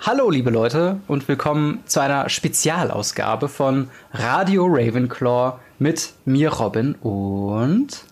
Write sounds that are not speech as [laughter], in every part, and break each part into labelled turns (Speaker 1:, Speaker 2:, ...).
Speaker 1: Hallo, liebe Leute, und willkommen zu einer Spezialausgabe von Radio Ravenclaw mit mir, Robin, und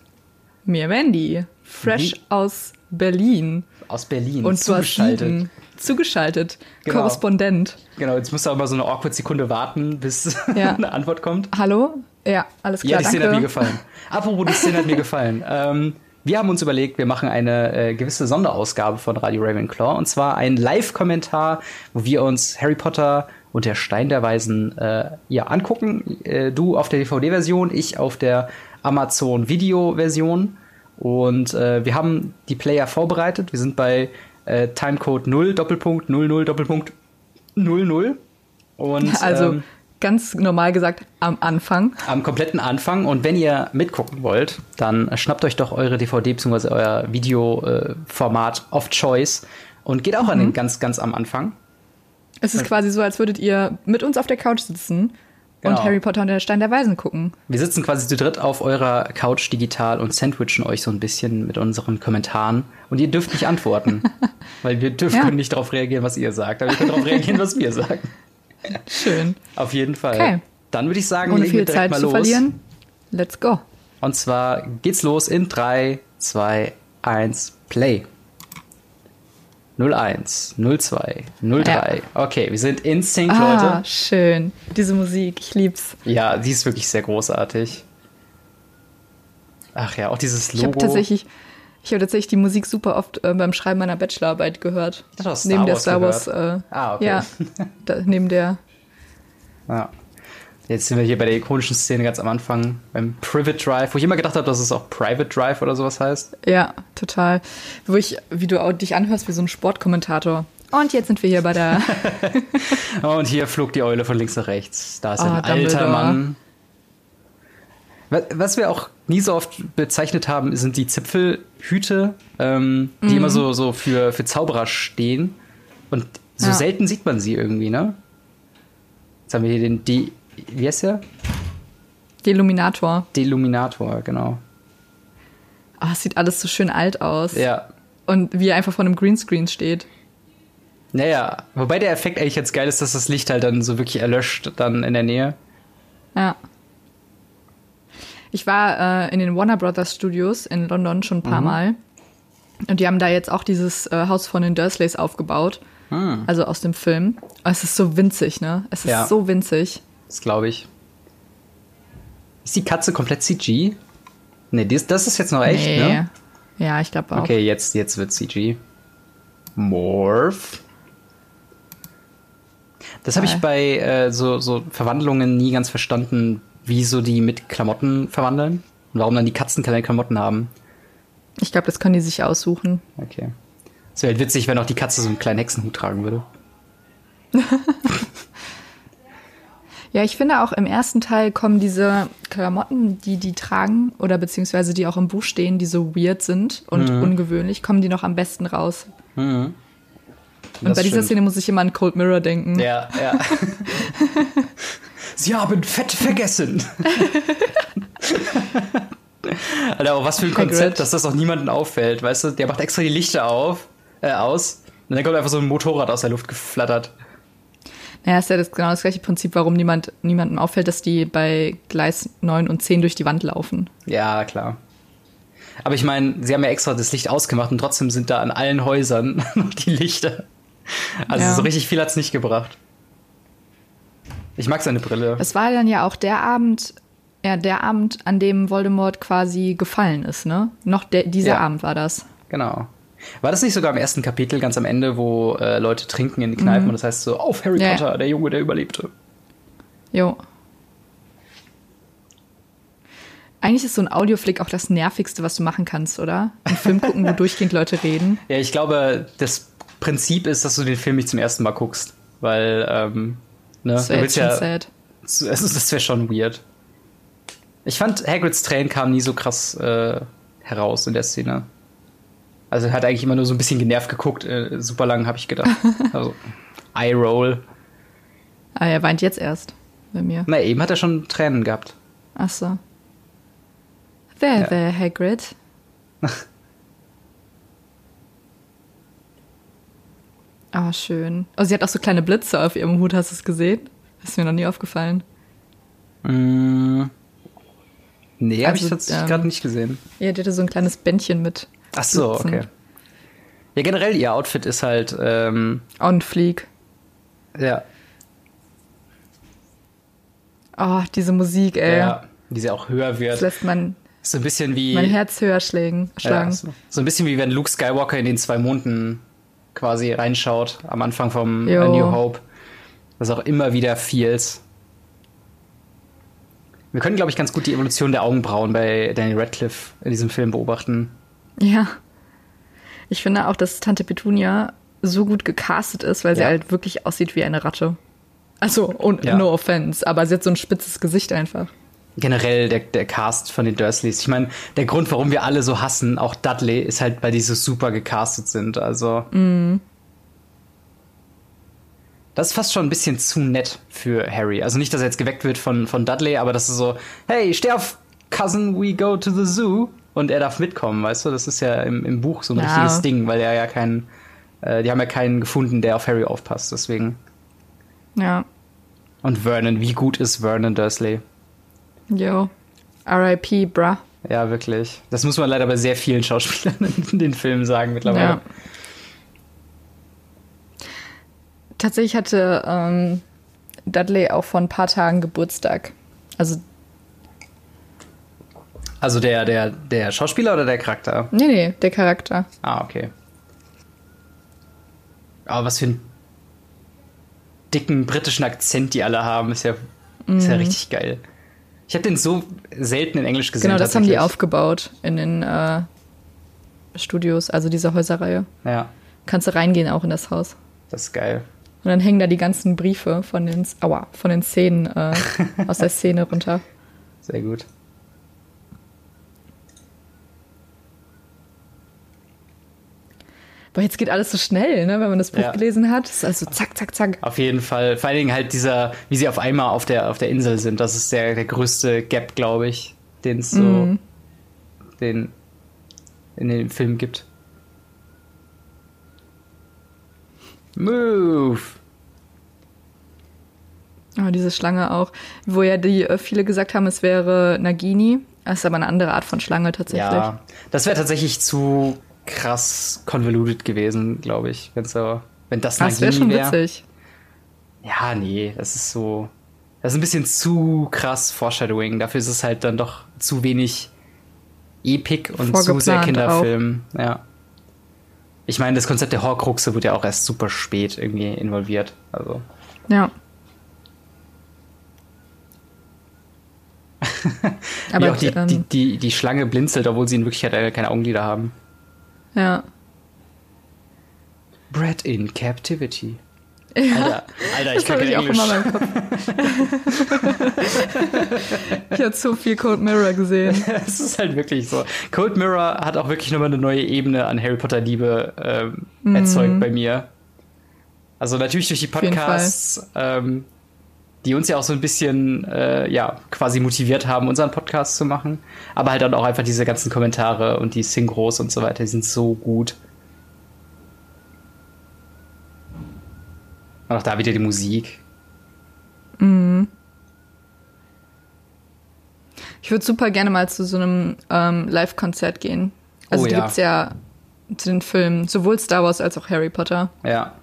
Speaker 2: Mir Wendy, fresh
Speaker 1: Mhm.
Speaker 2: aus Berlin
Speaker 1: aus Berlin
Speaker 2: und
Speaker 1: zugeschaltet.
Speaker 2: zugeschaltet. Zugeschaltet,
Speaker 1: Genau.
Speaker 2: Korrespondent.
Speaker 1: Genau, jetzt musst du aber so eine awkward Sekunde warten, bis [laughs]
Speaker 2: Ja.
Speaker 1: eine Antwort kommt.
Speaker 2: Hallo? Ja, alles
Speaker 1: Ja,
Speaker 2: klar,
Speaker 1: die Szene hat mir
Speaker 2: danke.
Speaker 1: gefallen. Apropos, die Szene hat mir
Speaker 2: [laughs]
Speaker 1: gefallen. Ähm, wir haben uns überlegt, wir machen eine äh, gewisse Sonderausgabe von Radio Ravenclaw und zwar einen Live-Kommentar, wo wir uns Harry Potter und der Stein der Weisen äh, ja, angucken. Äh, du auf der DVD-Version, ich auf der Amazon Video-Version. Und äh, wir haben die Player vorbereitet. Wir sind bei äh, Timecode 0, Doppelpunkt, 00, Doppelpunkt, 00. Und,
Speaker 2: Also
Speaker 1: ähm,
Speaker 2: ganz normal gesagt, am Anfang.
Speaker 1: am kompletten Anfang. Und wenn ihr mitgucken wollt, dann schnappt euch doch eure DVD bzw. euer Videoformat of Choice und geht auch an
Speaker 2: Mhm.
Speaker 1: den ganz, ganz am Anfang.
Speaker 2: Es ist quasi so, als würdet ihr mit uns auf der Couch sitzen
Speaker 1: Genau.
Speaker 2: und Harry Potter und der Stein der Weisen gucken.
Speaker 1: Wir sitzen quasi zu dritt auf eurer Couch digital und sandwichen euch so ein bisschen mit unseren Kommentaren. Und ihr dürft nicht
Speaker 2: [laughs]
Speaker 1: antworten, weil wir dürfen
Speaker 2: Ja.
Speaker 1: können nicht darauf reagieren, was ihr sagt. Aber wir können darauf reagieren, was wir
Speaker 2: [laughs]
Speaker 1: sagen.
Speaker 2: Schön.
Speaker 1: Auf jeden Fall.
Speaker 2: Okay.
Speaker 1: Dann würde ich sagen,
Speaker 2: Ohne
Speaker 1: legen wir
Speaker 2: viel
Speaker 1: direkt
Speaker 2: Zeit
Speaker 1: mal
Speaker 2: zu
Speaker 1: los.
Speaker 2: verlieren. Let's go.
Speaker 1: Und zwar geht's los in 3, 2, 1, Play. 01, 02, 03. Okay, wir sind in Sync,
Speaker 2: Ah,
Speaker 1: Leute.
Speaker 2: schön. Diese Musik, ich lieb's.
Speaker 1: Ja, die ist wirklich sehr großartig. Ach ja, auch dieses
Speaker 2: Ich
Speaker 1: Logo.
Speaker 2: habe tatsächlich, ich habe tatsächlich die Musik super oft äh, beim Schreiben meiner Bachelorarbeit gehört.
Speaker 1: Ich dachte, du hast
Speaker 2: neben
Speaker 1: Star
Speaker 2: der
Speaker 1: Wars
Speaker 2: Star Wars.
Speaker 1: gehört.
Speaker 2: Äh,
Speaker 1: Ah, okay.
Speaker 2: Ja, da, neben der.
Speaker 1: [laughs] Ja. Jetzt sind wir hier bei der ikonischen Szene ganz am Anfang, beim Private Drive, wo ich immer gedacht habe, dass es auch Private Drive oder sowas heißt.
Speaker 2: Ja, total. Wo ich, wie du auch dich anhörst wie so ein Sportkommentator. Und jetzt sind wir hier bei
Speaker 1: [laughs]
Speaker 2: der.
Speaker 1: Und hier flog die Eule von links nach rechts. Da ist
Speaker 2: Ah,
Speaker 1: ein alter
Speaker 2: Dumbledore.
Speaker 1: Mann. Wa- Was wir auch nie so oft bezeichnet haben, sind die Zipfelhüte, ähm, die
Speaker 2: Mhm.
Speaker 1: immer so, so für, für Zauberer stehen. Und so
Speaker 2: Ja.
Speaker 1: selten sieht man sie irgendwie, ne? Jetzt haben wir hier den De wie heißt der?
Speaker 2: der Illuminator.
Speaker 1: Deluminator, genau.
Speaker 2: Ah, es sieht alles so schön alt aus.
Speaker 1: Ja.
Speaker 2: Und wie er einfach vor einem Greenscreen steht.
Speaker 1: Naja, wobei der Effekt eigentlich ganz geil ist, dass das Licht halt dann so wirklich erlöscht, dann in der Nähe.
Speaker 2: Ja. Ich war äh, in den Warner Brothers Studios in London schon ein paar
Speaker 1: Mhm.
Speaker 2: Mal. Und die haben da jetzt auch dieses äh, Haus von den Dursleys aufgebaut. Also aus dem Film. Oh, es ist so winzig, ne? Es ist
Speaker 1: Ah. Ja.
Speaker 2: so winzig.
Speaker 1: Das glaube ich. Ist die Katze komplett CG? Nee, das, das ist jetzt noch echt,
Speaker 2: Nee.
Speaker 1: ne?
Speaker 2: Ja, ich glaube auch.
Speaker 1: Okay, jetzt, jetzt wird CG. Morph. Das habe ich
Speaker 2: Geil.
Speaker 1: bei äh, so, so Verwandlungen nie ganz verstanden, wieso die mit Klamotten verwandeln und warum dann die Katzen keine Klamotten haben.
Speaker 2: Ich glaube, das können die sich aussuchen.
Speaker 1: Okay. Es wäre halt witzig, wenn auch die Katze so einen kleinen Hexenhut tragen würde.
Speaker 2: Ja, ich finde auch im ersten Teil kommen diese Klamotten, die die tragen oder beziehungsweise die auch im Buch stehen, die so weird sind und
Speaker 1: Mhm.
Speaker 2: ungewöhnlich, kommen die noch am besten raus. Und bei dieser Szene muss ich immer an Cold Mirror denken.
Speaker 1: Ja, ja. [laughs] Sie haben Fett vergessen. [laughs] Alter, aber was für ein
Speaker 2: Hagrid.
Speaker 1: Konzept, dass das auch niemandem auffällt, weißt du? Der macht extra die Lichter auf, äh, aus. Und dann kommt einfach so ein Motorrad aus der Luft geflattert.
Speaker 2: Naja, ist ja das, genau das gleiche Prinzip, warum niemand, niemandem auffällt, dass die bei Gleis 9 und 10 durch die Wand laufen.
Speaker 1: Ja, klar. Aber ich meine, sie haben ja extra das Licht ausgemacht und trotzdem sind da an allen Häusern [laughs] noch die Lichter. Also
Speaker 2: Ja.
Speaker 1: so richtig viel hat's nicht gebracht. Ich mag seine Brille.
Speaker 2: Es war dann ja auch der Abend, ja, der Abend, an dem Voldemort quasi gefallen ist, ne? Noch der, dieser
Speaker 1: Ja.
Speaker 2: Abend war das.
Speaker 1: Genau. War das nicht sogar im ersten Kapitel ganz am Ende, wo äh, Leute trinken in die Kneipen und das heißt so, auf Harry
Speaker 2: Mhm. Ja.
Speaker 1: Potter, der Junge, der überlebte.
Speaker 2: Jo. Eigentlich ist so ein Audioflick auch das Nervigste, was du machen kannst, oder? Einen Film gucken, wo [laughs] durchgehend Leute reden.
Speaker 1: Ja, ich glaube, das Prinzip ist, dass du den Film nicht zum ersten Mal guckst, weil, ähm, ne,
Speaker 2: Das wäre
Speaker 1: du willst
Speaker 2: jetzt schon
Speaker 1: ja,
Speaker 2: sad.
Speaker 1: zu- also, das wäre schon weird. Ich fand, Hagrids Tränen kamen nie so krass äh, heraus in der Szene. Also er hat eigentlich immer nur so ein bisschen genervt geguckt, äh, super lang, habe ich
Speaker 2: [laughs]
Speaker 1: gedacht. Also, Eye Roll.
Speaker 2: Ah, er weint jetzt erst bei mir.
Speaker 1: Na, eben hat er schon Tränen gehabt.
Speaker 2: Ach so. There,
Speaker 1: Ja. [laughs]
Speaker 2: there, Hagrid. Ah, schön. Oh, sie hat auch so kleine Blitze auf ihrem Hut, hast du es gesehen? Das ist mir noch nie aufgefallen.
Speaker 1: Mm. Nee, habe
Speaker 2: Also,
Speaker 1: ich tatsächlich
Speaker 2: ähm,
Speaker 1: gerade nicht gesehen.
Speaker 2: Ja, die hatte so ein kleines Bändchen mit.
Speaker 1: Ach so,
Speaker 2: Blitzen.
Speaker 1: okay. Ja, generell ihr Outfit ist halt, ähm,
Speaker 2: On Fleek.
Speaker 1: ja,
Speaker 2: Oh, diese Musik, ey.
Speaker 1: ja, die sie auch höher
Speaker 2: Das
Speaker 1: wird.
Speaker 2: lässt mein,
Speaker 1: So ein bisschen wie,
Speaker 2: mein Herz höher schlägen.
Speaker 1: ja,
Speaker 2: schlagen.
Speaker 1: so so ein bisschen wie wenn Luke Skywalker in den zwei Monden quasi reinschaut am Anfang vom
Speaker 2: Jo.
Speaker 1: A New Hope. Das auch immer wieder feels. Wir können, glaube ich, ganz gut die Evolution der Augenbrauen bei Daniel Radcliffe in diesem Film beobachten.
Speaker 2: Ja. Ich finde auch, dass Tante Petunia so gut gecastet ist, weil sie
Speaker 1: Ja.
Speaker 2: halt wirklich aussieht wie eine Ratte. Also, und
Speaker 1: Ja.
Speaker 2: no offense, aber sie hat so ein spitzes Gesicht einfach.
Speaker 1: generell der, der Cast von den Dursleys. Ich meine, der Grund, warum wir alle so hassen, auch Dudley, ist halt, weil die so super gecastet sind. Also. Das ist fast schon ein bisschen zu nett für Harry. Also nicht, dass er jetzt geweckt wird von, von Dudley, aber das ist so, hey, steh auf, Cousin, we go to the zoo. Und er darf mitkommen, weißt du? Das ist ja im, im Buch so ein
Speaker 2: Ja.
Speaker 1: richtiges Ding, weil er ja keinen, äh, die haben ja keinen gefunden, der auf Harry aufpasst, deswegen.
Speaker 2: Ja,
Speaker 1: Und Vernon, wie gut ist Vernon Dursley?
Speaker 2: yo. RIP, bruh.
Speaker 1: Ja, wirklich. Das muss man leider bei sehr vielen Schauspielern [laughs] in den Filmen sagen mittlerweile.
Speaker 2: Ja. Tatsächlich hatte ähm, Dudley auch vor ein paar Tagen Geburtstag. Also,
Speaker 1: Also der, der, der Schauspieler oder der Charakter?
Speaker 2: nee, nee, der Charakter.
Speaker 1: Ah, okay. Aber was für einen dicken britischen Akzent die alle haben, ist ja, ist ja
Speaker 2: Mhm.
Speaker 1: richtig geil. Ich habe den so selten in Englisch gesehen.
Speaker 2: Genau, das haben die
Speaker 1: tatsächlich.
Speaker 2: aufgebaut in den äh, Studios, also dieser Häuserreihe.
Speaker 1: Ja,
Speaker 2: Kannst du reingehen auch in das Haus.
Speaker 1: das ist geil.
Speaker 2: Und dann hängen da die ganzen Briefe von den, aua, von den
Speaker 1: [laughs]
Speaker 2: Szenen, äh, aus der Szene runter.
Speaker 1: Sehr gut.
Speaker 2: Boah, jetzt geht alles so schnell, ne, wenn man das Buch
Speaker 1: Ja.
Speaker 2: gelesen hat. Es ist also zack, zack, zack.
Speaker 1: Auf jeden Fall. Vor allen Dingen halt dieser, wie sie auf einmal auf der, auf der Insel sind. Das ist der, der größte Gap, glaube ich, den es so
Speaker 2: Mhm.
Speaker 1: den, in dem Film gibt. Move!
Speaker 2: Oh, diese Schlange auch. Wo ja die äh, viele gesagt haben, es wäre Nagini. Das ist aber eine andere Art von Schlange tatsächlich. Ah,
Speaker 1: Ja, das wäre tatsächlich zu krass convoluted gewesen, glaube ich, wenn so, wenn das
Speaker 2: das wäre schon
Speaker 1: Nagini wäre.
Speaker 2: witzig.
Speaker 1: Ja, nee, das ist so. Das ist ein bisschen zu krass Foreshadowing. Dafür ist es halt dann doch zu wenig Epic und zu sehr
Speaker 2: Vorgeplant
Speaker 1: Kinderfilm. Ja. Ich meine, das Konzept der Horcruxe wurde ja auch erst super spät irgendwie involviert. Also. [laughs]
Speaker 2: Ja.
Speaker 1: Aber
Speaker 2: aber
Speaker 1: auch die,
Speaker 2: ähm,
Speaker 1: die, die, die Schlange blinzelt, obwohl sie in Wirklichkeit äh, keine Augenlider haben.
Speaker 2: ja.
Speaker 1: Bred in Captivity.
Speaker 2: ja.
Speaker 1: Alter, Alter ich
Speaker 2: Das
Speaker 1: kann
Speaker 2: habe
Speaker 1: kein
Speaker 2: ich auch
Speaker 1: Englisch.
Speaker 2: immer beim Kopf. ich habe so viel Cold Mirror gesehen.
Speaker 1: [laughs] Es ist halt wirklich so. Cold Mirror hat auch wirklich nochmal eine neue Ebene an Harry Potter Liebe ähm, erzeugt bei mir. Also natürlich durch die
Speaker 2: jeden
Speaker 1: Podcasts, ähm, die uns ja auch so ein bisschen äh, ja quasi motiviert haben, unseren Podcast zu machen. Aber halt dann auch einfach diese ganzen Kommentare und die Synchros und so weiter, die sind so gut. Und auch da wieder die Musik.
Speaker 2: Ich würde super gerne mal zu so einem ähm, Live-Konzert gehen. Also
Speaker 1: Oh,
Speaker 2: die
Speaker 1: ja.
Speaker 2: gibt's ja zu den Filmen, sowohl Star Wars als auch Harry Potter.
Speaker 1: Ja.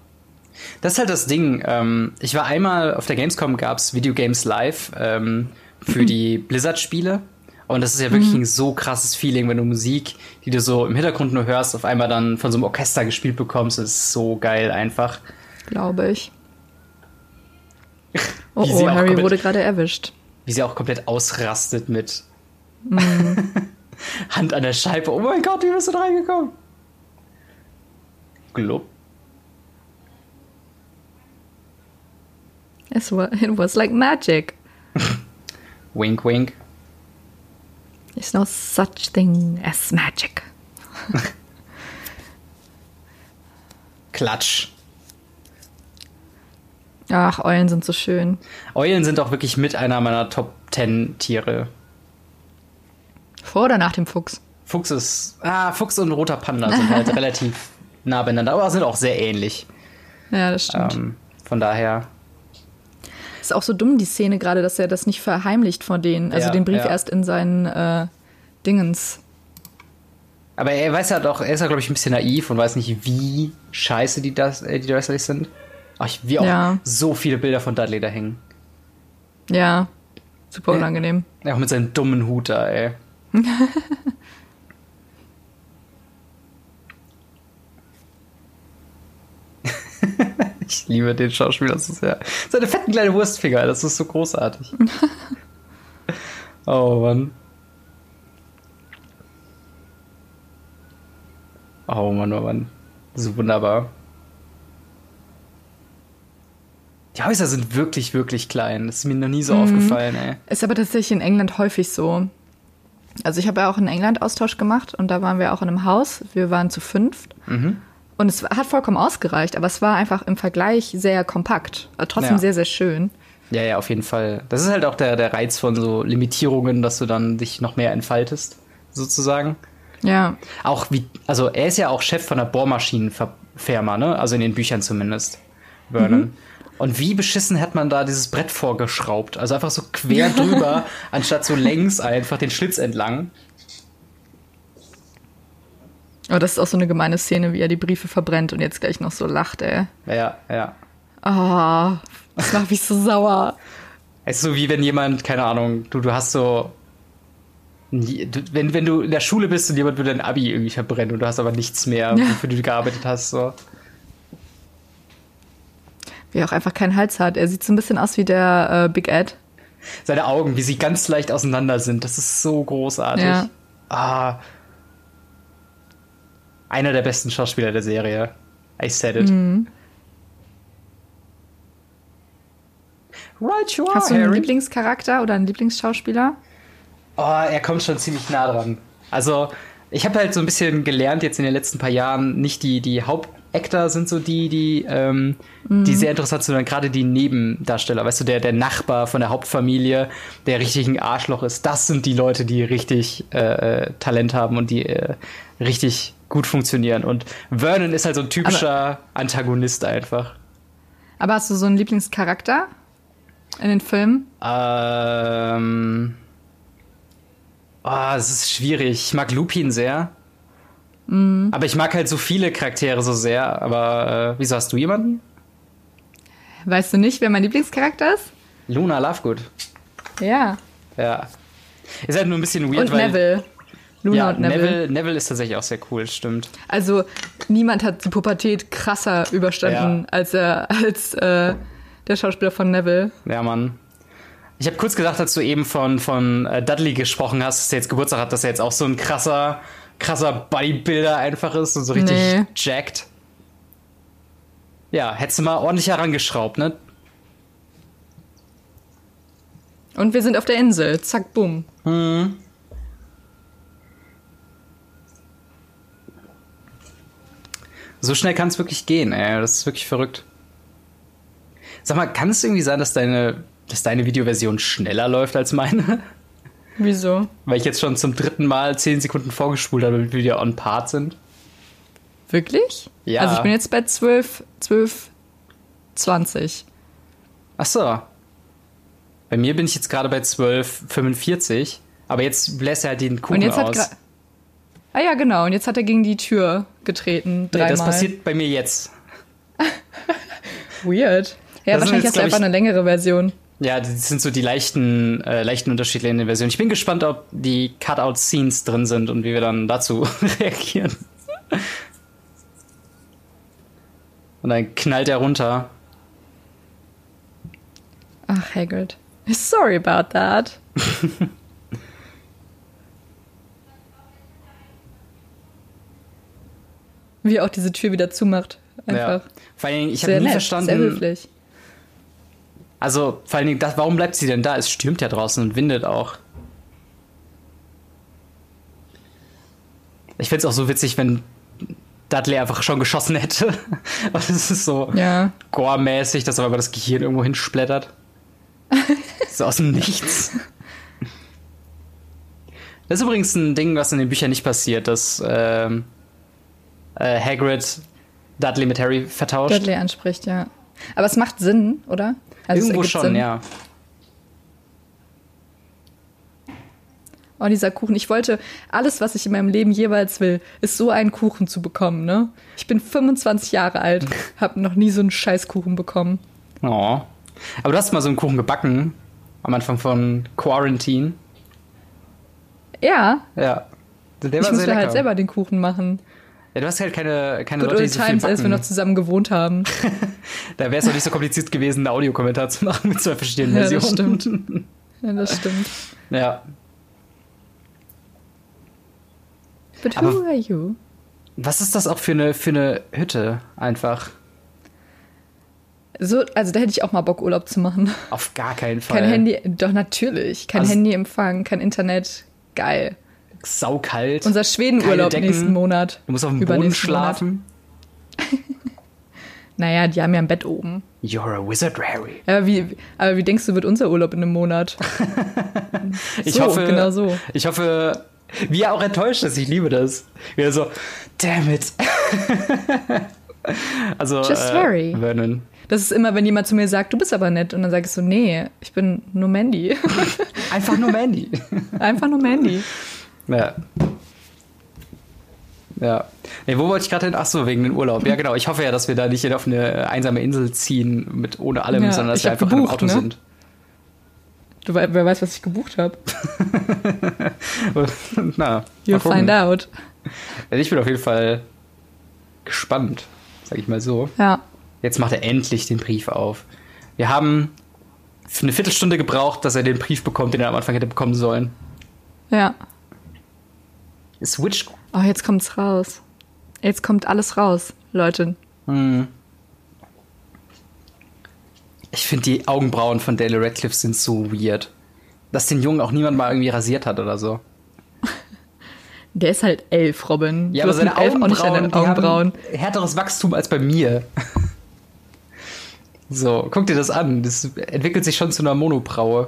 Speaker 1: Das ist halt das Ding. Ähm, ich war einmal auf der Gamescom, gab's Video Games Live ähm, für die Blizzard-Spiele. Und das ist ja wirklich ein so krasses Feeling, wenn du Musik, die du so im Hintergrund nur hörst, auf einmal dann von so einem Orchester gespielt bekommst. Das ist so geil einfach.
Speaker 2: Glaube ich. Oh,
Speaker 1: Wie sie
Speaker 2: oh
Speaker 1: auch
Speaker 2: Harry
Speaker 1: komplett-
Speaker 2: wurde gerade erwischt.
Speaker 1: Wie sie auch komplett ausrastet mit [laughs] Hand an der Scheibe. Oh mein Gott, wie bist du da reingekommen? Glub.
Speaker 2: It was, it was like magic.
Speaker 1: Wink, wink.
Speaker 2: There's no such thing as magic.
Speaker 1: Klatsch.
Speaker 2: Ach, Eulen sind so schön.
Speaker 1: Eulen sind auch wirklich mit einer meiner Top 10 Tiere.
Speaker 2: Vor oder nach dem Fuchs?
Speaker 1: Fuchs ist. Ah, Fuchs und roter Panda sind halt relativ nah beieinander, aber sind auch sehr ähnlich.
Speaker 2: Ja, das stimmt.
Speaker 1: Ähm, von daher,
Speaker 2: Ist auch so dumm, die Szene gerade, dass er das nicht verheimlicht von denen. Also
Speaker 1: Ja,
Speaker 2: den Brief
Speaker 1: ja.
Speaker 2: erst in seinen äh, Dingens.
Speaker 1: Aber er weiß ja doch, er ist ja, glaube ich, ein bisschen naiv und weiß nicht, wie scheiße die, das, äh, die Dursleys sind. Ach, ich- wie auch
Speaker 2: Ja.
Speaker 1: so viele Bilder von Dudley da hängen.
Speaker 2: Ja, super
Speaker 1: Ja.
Speaker 2: unangenehm.
Speaker 1: Ja, Auch mit seinem dummen Hut da, ey. ich liebe den Schauspieler so sehr. Seine fetten kleinen Wurstfinger, das ist so großartig. oh Mann. Oh Mann, oh Mann. Das ist wunderbar. Die Häuser sind wirklich, wirklich klein. Das ist mir noch nie so aufgefallen, ey.
Speaker 2: Ist aber tatsächlich in England häufig so. Also ich habe ja auch einen England-Austausch gemacht und da waren wir auch in einem Haus. Wir waren zu fünft.
Speaker 1: Mhm.
Speaker 2: Und es hat vollkommen ausgereicht, aber es war einfach im Vergleich sehr kompakt. Aber trotzdem
Speaker 1: Ja.
Speaker 2: sehr, sehr schön.
Speaker 1: Ja, ja, auf jeden Fall. Das ist halt auch der, der Reiz von so Limitierungen, dass du dann dich noch mehr entfaltest, sozusagen.
Speaker 2: Ja,
Speaker 1: Auch wie, also er ist ja auch Chef von der Bohrmaschinenfirma, ne? Also in den Büchern zumindest. Vernon. Und wie beschissen hat man da dieses Brett vorgeschraubt? Also einfach so quer drüber, anstatt so längs einfach den Schlitz entlang.
Speaker 2: aber das ist auch so eine gemeine Szene, wie er die Briefe verbrennt und jetzt gleich noch so lacht, ey.
Speaker 1: Ja, ja.
Speaker 2: Ah, das macht mich so sauer.
Speaker 1: Es ist so wie wenn jemand, keine Ahnung, du, du hast so. Wenn, wenn du in der Schule bist und jemand will dein Abi irgendwie verbrennen und du hast aber nichts mehr,
Speaker 2: Ja.
Speaker 1: wofür du gearbeitet hast, so.
Speaker 2: Wie er auch einfach keinen Hals hat. Er sieht so ein bisschen aus wie der äh, Big Ed.
Speaker 1: seine Augen, wie sie ganz leicht auseinander sind. Das ist so großartig.
Speaker 2: Ja.
Speaker 1: Ah. Einer der besten Schauspieler der Serie. I said it.
Speaker 2: Mhm.
Speaker 1: Right you are,
Speaker 2: Hast du einen
Speaker 1: Harry.
Speaker 2: Lieblingscharakter oder einen Lieblingsschauspieler?
Speaker 1: Oh, er kommt schon ziemlich nah dran. Also, ich habe halt so ein bisschen gelernt jetzt in den letzten paar Jahren, nicht die, die Hauptakter sind so die, die, ähm, die sehr interessant sind, sondern gerade die Nebendarsteller. Weißt du, der, der Nachbar von der Hauptfamilie, der richtig ein Arschloch ist, das sind die Leute, die richtig äh, äh, Talent haben und die äh, richtig gut funktionieren. Und Vernon ist halt so ein typischer Antagonist einfach.
Speaker 2: Aber hast du so einen Lieblingscharakter in den Filmen?
Speaker 1: Ähm. Ah, es ist schwierig. Ich mag Lupin sehr.
Speaker 2: Mhm.
Speaker 1: Aber ich mag halt so viele Charaktere so sehr. Aber äh, wieso hast du jemanden?
Speaker 2: Weißt du nicht, wer mein Lieblingscharakter ist?
Speaker 1: Luna Lovegood.
Speaker 2: Ja.
Speaker 1: Ja. Ist halt nur ein bisschen weird,
Speaker 2: Und
Speaker 1: weil.
Speaker 2: Neville. Luna
Speaker 1: Ja,
Speaker 2: und Neville.
Speaker 1: Neville. Neville ist tatsächlich auch sehr cool, stimmt.
Speaker 2: Also niemand hat die Pubertät krasser überstanden
Speaker 1: Ja.
Speaker 2: als er, als äh, der Schauspieler von Neville.
Speaker 1: Ja, Mann. Ich habe kurz gedacht, als du eben von, von äh, Dudley gesprochen hast, dass er jetzt Geburtstag hat, dass er jetzt auch so ein krasser, krasser Bodybuilder einfach ist und so richtig
Speaker 2: Nee.
Speaker 1: jacked. Ja, hättest du mal ordentlich herangeschraubt, ne?
Speaker 2: Und wir sind auf der Insel. Zack, bumm.
Speaker 1: So schnell kann es wirklich gehen, ey. Das ist wirklich verrückt. Sag mal, kann es irgendwie sein, dass deine, dass deine Videoversion schneller läuft als meine? [laughs]
Speaker 2: Wieso?
Speaker 1: Weil ich jetzt schon zum dritten Mal 10 Sekunden vorgespult habe, damit wir wieder on part sind.
Speaker 2: Wirklich?
Speaker 1: Ja.
Speaker 2: Also ich bin jetzt bei 12, 12, 20.
Speaker 1: Ach so. Bei mir bin ich jetzt gerade bei 12,45. Aber jetzt bläst er halt den Kuchen
Speaker 2: Und jetzt hat
Speaker 1: aus.
Speaker 2: gra- Ah ja, genau. Und jetzt hat er gegen die Tür getreten.
Speaker 1: nee,
Speaker 2: Dreimal.
Speaker 1: das passiert bei mir jetzt.
Speaker 2: Weird. Ja,
Speaker 1: Das sind
Speaker 2: wahrscheinlich
Speaker 1: jetzt,
Speaker 2: hast du
Speaker 1: glaub
Speaker 2: einfach
Speaker 1: ich-
Speaker 2: eine längere Version.
Speaker 1: Ja, das sind so die leichten, äh, leichten Unterschiede in der Version. Ich bin gespannt, ob die Cutout-Scenes drin sind und wie wir dann dazu [laughs] reagieren. Und dann knallt er runter.
Speaker 2: Ach, Hagrid. Sorry about
Speaker 1: [laughs]
Speaker 2: that. Wie er auch diese Tür wieder zumacht.
Speaker 1: Ja.
Speaker 2: Einfach.
Speaker 1: Vor allen Dingen, ich
Speaker 2: Sehr
Speaker 1: habe nie
Speaker 2: nett, sehr
Speaker 1: verstanden.
Speaker 2: höflich.
Speaker 1: Also, vor allen Dingen, das, warum bleibt sie denn da? Es stürmt ja draußen und windet auch. Ich find's auch so witzig, wenn Dudley einfach schon geschossen hätte. [laughs] Aber es ist so.
Speaker 2: Ja.
Speaker 1: Gore-mäßig, dass aber das Gehirn irgendwo
Speaker 2: [laughs]
Speaker 1: hinsplättert. so aus dem Nichts. Das ist übrigens ein Ding, was in den Büchern nicht passiert, dass ähm, äh, Hagrid Dudley mit Harry vertauscht.
Speaker 2: Dudley anspricht, ja. Aber es macht Sinn, oder? Also es
Speaker 1: Irgendwo
Speaker 2: ergibt
Speaker 1: schon,
Speaker 2: Sinn.
Speaker 1: ja.
Speaker 2: Oh, dieser Kuchen. Ich wollte, alles, was ich in meinem Leben jeweils will, ist so einen Kuchen zu bekommen, ne? Ich bin 25
Speaker 1: [laughs]
Speaker 2: Jahre alt, hab noch nie so einen Scheißkuchen bekommen.
Speaker 1: Oh. Aber du hast mal so einen Kuchen gebacken. Am Anfang von Quarantine.
Speaker 2: Ja,
Speaker 1: Ja. Der
Speaker 2: ich
Speaker 1: war
Speaker 2: musste
Speaker 1: sehr
Speaker 2: halt
Speaker 1: lecker.
Speaker 2: selber den Kuchen machen.
Speaker 1: Ja, du hast halt keine, keine
Speaker 2: Good
Speaker 1: Leute, die
Speaker 2: old
Speaker 1: so viel
Speaker 2: times, als wir
Speaker 1: backen.
Speaker 2: noch zusammen gewohnt haben.
Speaker 1: Da wäre es auch nicht so kompliziert gewesen, einen Audiokommentar zu machen mit zwei verschiedenen
Speaker 2: [laughs] Ja,
Speaker 1: Versionen.
Speaker 2: das stimmt.
Speaker 1: [laughs]
Speaker 2: Ja, das stimmt.
Speaker 1: Ja.
Speaker 2: But who
Speaker 1: Aber-
Speaker 2: are you?
Speaker 1: Was ist das auch für eine, für eine Hütte einfach?
Speaker 2: So, also da hätte ich auch mal Bock, Urlaub zu machen.
Speaker 1: Auf gar keinen Fall.
Speaker 2: Kein Handy, doch natürlich. Kein
Speaker 1: Also-
Speaker 2: Handyempfang, kein Internet. Geil.
Speaker 1: Saukalt.
Speaker 2: Unser
Speaker 1: Keine
Speaker 2: Schwedenurlaub
Speaker 1: Decken.
Speaker 2: nächsten Monat.
Speaker 1: du musst auf dem Boden
Speaker 2: Übernächsten
Speaker 1: schlafen.
Speaker 2: Monat. Naja, die haben ja ein Bett oben.
Speaker 1: You're a wizard, Harry.
Speaker 2: Aber wie, aber wie denkst du, wird unser Urlaub in einem Monat?
Speaker 1: Ich
Speaker 2: so,
Speaker 1: hoffe,
Speaker 2: genau so.
Speaker 1: Ich hoffe, wie er auch enttäuscht ist. Ich liebe das. Wie er so, damn it. [laughs] also,
Speaker 2: Just
Speaker 1: äh,
Speaker 2: Harry.
Speaker 1: Vernon.
Speaker 2: Das ist immer, wenn jemand zu mir sagt, du bist aber nett. Und dann sage ich so, nee, ich bin nur Mandy. [laughs]
Speaker 1: Einfach nur Mandy.
Speaker 2: Einfach nur Mandy.
Speaker 1: Ja. Ja. Nee, wo wollte ich gerade hin? Ach so, wegen den Urlaub. Ja, genau. Ich hoffe ja, dass wir da nicht auf eine einsame Insel ziehen mit ohne allem,
Speaker 2: Ja,
Speaker 1: sondern dass
Speaker 2: ich
Speaker 1: wir
Speaker 2: hab
Speaker 1: einfach in einem
Speaker 2: gebucht,
Speaker 1: Auto
Speaker 2: ne?
Speaker 1: sind. [laughs]
Speaker 2: Du, we- wer weiß, was ich gebucht habe.
Speaker 1: Na,
Speaker 2: You'll find out.
Speaker 1: Ja, Ich bin auf jeden Fall gespannt, sag ich mal so.
Speaker 2: Ja.
Speaker 1: Jetzt macht er endlich den Brief auf. Wir haben eine Viertelstunde gebraucht, dass er den Brief bekommt, den er am Anfang hätte bekommen sollen.
Speaker 2: Ja.
Speaker 1: Switch.
Speaker 2: Oh, jetzt kommt's raus. Jetzt kommt alles raus, Leute.
Speaker 1: Ich finde die Augenbrauen von Daniel Radcliffe sind so weird. Dass den Jungen auch niemand mal irgendwie rasiert hat oder so.
Speaker 2: Der ist halt elf, Robin.
Speaker 1: Ja,
Speaker 2: Du
Speaker 1: aber
Speaker 2: hast mit
Speaker 1: seine
Speaker 2: elf auch
Speaker 1: Augenbrauen,
Speaker 2: nicht deine
Speaker 1: die haben
Speaker 2: Augenbrauen.
Speaker 1: härteres Wachstum als bei mir. So, guck dir das an. Das entwickelt sich schon zu einer Monobraue.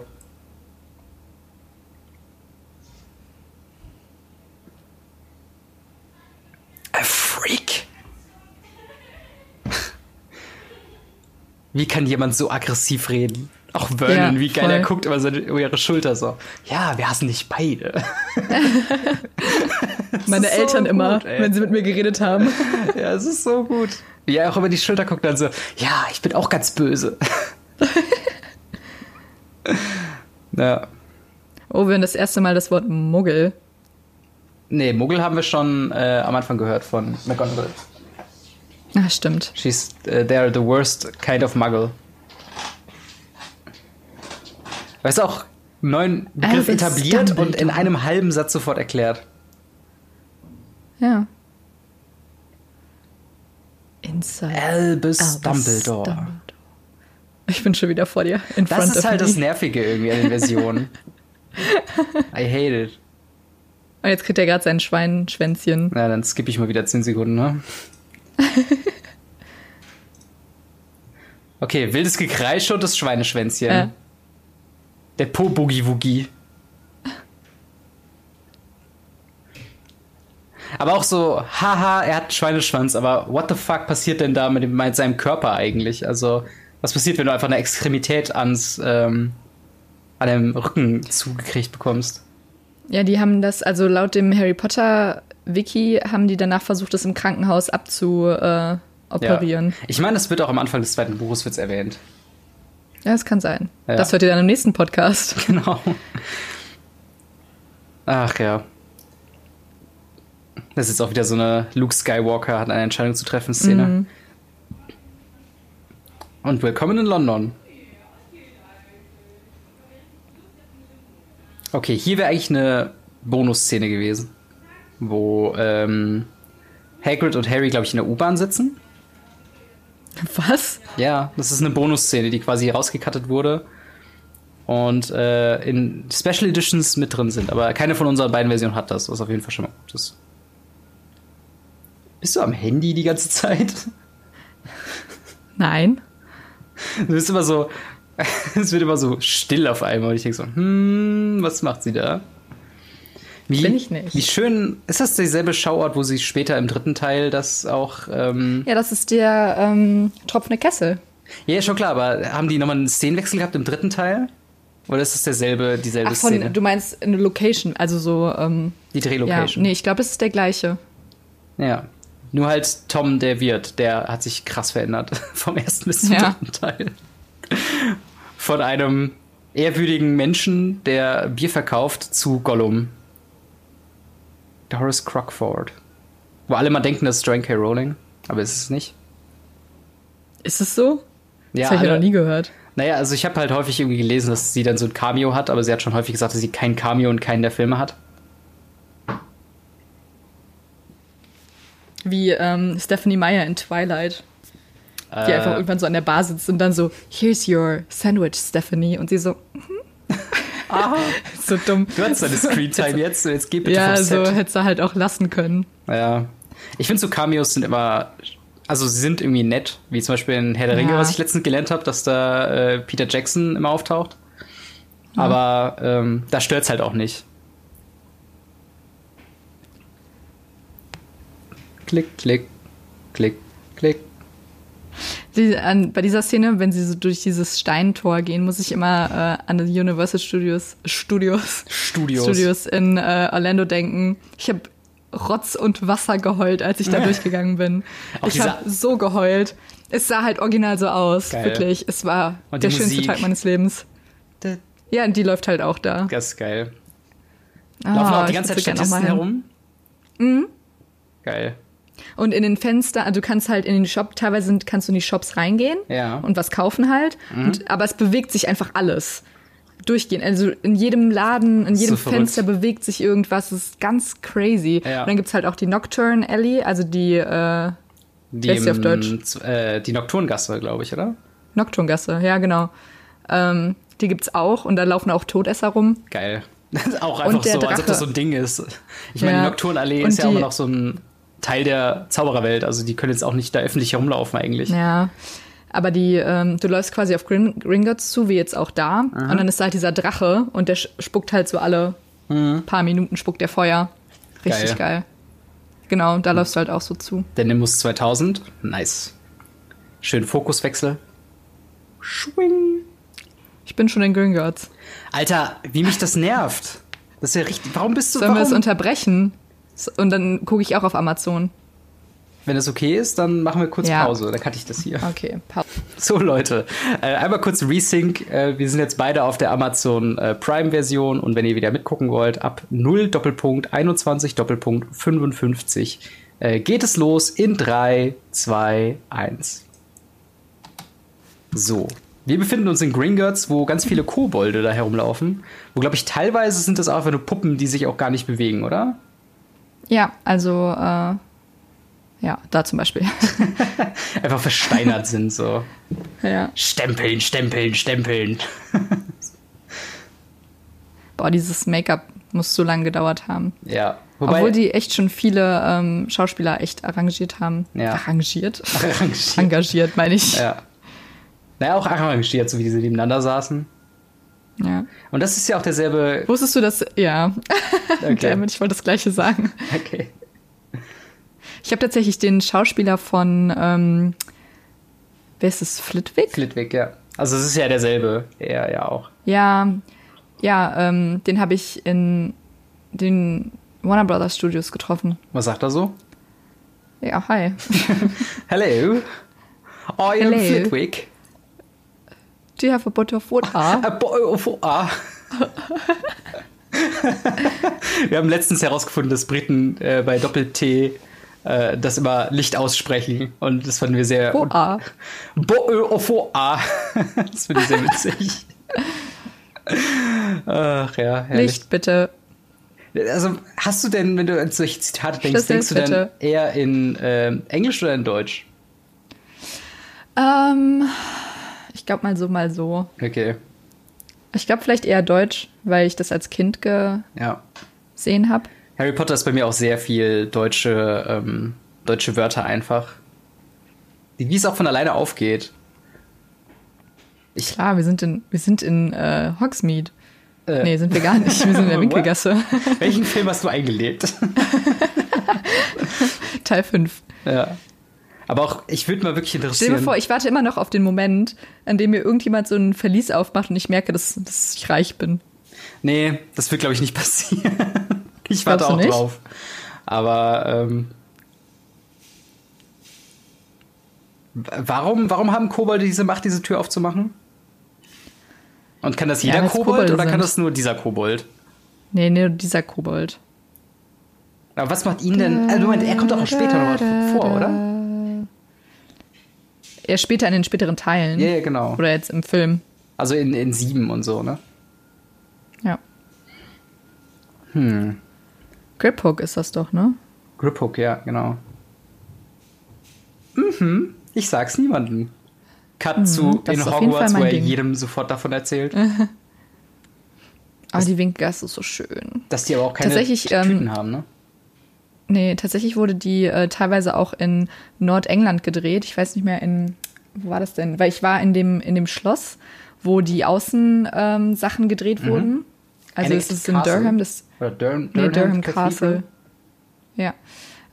Speaker 1: A freak. Wie kann jemand so aggressiv reden? Auch Vernon,
Speaker 2: Ja,
Speaker 1: wie geil er
Speaker 2: voll.
Speaker 1: guckt über seine über ihre Schulter so. Ja, wir hassen dich beide.
Speaker 2: Meine
Speaker 1: so
Speaker 2: Eltern immer,
Speaker 1: gut, ey.
Speaker 2: wenn sie mit mir geredet haben.
Speaker 1: Ja, es ist so gut. Wie er auch über die Schulter guckt dann so, ja, ich bin auch ganz böse. [laughs] ja.
Speaker 2: Oh, wir haben das erste Mal das Wort Muggel.
Speaker 1: Nee, Muggel haben wir schon äh, am Anfang gehört von McGonagall.
Speaker 2: Ah, stimmt.
Speaker 1: She's, äh, they're the worst kind of muggle. Weißt du auch, neuen Begriff
Speaker 2: Albus
Speaker 1: etabliert und in
Speaker 2: Dumbledore.
Speaker 1: einem halben Satz sofort erklärt.
Speaker 2: Ja. Inside.
Speaker 1: Albus,
Speaker 2: Albus
Speaker 1: Dumbledore.
Speaker 2: Ah, Ich bin schon wieder vor dir. In
Speaker 1: Das
Speaker 2: front
Speaker 1: ist
Speaker 2: of
Speaker 1: halt
Speaker 2: me.
Speaker 1: das Nervige irgendwie an den
Speaker 2: [laughs]
Speaker 1: Versionen. I hate it.
Speaker 2: Und Oh, jetzt kriegt er gerade sein Schweinschwänzchen.
Speaker 1: Na, dann skippe ich mal wieder 10 Sekunden, ne? Okay, wildes Gekreisch und das Schweineschwänzchen.
Speaker 2: Ja.
Speaker 1: Der Po-Boogie-Woogie. Aber auch so, haha, er hat einen Schweineschwanz, aber what the fuck passiert denn da mit, dem, mit seinem Körper eigentlich? Also, was passiert, wenn du einfach eine Extremität ans, ähm, an dem Rücken zugekriegt bekommst?
Speaker 2: Ja, die haben das, also laut dem Harry Potter Wiki haben die danach versucht, das im Krankenhaus abzu äh, operieren.
Speaker 1: Ja. Ich meine, das wird auch am Anfang des zweiten Buches wird's erwähnt.
Speaker 2: Ja, das kann sein.
Speaker 1: Ja.
Speaker 2: Das hört ihr dann im nächsten Podcast.
Speaker 1: [laughs]
Speaker 2: [laughs]
Speaker 1: Genau. Ach ja. Das ist jetzt auch wieder so eine Luke Skywalker hat eine Entscheidung zu treffen Szene. Und willkommen in London. Okay, hier wäre eigentlich eine Bonusszene gewesen, wo ähm, Hagrid und Harry, glaube ich, in der U-Bahn sitzen.
Speaker 2: Was?
Speaker 1: Ja, das ist eine Bonusszene, die quasi rausgekattet wurde und äh, in Special Editions mit drin sind. Aber keine von unseren beiden Versionen hat das, was auf jeden Fall schon mal gut ist. Bist du am Handy die ganze Zeit? [laughs]
Speaker 2: Nein.
Speaker 1: Du bist immer so. [laughs] Es wird immer so still auf einmal und ich denke so, hm, was macht sie da? Wie,
Speaker 2: Bin ich nicht.
Speaker 1: Wie schön. Ist das derselbe Schauort, wo sie später im dritten Teil das auch. Ähm,
Speaker 2: Ja, das ist der ähm, Tropfende Kessel.
Speaker 1: ja. ist schon klar, aber haben die nochmal einen Szenenwechsel gehabt im dritten Teil? Oder ist das derselbe, dieselbe
Speaker 2: Ach, von,
Speaker 1: Szene?
Speaker 2: du meinst eine Location, also so. Ähm,
Speaker 1: Die
Speaker 2: ja,
Speaker 1: Drehlocation.
Speaker 2: nee, ich glaube, es ist der gleiche.
Speaker 1: Ja. Nur halt Tom, der Wirt, der hat sich krass verändert. [laughs] Vom ersten bis zum
Speaker 2: Ja.
Speaker 1: dritten Teil. Von einem ehrwürdigen Menschen, der Bier verkauft, zu Gollum. Doris Crockford. Wo alle mal denken, das ist Joanne K. Rowling, aber ist es nicht.
Speaker 2: Ist es so?
Speaker 1: Ja,
Speaker 2: das habe ich ja
Speaker 1: alle,
Speaker 2: noch nie gehört.
Speaker 1: naja, also ich habe halt häufig irgendwie gelesen, dass sie dann so ein Cameo hat, aber sie hat schon häufig gesagt, dass sie kein Cameo in keinen der Filme hat.
Speaker 2: Wie ähm, Stephanie Meyer in Twilight,
Speaker 1: Äh,
Speaker 2: die einfach irgendwann so an der Bar sitzt und dann so, here's your sandwich, Stephanie. Und
Speaker 1: [laughs]
Speaker 2: sie so, mhm. [laughs] so dumm.
Speaker 1: Du hast deine
Speaker 2: [laughs]
Speaker 1: Screentime jetzt, jetzt geh bitte
Speaker 2: Ja,
Speaker 1: vom Set.
Speaker 2: so hätte sie halt auch lassen können.
Speaker 1: Ja. Ich finde so Cameos sind immer, also sie sind irgendwie nett, wie zum Beispiel in Herr der Ringe,
Speaker 2: Ja.
Speaker 1: was ich letztens gelernt habe, dass da äh, Peter Jackson immer auftaucht. Aber ähm, da stört's halt auch nicht. Klick, klick, klick, klick.
Speaker 2: Die, an, bei dieser Szene, wenn sie so durch dieses Steintor gehen, muss ich immer äh, an die Universal Studios Studios
Speaker 1: Studios.
Speaker 2: Studios in äh, Orlando denken. Ich habe Rotz und Wasser geheult, als
Speaker 1: [laughs]
Speaker 2: ich da durchgegangen bin.
Speaker 1: Auch
Speaker 2: ich
Speaker 1: dieser-
Speaker 2: habe so geheult. Es sah halt original so aus,
Speaker 1: Geil.
Speaker 2: wirklich. Es war
Speaker 1: Und die
Speaker 2: der schönste
Speaker 1: Musik.
Speaker 2: Tag meines Lebens. Ja, und die läuft halt auch da.
Speaker 1: Das ist geil.
Speaker 2: Ah,
Speaker 1: Laufen auch die
Speaker 2: ich
Speaker 1: ganze Zeit
Speaker 2: würde gerne auch mal
Speaker 1: Statisten
Speaker 2: hin.
Speaker 1: herum? Mhm. Geil.
Speaker 2: Und in den Fenstern, also du kannst halt in den Shop, teilweise sind, kannst du in die Shops reingehen
Speaker 1: Ja. Mhm.
Speaker 2: und was kaufen halt. Und, aber es bewegt sich einfach alles. Durchgehen. Also in jedem Laden, in
Speaker 1: So
Speaker 2: jedem
Speaker 1: verrückt.
Speaker 2: Fenster bewegt sich irgendwas. Das ist ganz crazy.
Speaker 1: Ja.
Speaker 2: Und dann gibt's halt auch die Nocturne Alley, also die äh,
Speaker 1: Die,
Speaker 2: Heißt die auf
Speaker 1: im-
Speaker 2: Deutsch?
Speaker 1: Äh, die Nocturngasse, glaube ich, oder?
Speaker 2: Nocturngasse, ja genau. Ähm, die gibt's auch und da laufen auch Todesser rum.
Speaker 1: Geil. [laughs] auch einfach
Speaker 2: Und der
Speaker 1: so, als ob das so
Speaker 2: Drache.
Speaker 1: ein Ding ist. Ich meine,
Speaker 2: Ja.
Speaker 1: die Nocturnallee
Speaker 2: Und
Speaker 1: ist ja
Speaker 2: die-
Speaker 1: immer noch so ein Teil der Zaubererwelt. Also die können jetzt auch nicht da öffentlich herumlaufen eigentlich.
Speaker 2: Ja. Aber die, ähm, du läufst quasi auf Grin Gringotts zu, wie jetzt auch da. Und dann ist da halt dieser Drache und der sch- spuckt halt so alle paar Minuten spuckt der Feuer. Richtig geil. Genau, und da läufst du halt auch so zu.
Speaker 1: Der Nimbus 2000, nice. Schön Fokuswechsel. Schwing.
Speaker 2: Ich bin schon in Gringotts.
Speaker 1: Alter, wie mich das nervt. Das ist ja richtig. Warum bist du
Speaker 2: Sollen wir es
Speaker 1: warum?
Speaker 2: unterbrechen? S- Und dann gucke ich auch auf Amazon.
Speaker 1: Wenn das okay ist, dann machen wir kurz
Speaker 2: Ja.
Speaker 1: Pause. Dann cutte ich das hier.
Speaker 2: Okay, Pause.
Speaker 1: So, Leute, äh, einmal kurz Resync. Äh, wir sind jetzt beide auf der Amazon äh, Prime-Version und wenn ihr wieder mitgucken wollt, ab 0 Doppelpunkt 21 Doppelpunkt 55 äh, geht es los in 3, 2, 1. So. Wir befinden uns in Gringotts, wo ganz viele Kobolde da herumlaufen. Wo, glaube ich, teilweise sind das auch einfach nur Puppen, die sich auch gar nicht bewegen, oder?
Speaker 2: Ja, also, äh, ja, da zum Beispiel.
Speaker 1: Einfach versteinert sind so.
Speaker 2: [laughs] ja.
Speaker 1: Stempeln, stempeln, stempeln.
Speaker 2: Boah, dieses Make-up muss so lange gedauert haben.
Speaker 1: Ja.
Speaker 2: Obwohl die echt schon viele ähm, Schauspieler echt arrangiert haben.
Speaker 1: Ja.
Speaker 2: Arrangiert?
Speaker 1: [laughs] Arrangiert.
Speaker 2: Engagiert, meine ich.
Speaker 1: Ja. Naja, auch arrangiert, so wie diese nebeneinander saßen.
Speaker 2: Ja.
Speaker 1: Und das ist ja auch derselbe.
Speaker 2: [laughs] Wusstest du das? Ja,
Speaker 1: Okay.
Speaker 2: damit, ich wollte das Gleiche sagen.
Speaker 1: okay.
Speaker 2: Ich habe tatsächlich den Schauspieler von, ähm, wer ist es, Flitwick?
Speaker 1: Flitwick, ja. Also es ist ja derselbe. Er ja auch.
Speaker 2: Ja, ja, ähm, den habe ich in den Warner Brothers Studios getroffen.
Speaker 1: Was sagt er so?
Speaker 2: Ja, hi. [laughs]
Speaker 1: Hello. I am
Speaker 2: Hello.
Speaker 1: Flitwick.
Speaker 2: Do you have a bottle of water?
Speaker 1: A boy of ah. Wir haben letztens herausgefunden, dass Briten äh, bei Doppel-T äh, das immer Licht aussprechen. Und das fanden wir sehr.
Speaker 2: Boa.
Speaker 1: Boö of Oa. [laughs] Das finde ich sehr witzig. Ach ja, herrlich.
Speaker 2: Licht bitte.
Speaker 1: Also hast du denn, wenn du an solche Zitate denkst,
Speaker 2: Schlüssel,
Speaker 1: denkst du dann
Speaker 2: bitte.
Speaker 1: eher in ähm, Englisch oder in Deutsch?
Speaker 2: Ähm, ich glaube mal so, mal so.
Speaker 1: Okay,
Speaker 2: Ich glaube vielleicht eher Deutsch, weil ich das als Kind gesehen
Speaker 1: ja.
Speaker 2: habe.
Speaker 1: Harry Potter ist bei mir auch sehr viel deutsche, ähm, deutsche Wörter einfach. Wie es auch von alleine
Speaker 2: [laughs]
Speaker 1: aufgeht.
Speaker 2: Klar, wir sind in, wir sind in äh, Hogsmeade. Äh. Nee, sind wir gar nicht. Wir sind in der Winkelgasse.
Speaker 1: Welchen Film hast du
Speaker 2: [laughs]
Speaker 1: eingelegt?
Speaker 2: Teil 5.
Speaker 1: Ja. Aber auch, ich würde mal wirklich interessieren.
Speaker 2: Stell dir vor, ich warte immer noch auf den Moment, an dem mir irgendjemand so ein Verlies aufmacht und ich merke, dass, dass ich reich bin.
Speaker 1: Nee, das wird, glaube ich, nicht [laughs] passieren. Ich warte Glaubst auch drauf. Aber ähm, warum, warum haben Kobolde diese Macht, diese Tür aufzumachen? Und kann das jeder ja, Kobold oder sind. kann das nur dieser Kobold?
Speaker 2: Nee, nee, dieser Kobold.
Speaker 1: Aber was macht ihn denn? Also, Moment, er kommt auch später nochmal vor, oder?
Speaker 2: Ja, später in den späteren Teilen.
Speaker 1: Ja, ja, genau.
Speaker 2: Oder jetzt im Film.
Speaker 1: Also in, in sieben und so, ne?
Speaker 2: Ja.
Speaker 1: Hm.
Speaker 2: Grip Hook ist das doch, ne?
Speaker 1: Grip Hook, ja, genau. Mhm, ich sag's niemandem. Cut mhm, zu in Hogwarts, wo er Ding. jedem sofort davon erzählt.
Speaker 2: aber das, die Winkgasse ist so schön.
Speaker 1: Dass die aber auch keine Tatsächlich, Tüten ähm, haben, ne?
Speaker 2: Nee, tatsächlich wurde die äh, teilweise auch in Nordengland gedreht. Ich weiß nicht mehr in, wo war das denn? Weil ich war in dem, in dem Schloss, wo die Außensachen ähm, Sachen gedreht mhm. wurden. Also Annexed es ist in Durham, das
Speaker 1: Oder Durham,
Speaker 2: nee, Durham Castle. Ja.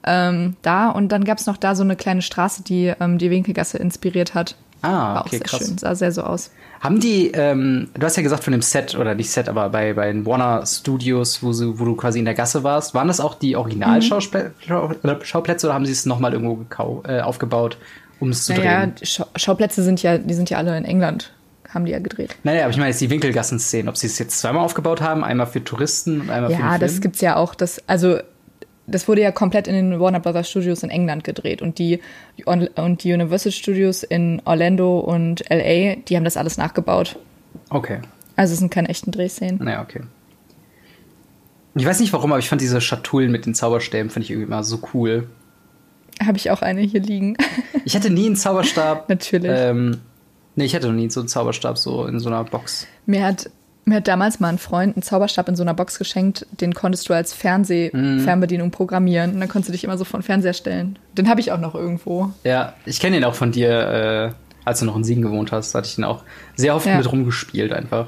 Speaker 2: Ähm, da und dann gab es noch da so eine kleine Straße, die ähm, die Winkelgasse inspiriert hat.
Speaker 1: Ah, okay, krass. Schön.
Speaker 2: Sah sehr so aus.
Speaker 1: Haben die, ähm, du hast ja gesagt von dem Set, oder nicht Set, aber bei, bei den Warner Studios, wo, sie, wo du quasi in der Gasse warst, waren das auch die Originalschauplätze mhm. oder haben sie es nochmal irgendwo äh, aufgebaut, um es zu naja, drehen?
Speaker 2: Ja, Schauplätze sind ja, die sind ja alle in England, haben die ja gedreht.
Speaker 1: Naja, aber ich meine jetzt die Winkelgassen-Szenen, ob sie es jetzt zweimal aufgebaut haben, einmal für Touristen und einmal
Speaker 2: ja,
Speaker 1: für den Film.
Speaker 2: Ja, das gibt's ja auch, das, also das wurde ja komplett in den Warner Brothers Studios in England gedreht und die und die Universal Studios in Orlando und LA, die haben das alles nachgebaut.
Speaker 1: Okay.
Speaker 2: Also es sind keine echten Drehszenen.
Speaker 1: Naja, okay. Ich weiß nicht warum, aber ich fand diese Schatullen mit den Zauberstäben finde ich irgendwie immer so cool.
Speaker 2: Habe ich auch eine hier liegen. [laughs]
Speaker 1: ich hatte nie einen Zauberstab.
Speaker 2: Natürlich. Ähm,
Speaker 1: nee, ich hatte noch nie so einen Zauberstab so in so einer Box.
Speaker 2: Mir hat mir hat damals mal ein Freund einen Zauberstab in so einer Box geschenkt, den konntest du als Fernseh
Speaker 1: Mhm.
Speaker 2: mm. Fernbedienung programmieren und dann konntest du dich immer so vor den Fernseher stellen. Den habe ich auch noch irgendwo.
Speaker 1: Ja, ich kenne den auch von dir, äh, als du noch in Siegen gewohnt hast, hatte ich den auch sehr oft ja. mit rumgespielt
Speaker 2: [laughs]
Speaker 1: einfach.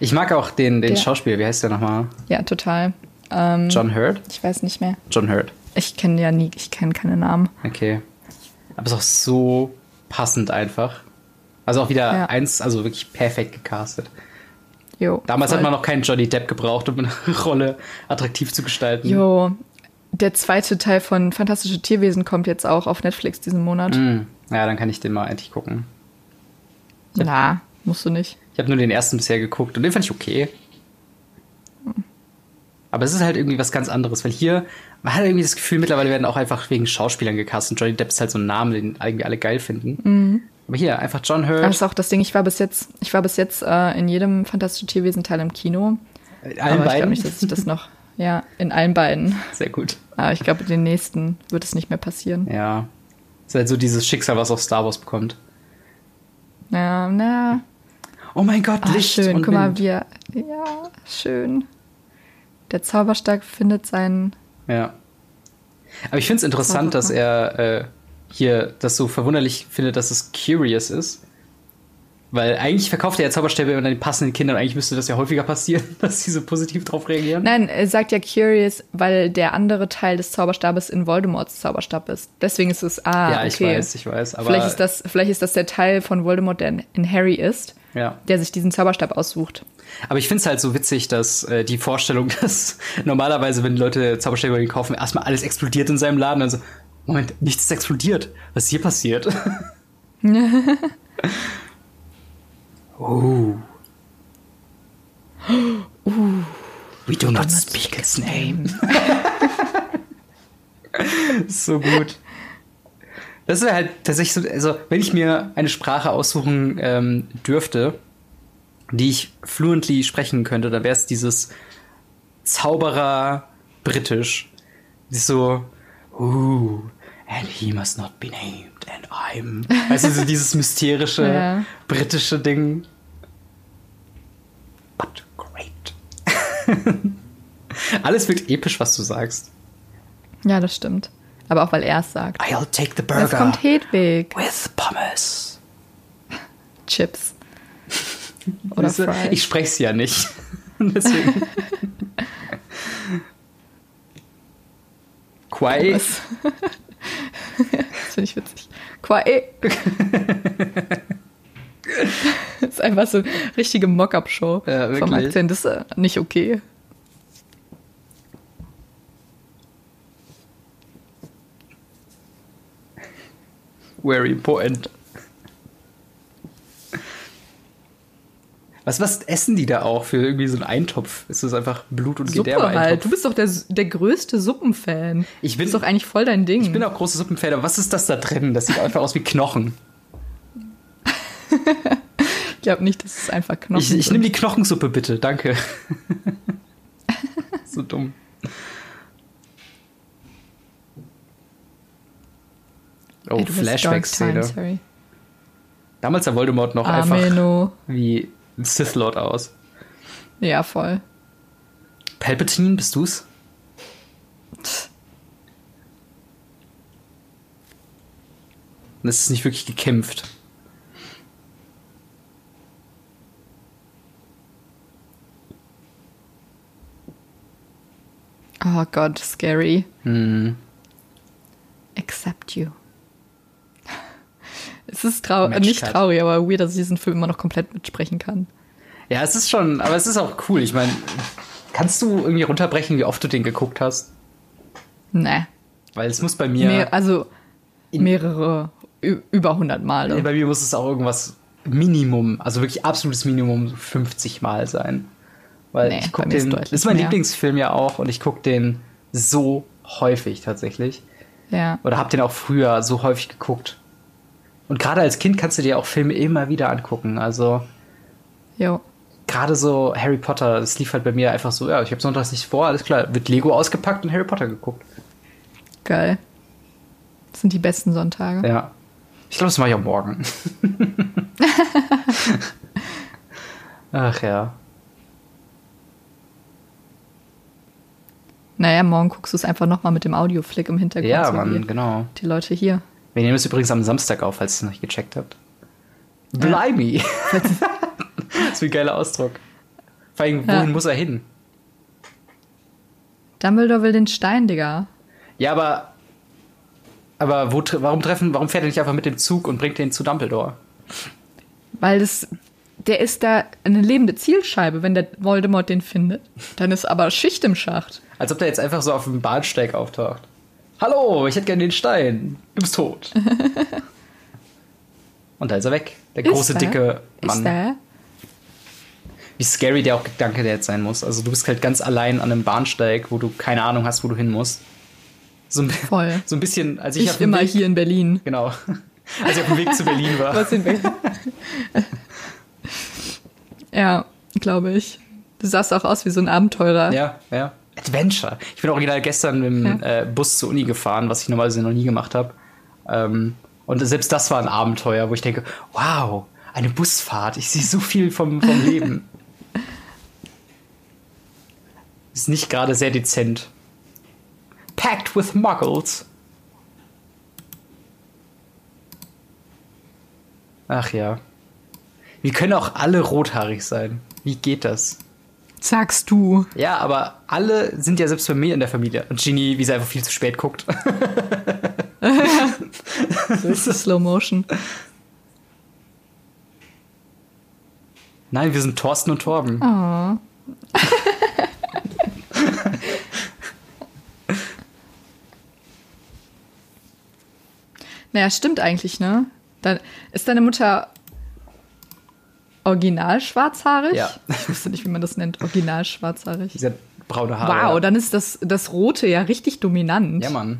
Speaker 1: ich mag auch den, den ja. Schauspieler, wie heißt der nochmal?
Speaker 2: Ja, total. Ähm,
Speaker 1: John Hurt?
Speaker 2: Ich weiß nicht mehr.
Speaker 1: John Hurt.
Speaker 2: Ich kenne ja nie, ich kenne keine Namen.
Speaker 1: Okay. Aber es ist auch so passend einfach. Also auch wieder ja. eins, also wirklich perfekt gecastet.
Speaker 2: Jo,
Speaker 1: Damals voll. hat man noch keinen Johnny Depp gebraucht, um eine [laughs] Rolle attraktiv zu gestalten.
Speaker 2: Jo, der zweite Teil von Fantastische Tierwesen kommt jetzt auch auf Netflix diesen Monat.
Speaker 1: Mm. Ja, dann kann ich den mal endlich gucken.
Speaker 2: Ich Na, hab, musst du nicht.
Speaker 1: Ich habe nur den ersten bisher geguckt und den fand ich okay. Hm. Aber es ist halt irgendwie was ganz anderes, weil hier man hat irgendwie das Gefühl, mittlerweile werden auch einfach wegen Schauspielern gecastet. Johnny Depp ist halt so ein Name, den irgendwie alle geil finden.
Speaker 2: Mhm.
Speaker 1: Aber hier, einfach John Hurt.
Speaker 2: Das ist auch das Ding, ich war bis jetzt, ich war bis jetzt äh, in jedem Fantastische Tierwesen-Teil im Kino.
Speaker 1: In allen
Speaker 2: aber
Speaker 1: beiden? Ich
Speaker 2: glaube nicht, dass ich das noch. [laughs] Ja, in allen beiden.
Speaker 1: Sehr gut.
Speaker 2: Aber ich glaube, den nächsten wird es nicht mehr passieren.
Speaker 1: Ja. Das ist halt so dieses Schicksal, was auch Star Wars bekommt.
Speaker 2: Ja, na. Ah,
Speaker 1: Oh mein Gott, Ach, Licht
Speaker 2: schön.
Speaker 1: und
Speaker 2: Guck mal,
Speaker 1: Wind.
Speaker 2: wir. Ja, schön. Der Zauberstab findet seinen.
Speaker 1: Ja. Aber ich finde es interessant, dass er. Äh, hier das so verwunderlich findet, dass es Curious ist. Weil eigentlich verkauft er ja Zauberstäbe immer an die passenden Kinder und eigentlich müsste das ja häufiger passieren, [laughs] dass sie so positiv drauf reagieren.
Speaker 2: Nein, er sagt ja Curious, weil der andere Teil des Zauberstabes in Voldemorts Zauberstab ist. Deswegen ist es, ah,
Speaker 1: ja,
Speaker 2: okay.
Speaker 1: ich weiß, ich weiß. Aber
Speaker 2: vielleicht, ist das, vielleicht ist das der Teil von Voldemort, der in Harry ist,
Speaker 1: ja.
Speaker 2: der sich diesen Zauberstab aussucht.
Speaker 1: Aber ich finde es halt so witzig, dass äh, die Vorstellung, [laughs] dass normalerweise, wenn Leute Zauberstäbe kaufen, erstmal alles explodiert in seinem Laden, dann so, Moment, nichts ist explodiert. Was ist hier passiert? [gasps] oh.
Speaker 2: Uh,
Speaker 1: We do not speak his name. so gut. Das wäre halt tatsächlich so, also wenn ich mir eine Sprache aussuchen ähm, dürfte, die ich fluently sprechen könnte, dann wäre es dieses Zauberer-Britisch. So, uh, and he must not be named, and I'm. Weißt du, so dieses mysterische
Speaker 2: Ja.
Speaker 1: britische Ding. But great. [laughs] Alles wirkt episch, was du sagst.
Speaker 2: Ja, das stimmt. Aber auch weil er es sagt.
Speaker 1: I'll take the
Speaker 2: Jetzt
Speaker 1: burger
Speaker 2: kommt Hedwig.
Speaker 1: [laughs] with pommes.
Speaker 2: Chips. Oder Fry.
Speaker 1: Ich spreche es ja nicht. [laughs] Deswegen. Quai.
Speaker 2: Was? [laughs] das finde ich witzig. Quae.
Speaker 1: [laughs]
Speaker 2: das ist einfach so eine richtige Mock-up-Show
Speaker 1: Ja,
Speaker 2: vom
Speaker 1: wirklich.
Speaker 2: Akzent. Das ist äh, nicht okay.
Speaker 1: Very important. Was, was essen die da auch für irgendwie so einen Eintopf? Ist das einfach Blut und
Speaker 2: Suppe halt. Du
Speaker 1: Gedärme-Eintopf?
Speaker 2: bist doch der, der größte Suppenfan.
Speaker 1: Ich bin-
Speaker 2: das ist doch eigentlich voll dein Ding.
Speaker 1: Ich bin auch großer Suppenfan, aber was ist das da drin? Das sieht einfach aus wie Knochen.
Speaker 2: ich glaube nicht, dass es einfach Knochen
Speaker 1: Ich, ich
Speaker 2: sind.
Speaker 1: nehme die Knochensuppe bitte,
Speaker 2: [laughs]
Speaker 1: danke. so dumm. Oh,
Speaker 2: Ey, du bist Dark Time,
Speaker 1: Flashback-Szene.
Speaker 2: sorry.
Speaker 1: Oh, Damals sah Voldemort noch einfach
Speaker 2: Ameno.
Speaker 1: wie ein Sith Lord aus.
Speaker 2: Ja, voll.
Speaker 1: Palpatine, bist du's? Und es ist nicht wirklich gekämpft.
Speaker 2: Oh Gott, scary.
Speaker 1: Hm.
Speaker 2: Accept you. [laughs] Es ist trau
Speaker 1: Match
Speaker 2: nicht
Speaker 1: cut.
Speaker 2: traurig, aber weird, dass ich diesen Film immer noch komplett mitsprechen kann.
Speaker 1: Ja, es ist schon, aber es ist auch cool. Ich meine, kannst du irgendwie runterbrechen, wie oft du den geguckt hast?
Speaker 2: Nee.
Speaker 1: Weil es muss bei mir.
Speaker 2: Mehr, also
Speaker 1: In-
Speaker 2: mehrere, ü- über 100 Male.
Speaker 1: Nee, bei mir muss es auch irgendwas Minimum, also wirklich absolutes Minimum 50 Mal sein. Weil
Speaker 2: Nee,
Speaker 1: ich
Speaker 2: bei
Speaker 1: gucke
Speaker 2: mir ist
Speaker 1: den,
Speaker 2: deutlich
Speaker 1: ist mein
Speaker 2: mehr.
Speaker 1: Lieblingsfilm ja auch und ich gucke den so häufig tatsächlich.
Speaker 2: ja.
Speaker 1: Oder habe den auch früher so häufig geguckt. Und gerade als Kind kannst du dir auch Filme immer wieder angucken. Also
Speaker 2: Jo.
Speaker 1: gerade so Harry Potter, das lief halt bei mir einfach so, ja, ich habe sonntags nicht vor, alles klar, wird Lego ausgepackt und Harry Potter geguckt.
Speaker 2: Geil. Das sind die besten Sonntage.
Speaker 1: Ja. Ich glaube, das mache ich auch
Speaker 2: [laughs]
Speaker 1: morgen. [laughs] Ach ja.
Speaker 2: Naja, morgen guckst du es einfach nochmal mit dem Audioflick im Hintergrund.
Speaker 1: Ja,
Speaker 2: so
Speaker 1: Mann,
Speaker 2: wie
Speaker 1: genau.
Speaker 2: Die Leute hier.
Speaker 1: Wir nehmen es übrigens am Samstag auf, falls ihr es noch nicht gecheckt habt.
Speaker 2: [laughs]
Speaker 1: Blimey! das ist ein geiler Ausdruck. Vor allem, wohin
Speaker 2: Ja.
Speaker 1: muss er hin?
Speaker 2: Dumbledore will den Stein, Digga.
Speaker 1: Ja, aber. Aber wo, tre- warum treffen, warum fährt er nicht einfach mit dem Zug und bringt den zu Dumbledore?
Speaker 2: Weil das, der ist da eine lebende Zielscheibe, wenn der Voldemort den findet. Dann ist aber Schicht im Schacht.
Speaker 1: Als ob der jetzt einfach so auf dem Bahnsteig auftaucht. Hallo, ich hätte gerne den Stein. Du bist
Speaker 2: [laughs]
Speaker 1: tot. und da ist er weg. Der große,
Speaker 2: ist er?
Speaker 1: dicke Mann.
Speaker 2: Ist er?
Speaker 1: Wie scary der auch Gedanke der jetzt sein muss. Also du bist halt ganz allein an einem Bahnsteig, wo du keine Ahnung hast, wo du hin musst. So ein,
Speaker 2: Voll.
Speaker 1: [laughs] So ein bisschen, als ich, auf
Speaker 2: Ich
Speaker 1: dem
Speaker 2: immer
Speaker 1: Weg,
Speaker 2: hier in Berlin.
Speaker 1: [laughs] genau, als ich auf dem Weg zu Berlin war.
Speaker 2: Was in Berlin? [laughs] ja, glaube ich. Du sahst auch aus wie so ein Abenteurer.
Speaker 1: Ja, ja. Adventure. Ich bin original gestern mit dem äh, Bus zur Uni gefahren, was ich normalerweise noch nie gemacht habe. Ähm, und selbst das war ein Abenteuer, wo ich denke, wow, eine Busfahrt. Ich sehe so viel vom, vom Leben. [laughs] Ist nicht gerade sehr dezent. Packed with Muggles. Ach ja. Wir können auch alle rothaarig sein. Wie geht das?
Speaker 2: Sagst du.
Speaker 1: Ja, aber alle sind ja selbst bei mir in der Familie. Und Genie, wie sie einfach viel zu spät guckt. [laughs]
Speaker 2: Das ist Slow Motion.
Speaker 1: Nein, wir sind Thorsten und Torben.
Speaker 2: Oh. naja, stimmt eigentlich, ne? Dann ist deine Mutter original schwarzhaarig?
Speaker 1: Ja.
Speaker 2: [laughs] Ich wusste nicht, wie man das nennt. Original schwarzhaarig.
Speaker 1: Sie hat braune Haare.
Speaker 2: Wow,
Speaker 1: ja.
Speaker 2: dann ist das, das Rote ja richtig dominant.
Speaker 1: Ja, Mann.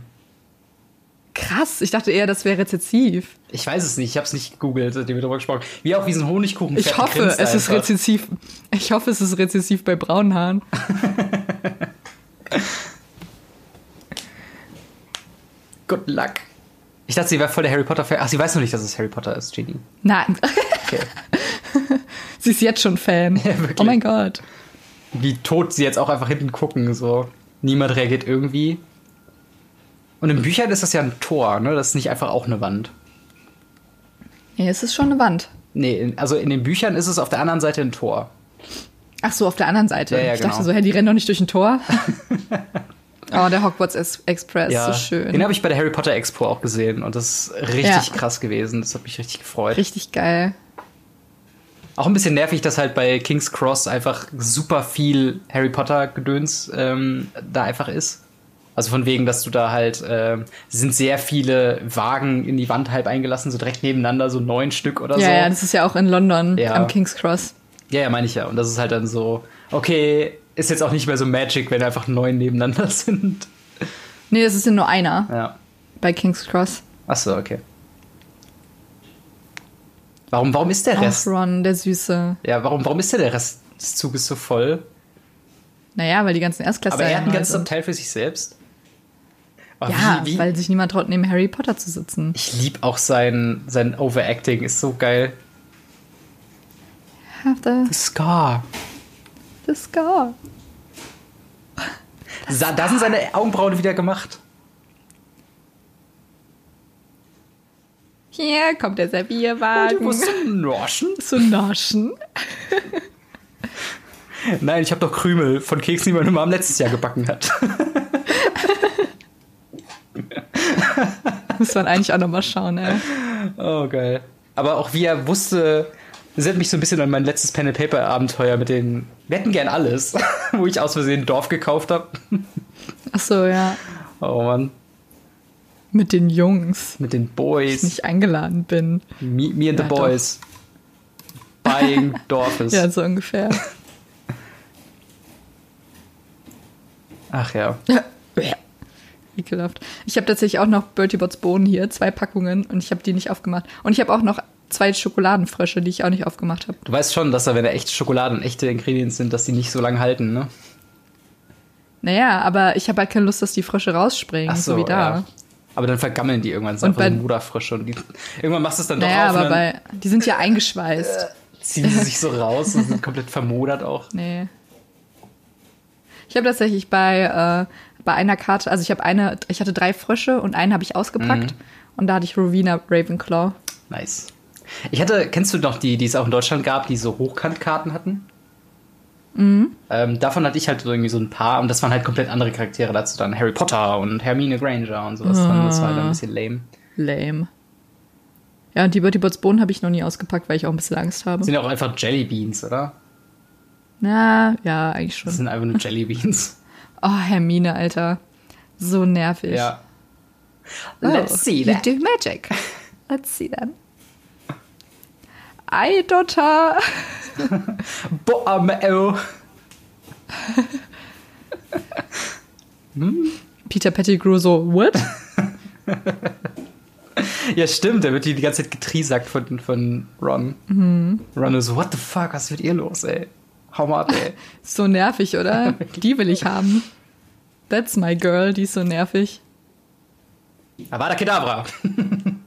Speaker 2: Krass, ich dachte eher, das wäre rezessiv.
Speaker 1: Ich weiß es nicht, ich hab's nicht gegoogelt, seitdem wir drüber gesprochen haben. Wie auch wie so ein Honigkuchen.
Speaker 2: Ich hoffe, es ist rezessiv. Ich hoffe, es ist rezessiv bei
Speaker 1: [laughs]
Speaker 2: braunen Haaren.
Speaker 1: Good luck. Ich dachte, sie wäre voll der Harry Potter-Fan. Ach, sie weiß noch nicht, dass es Harry Potter ist, Genie.
Speaker 2: Nein, [laughs]
Speaker 1: Okay.
Speaker 2: sie ist jetzt schon Fan.
Speaker 1: wirklich.
Speaker 2: oh mein Gott.
Speaker 1: wie tot sie jetzt auch einfach hinten gucken, so. Niemand reagiert irgendwie. Und in Büchern ist das ja ein Tor, ne? Das ist nicht einfach auch eine Wand.
Speaker 2: Ja, es ist schon eine Wand.
Speaker 1: Nee, in, also in den Büchern ist es auf der anderen Seite ein Tor.
Speaker 2: Ach so, auf der anderen Seite.
Speaker 1: Ja, ja,
Speaker 2: ich
Speaker 1: genau.
Speaker 2: dachte so, hä, die rennen doch nicht durch
Speaker 1: [laughs]
Speaker 2: ein Tor. oh, der Hogwarts Ex- Express, so
Speaker 1: Den
Speaker 2: schön.
Speaker 1: habe ich bei der Harry Potter Expo auch gesehen und das ist richtig
Speaker 2: Ja.
Speaker 1: krass gewesen. Das hat mich richtig gefreut.
Speaker 2: Richtig geil.
Speaker 1: Auch ein bisschen nervig, dass halt bei King's Cross einfach super viel Harry Potter-Gedöns ähm, da einfach ist. Also von wegen, dass du da halt, ähm, sind sehr viele Wagen in die Wand halb eingelassen, so direkt nebeneinander, so neun Stück oder so.
Speaker 2: Ja, ja, das ist ja auch in London
Speaker 1: Also Ja.
Speaker 2: am King's Cross.
Speaker 1: Ja, ja, meine ich ja. Und das ist halt dann so, okay, ist jetzt auch nicht mehr so Magic, wenn einfach neun nebeneinander [laughs] sind.
Speaker 2: Nee, das ist ja nur einer
Speaker 1: Ja.
Speaker 2: bei King's Cross.
Speaker 1: Achso, okay. Warum, warum ist der
Speaker 2: Auch
Speaker 1: Rest?
Speaker 2: Ron, der Süße.
Speaker 1: Ja, warum, warum ist denn der Rest des Zuges so voll?
Speaker 2: Naja, weil die ganzen Erstklässler
Speaker 1: Aber er hat
Speaker 2: ja
Speaker 1: einen
Speaker 2: neu
Speaker 1: ganzen
Speaker 2: sind.
Speaker 1: Teil für sich selbst. Aber
Speaker 2: Ja,
Speaker 1: wie, wie?
Speaker 2: weil sich niemand traut, neben Harry Potter zu sitzen.
Speaker 1: ich liebe auch sein, sein Overacting, ist so geil.
Speaker 2: Have the,
Speaker 1: Scar.
Speaker 2: the scar.
Speaker 1: Sa da sind seine Augenbrauen wieder gemacht.
Speaker 2: Hier kommt der
Speaker 1: Du
Speaker 2: Servierwagen.
Speaker 1: musst Norschen?
Speaker 2: [laughs] zu naschen.
Speaker 1: Nein, ich habe doch Krümel von Keksen, die meine Mom letztes Jahr gebacken hat. [laughs]
Speaker 2: Muss man eigentlich auch nochmal schauen, ey.
Speaker 1: Oh, geil. Aber auch wie er wusste, das erinnert mich so ein bisschen an mein letztes Pen and Paper Abenteuer mit den Wir hätten gern alles, [laughs] wo ich aus Versehen ein Dorf gekauft habe.
Speaker 2: Ach so, ja.
Speaker 1: Oh Mann,
Speaker 2: Mit den Jungs,
Speaker 1: mit den
Speaker 2: dass ich
Speaker 1: Boys.
Speaker 2: nicht eingeladen bin.
Speaker 1: Me, me and the
Speaker 2: Ja, doch.
Speaker 1: Boys.
Speaker 2: [laughs]
Speaker 1: Buying Dorfes.
Speaker 2: Ja, so ungefähr.
Speaker 1: Ach [laughs] ja.
Speaker 2: Ekelhaft. Ich habe tatsächlich auch noch Bertie Bots Bohnen hier, zwei Packungen, und ich habe die nicht aufgemacht. Und ich habe auch noch zwei Schokoladenfrösche, die ich auch nicht aufgemacht habe.
Speaker 1: Du weißt schon, dass da, wenn da echte Schokolade und echte Ingredients sind, dass die nicht so lange halten, ne?
Speaker 2: Naja, aber ich habe halt keine Lust, dass die Frösche rausspringen, so, wie da.
Speaker 1: ja. Aber dann vergammeln die irgendwann. Das ist
Speaker 2: Und
Speaker 1: einfach so
Speaker 2: bei-
Speaker 1: Moderfrische. Und die, irgendwann machst du es dann doch
Speaker 2: Naja,
Speaker 1: auf
Speaker 2: aber
Speaker 1: und dann
Speaker 2: bei,
Speaker 1: [laughs]
Speaker 2: die sind ja eingeschweißt.
Speaker 1: ziehen sie sich so raus und sind komplett vermodert auch.
Speaker 2: Nee. Ich habe tatsächlich bei, äh, bei einer Karte, also ich habe eine, ich hatte drei Frösche und einen habe ich ausgepackt.
Speaker 1: Mhm.
Speaker 2: Und da hatte ich Rowena Ravenclaw.
Speaker 1: Nice. Ich hatte, kennst du noch die, die es auch in Deutschland gab, die so Hochkantkarten hatten?
Speaker 2: Mhm.
Speaker 1: Ähm, davon hatte ich halt so irgendwie so ein paar und das waren halt komplett andere Charaktere dazu dann. Harry Potter und Hermine Granger und sowas. Dann, das war halt
Speaker 2: Ah.
Speaker 1: ein bisschen lame.
Speaker 2: Lame. Ja, und die Bertie Bots Bohnen habe ich noch nie ausgepackt, weil ich auch ein bisschen Angst habe.
Speaker 1: Sind ja auch einfach Jellybeans, oder?
Speaker 2: Na, ja, eigentlich
Speaker 1: Das
Speaker 2: schon.
Speaker 1: sind einfach nur Jellybeans.
Speaker 2: Oh, Hermine, Alter. So
Speaker 1: [laughs]
Speaker 2: nervig.
Speaker 1: ja.
Speaker 2: Oh,
Speaker 1: Let's see
Speaker 2: you
Speaker 1: that.
Speaker 2: do magic. Let's see that. Ei, Dotter.
Speaker 1: Boah, oh.
Speaker 2: Peter Pettigrew so, what?
Speaker 1: Ja, stimmt, da wird die die ganze Zeit getriesackt von, von Ron. Ron ist so, what the fuck, was ist mit ihr los, ey? Hau mal ab, ey.
Speaker 2: So nervig, oder? Die will ich haben. That's my girl, die ist so nervig.
Speaker 1: [laughs] Avada Kedavra. [laughs]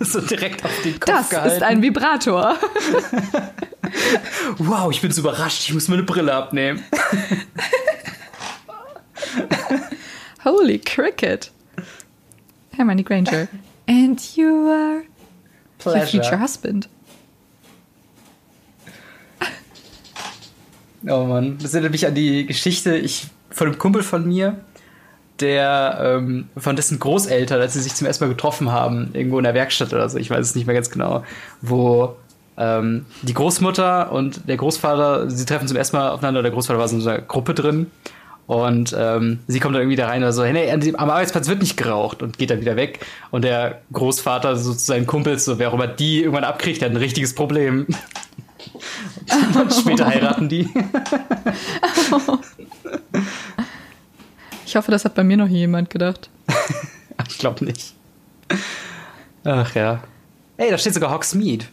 Speaker 1: so direkt auf den Kopf
Speaker 2: Das
Speaker 1: gehalten.
Speaker 2: ist ein Vibrator.
Speaker 1: wow, ich bin so überrascht, ich muss meine Brille abnehmen.
Speaker 2: Holy cricket.
Speaker 1: [laughs]
Speaker 2: Hermione Granger. And you are your future husband.
Speaker 1: Oh Mann, das erinnert mich an die Geschichte ich, von einem Kumpel von mir, der ähm, von dessen Großeltern, als sie sich zum ersten Mal getroffen haben, irgendwo in der Werkstatt oder so, ich weiß es nicht mehr ganz genau, wo ähm, die Großmutter und der Großvater, sie treffen zum ersten Mal aufeinander, der Großvater war so in einer Gruppe drin und ähm, sie kommt dann irgendwie da rein oder so, hey, nee, an dem, am Arbeitsplatz wird nicht geraucht und geht dann wieder weg und der Großvater so zu seinen Kumpels, so wer auch immer die irgendwann abkriegt, der hat ein richtiges Problem. [laughs] und später heiraten die.
Speaker 2: Ich hoffe, das hat bei mir noch jemand gedacht.
Speaker 1: [laughs] Ich glaube nicht. Ach ja. Ey, da steht sogar Hogsmeade.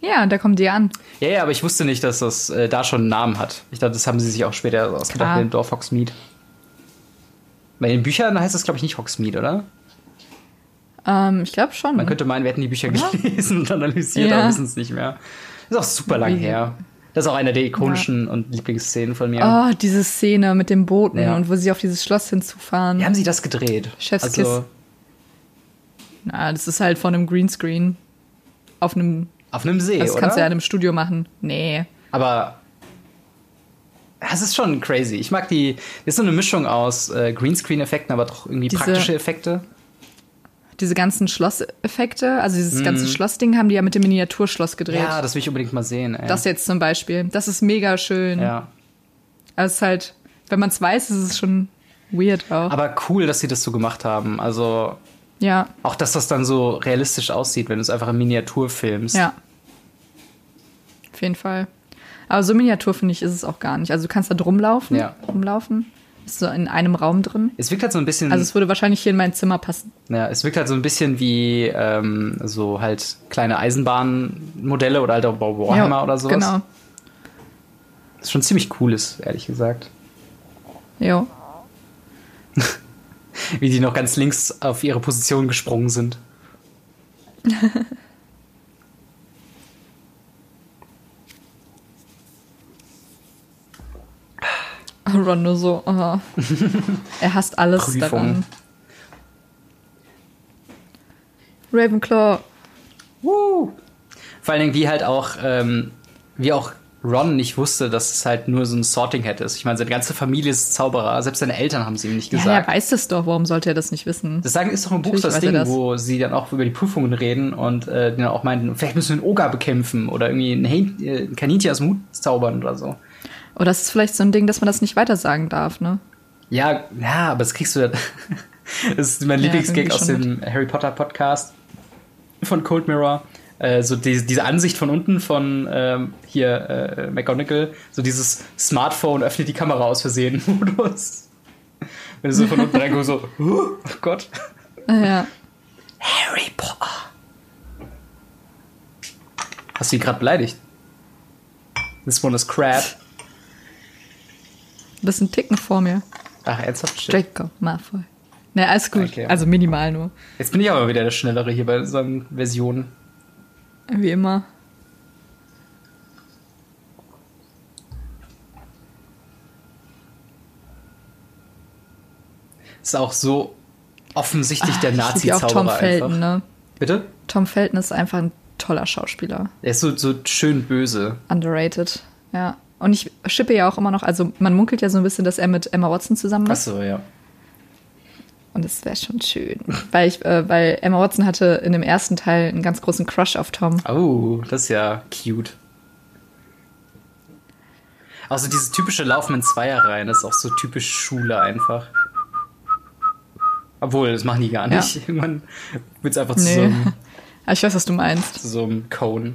Speaker 2: Ja, und da kommt die an.
Speaker 1: Ja, ja, aber ich wusste nicht, dass das äh, da schon einen Namen hat. Ich dachte, das haben sie sich auch später ausgedacht
Speaker 2: Ah.
Speaker 1: mit dem Dorf Hogsmeade. Bei den Büchern heißt das, glaube ich, nicht Hogsmeade, oder?
Speaker 2: Ähm, ich glaube schon.
Speaker 1: Man könnte meinen, wir hätten die Bücher
Speaker 2: Oder?
Speaker 1: gelesen und analysiert,
Speaker 2: Ja.
Speaker 1: aber wissen es nicht mehr. Ist auch super lang
Speaker 2: Wie-
Speaker 1: her. Das ist auch einer der ikonischen und Lieblingsszenen von mir.
Speaker 2: oh, diese Szene mit dem Booten
Speaker 1: Ja.
Speaker 2: und wo sie auf dieses Schloss hinzufahren.
Speaker 1: Also, Wie haben sie das gedreht?
Speaker 2: Chef's
Speaker 1: also,
Speaker 2: Na, das ist halt von einem Greenscreen auf einem.
Speaker 1: Auf einem See,
Speaker 2: Das
Speaker 1: Eh, oder?
Speaker 2: kannst du ja in einem Studio machen. Nee.
Speaker 1: Aber das ist schon crazy. Ich mag die. Das ist so eine Mischung aus äh, Greenscreen-Effekten, aber doch irgendwie
Speaker 2: Diese-
Speaker 1: praktische Effekte.
Speaker 2: Diese ganzen Schlosseffekte, also dieses ganze Schlossding, haben die ja mit dem Miniaturschloss gedreht.
Speaker 1: Mhm. Ja, das will ich unbedingt mal sehen. Ey.
Speaker 2: das jetzt zum Beispiel. Das ist mega schön.
Speaker 1: ja.
Speaker 2: Aber es ist halt, wenn man es weiß, ist es schon weird auch.
Speaker 1: Aber cool, dass sie das so gemacht haben. Also
Speaker 2: ja,
Speaker 1: auch, dass das dann so realistisch aussieht, wenn du es einfach in Miniatur filmst.
Speaker 2: ja. Auf jeden Fall. Aber so Miniatur, finde ich, ist es auch gar nicht. Also du kannst da drum laufen,
Speaker 1: Ja.
Speaker 2: rumlaufen. Ist so in einem Raum drin.
Speaker 1: Es wirkt halt so ein bisschen.
Speaker 2: Also es würde wahrscheinlich hier in mein Zimmer passen.
Speaker 1: Ja, es wirkt halt so ein bisschen wie ähm, so halt kleine Eisenbahnmodelle oder halt auch Warhammer oder sowas.
Speaker 2: Genau.
Speaker 1: Das ist schon ziemlich cool ist, ehrlich gesagt.
Speaker 2: Jo.
Speaker 1: Wie die noch ganz links auf ihre Position gesprungen sind.
Speaker 2: Oh, Ron nur so.
Speaker 1: [laughs]
Speaker 2: aha. er hasst alles
Speaker 1: Prüfung.
Speaker 2: daran. Ravenclaw.
Speaker 1: Woo! Vor allen Dingen, wie halt auch, ähm, wie auch Ron nicht wusste, dass es halt nur so ein Sorting Hat ist. Ich meine, seine ganze Familie ist Zauberer, selbst seine Eltern haben es ihm nicht
Speaker 2: Ja,
Speaker 1: gesagt.
Speaker 2: er weiß es doch. Warum sollte er das nicht wissen?
Speaker 1: das sagen ist doch ein Buch
Speaker 2: Natürlich
Speaker 1: das
Speaker 2: weiß er
Speaker 1: Ding,
Speaker 2: das.
Speaker 1: wo sie dann auch über die Prüfungen reden und äh, die dann auch meinten, vielleicht müssen wir einen Oger bekämpfen oder irgendwie ein, Hähn- äh, ein Kaninchen aus dem Hut zaubern oder so.
Speaker 2: Oder das ist vielleicht so ein Ding, dass man das nicht weitersagen darf, ne? [laughs]
Speaker 1: Ja, ja, aber das kriegst du ja. [laughs] das ist mein
Speaker 2: Ja,
Speaker 1: Lieblingsgag
Speaker 2: irgendwie
Speaker 1: aus
Speaker 2: schon
Speaker 1: dem Harry Potter Podcast von Cold Mirror. Äh, so die, diese Ansicht von unten von ähm, hier äh, McGonagall, so dieses Smartphone öffnet die Kamera aus Versehen [laughs] Modus. Wenn du so von unten reinkommst, so, [laughs] oh Gott.
Speaker 2: Ja.
Speaker 1: Harry Potter. Hast du ihn gerade beleidigt? This one is crap.
Speaker 2: Das sind Ticken vor mir.
Speaker 1: Ach, ernsthaft? Shit.
Speaker 2: Draco Malfoy. Na, alles gut.
Speaker 1: Okay.
Speaker 2: Also minimal nur.
Speaker 1: Jetzt bin ich aber wieder der Schnellere hier bei unseren Versionen.
Speaker 2: Wie immer.
Speaker 1: ist auch so offensichtlich der
Speaker 2: Ah, Ich lieb ja auch Tom
Speaker 1: Nazi-Zauberer einfach.
Speaker 2: Felton, ne?
Speaker 1: Bitte?
Speaker 2: Tom Felton ist einfach ein toller Schauspieler.
Speaker 1: Er ist so, so schön böse.
Speaker 2: Underrated. Ja. Und ich schippe ja auch immer noch, also man munkelt ja so ein bisschen, dass er mit Emma Watson zusammen ist.
Speaker 1: Achso, ja.
Speaker 2: Und das wäre schon schön. weil ich, äh, weil Emma Watson hatte in dem ersten Teil einen ganz großen Crush auf Tom.
Speaker 1: Oh, das ist ja cute. Auch so dieses typische Laufen in Zweierreihen, das ist auch so typisch Schule einfach. Obwohl, das machen die gar
Speaker 2: Ja.
Speaker 1: nicht. [laughs] Irgendwann wird es einfach zu, so
Speaker 2: Nee. [laughs]
Speaker 1: einem,
Speaker 2: Aber ich weiß, was du meinst.
Speaker 1: zu so einem Cone.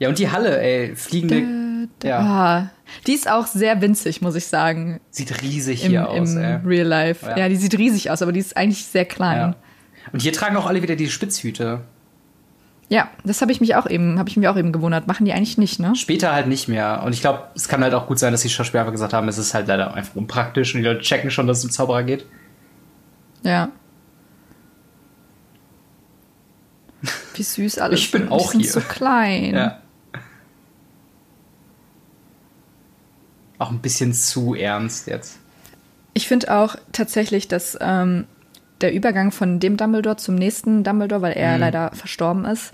Speaker 1: Ja, und die Halle, ey, fliegende. Ja,
Speaker 2: Ah, die ist auch sehr winzig, muss ich sagen,
Speaker 1: sieht riesig
Speaker 2: im,
Speaker 1: hier aus,
Speaker 2: im
Speaker 1: ey.
Speaker 2: Real Life.
Speaker 1: Ja.
Speaker 2: Ja. die sieht riesig aus, aber die ist eigentlich sehr klein.
Speaker 1: Ja. Und hier tragen auch alle wieder die Spitzhüte.
Speaker 2: Ja, das habe ich mich auch eben, habe ich mir auch eben gewundert. Machen die eigentlich nicht, ne?
Speaker 1: Später halt nicht mehr. Und ich glaube, es kann halt auch gut sein, dass die Schauspieler einfach gesagt haben, es ist halt leider einfach unpraktisch und die Leute checken schon, dass es um Zauberer geht.
Speaker 2: Ja. Wie süß alles.
Speaker 1: Ich bin
Speaker 2: ist.
Speaker 1: auch
Speaker 2: die
Speaker 1: hier.
Speaker 2: sind so klein.
Speaker 1: Ja. Auch ein bisschen zu ernst jetzt.
Speaker 2: Ich finde auch tatsächlich, dass ähm, der Übergang von dem Dumbledore zum nächsten Dumbledore, weil
Speaker 1: Mhm.
Speaker 2: er leider verstorben ist,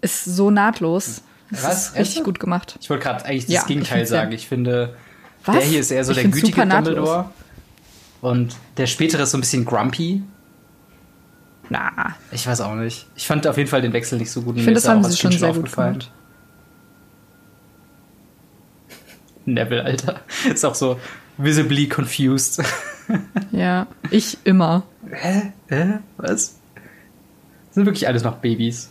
Speaker 2: ist so nahtlos. Das
Speaker 1: Was?
Speaker 2: ist richtig
Speaker 1: Echt?
Speaker 2: gut gemacht.
Speaker 1: Ich wollte gerade eigentlich das
Speaker 2: Ja,
Speaker 1: Gegenteil
Speaker 2: ich find's
Speaker 1: sagen.
Speaker 2: ja.
Speaker 1: Ich finde,
Speaker 2: Was?
Speaker 1: der hier ist eher so
Speaker 2: Ich
Speaker 1: der
Speaker 2: find's
Speaker 1: gütige
Speaker 2: super nahtlos.
Speaker 1: Dumbledore. Und der spätere ist so ein bisschen grumpy.
Speaker 2: Na,
Speaker 1: Ich weiß auch nicht. Ich fand auf jeden Fall den Wechsel nicht so gut.
Speaker 2: ich finde, das haben sie schon sehr gut
Speaker 1: gefallen.
Speaker 2: gemacht.
Speaker 1: Neville, Alter. [laughs] Ist auch so visibly confused.
Speaker 2: Ja, ich immer.
Speaker 1: Hä? Hä? Was? Das sind wirklich alles noch Babys.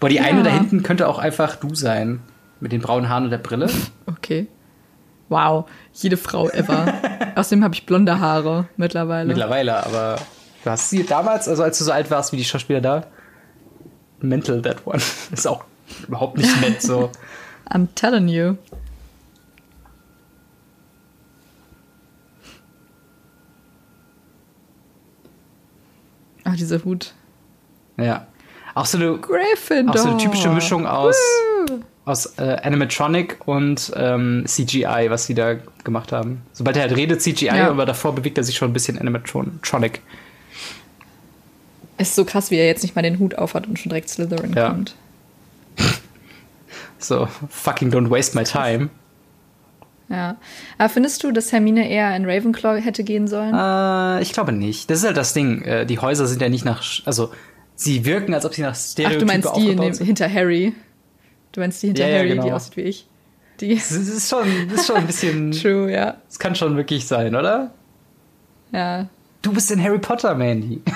Speaker 1: Boah, die eine
Speaker 2: Ja.
Speaker 1: da hinten könnte auch einfach du sein. Mit den braunen Haaren und der Brille.
Speaker 2: Okay. Wow, jede Frau
Speaker 1: [laughs]
Speaker 2: ever. Außerdem habe ich blonde Haare mittlerweile.
Speaker 1: Mittlerweile, aber du hast sie damals, also als du so alt warst wie die Schauspieler da, mental that one. [laughs] Ist auch überhaupt nicht nett
Speaker 2: [laughs]
Speaker 1: so.
Speaker 2: I'm telling you. Ach, Ah, dieser Hut.
Speaker 1: Ja. Auch so eine,
Speaker 2: Gryffindor.
Speaker 1: auch so eine typische Mischung aus,
Speaker 2: Woo.
Speaker 1: aus äh, Animatronic und ähm, CGI, was sie da gemacht haben. Sobald er halt redet, CGI,
Speaker 2: Ja.
Speaker 1: aber davor bewegt er sich schon ein bisschen Animatronic.
Speaker 2: Ist so krass, wie er jetzt nicht mal den Hut aufhat und schon direkt Slytherin
Speaker 1: Ja.
Speaker 2: kommt.
Speaker 1: So, fucking don't waste my time.
Speaker 2: Ja. Aber findest du, dass Hermine eher in Ravenclaw hätte gehen sollen?
Speaker 1: Äh, ich glaube nicht. Das ist halt das Ding. Äh, die Häuser sind ja nicht nach. Sch- Also, sie wirken, als ob sie nach
Speaker 2: Ach,
Speaker 1: Stereotypen
Speaker 2: du meinst die in
Speaker 1: aufgebaut
Speaker 2: dem,
Speaker 1: sind.
Speaker 2: hinter Harry. Du meinst die hinter
Speaker 1: Ja, ja,
Speaker 2: Harry, die
Speaker 1: genau.
Speaker 2: aussieht wie ich.
Speaker 1: [laughs]
Speaker 2: Die.
Speaker 1: Das ist schon, das ist schon ein bisschen.
Speaker 2: [laughs] True, ja.
Speaker 1: Das kann schon wirklich sein, oder?
Speaker 2: Ja.
Speaker 1: Du bist in Harry Potter, Mandy. [laughs]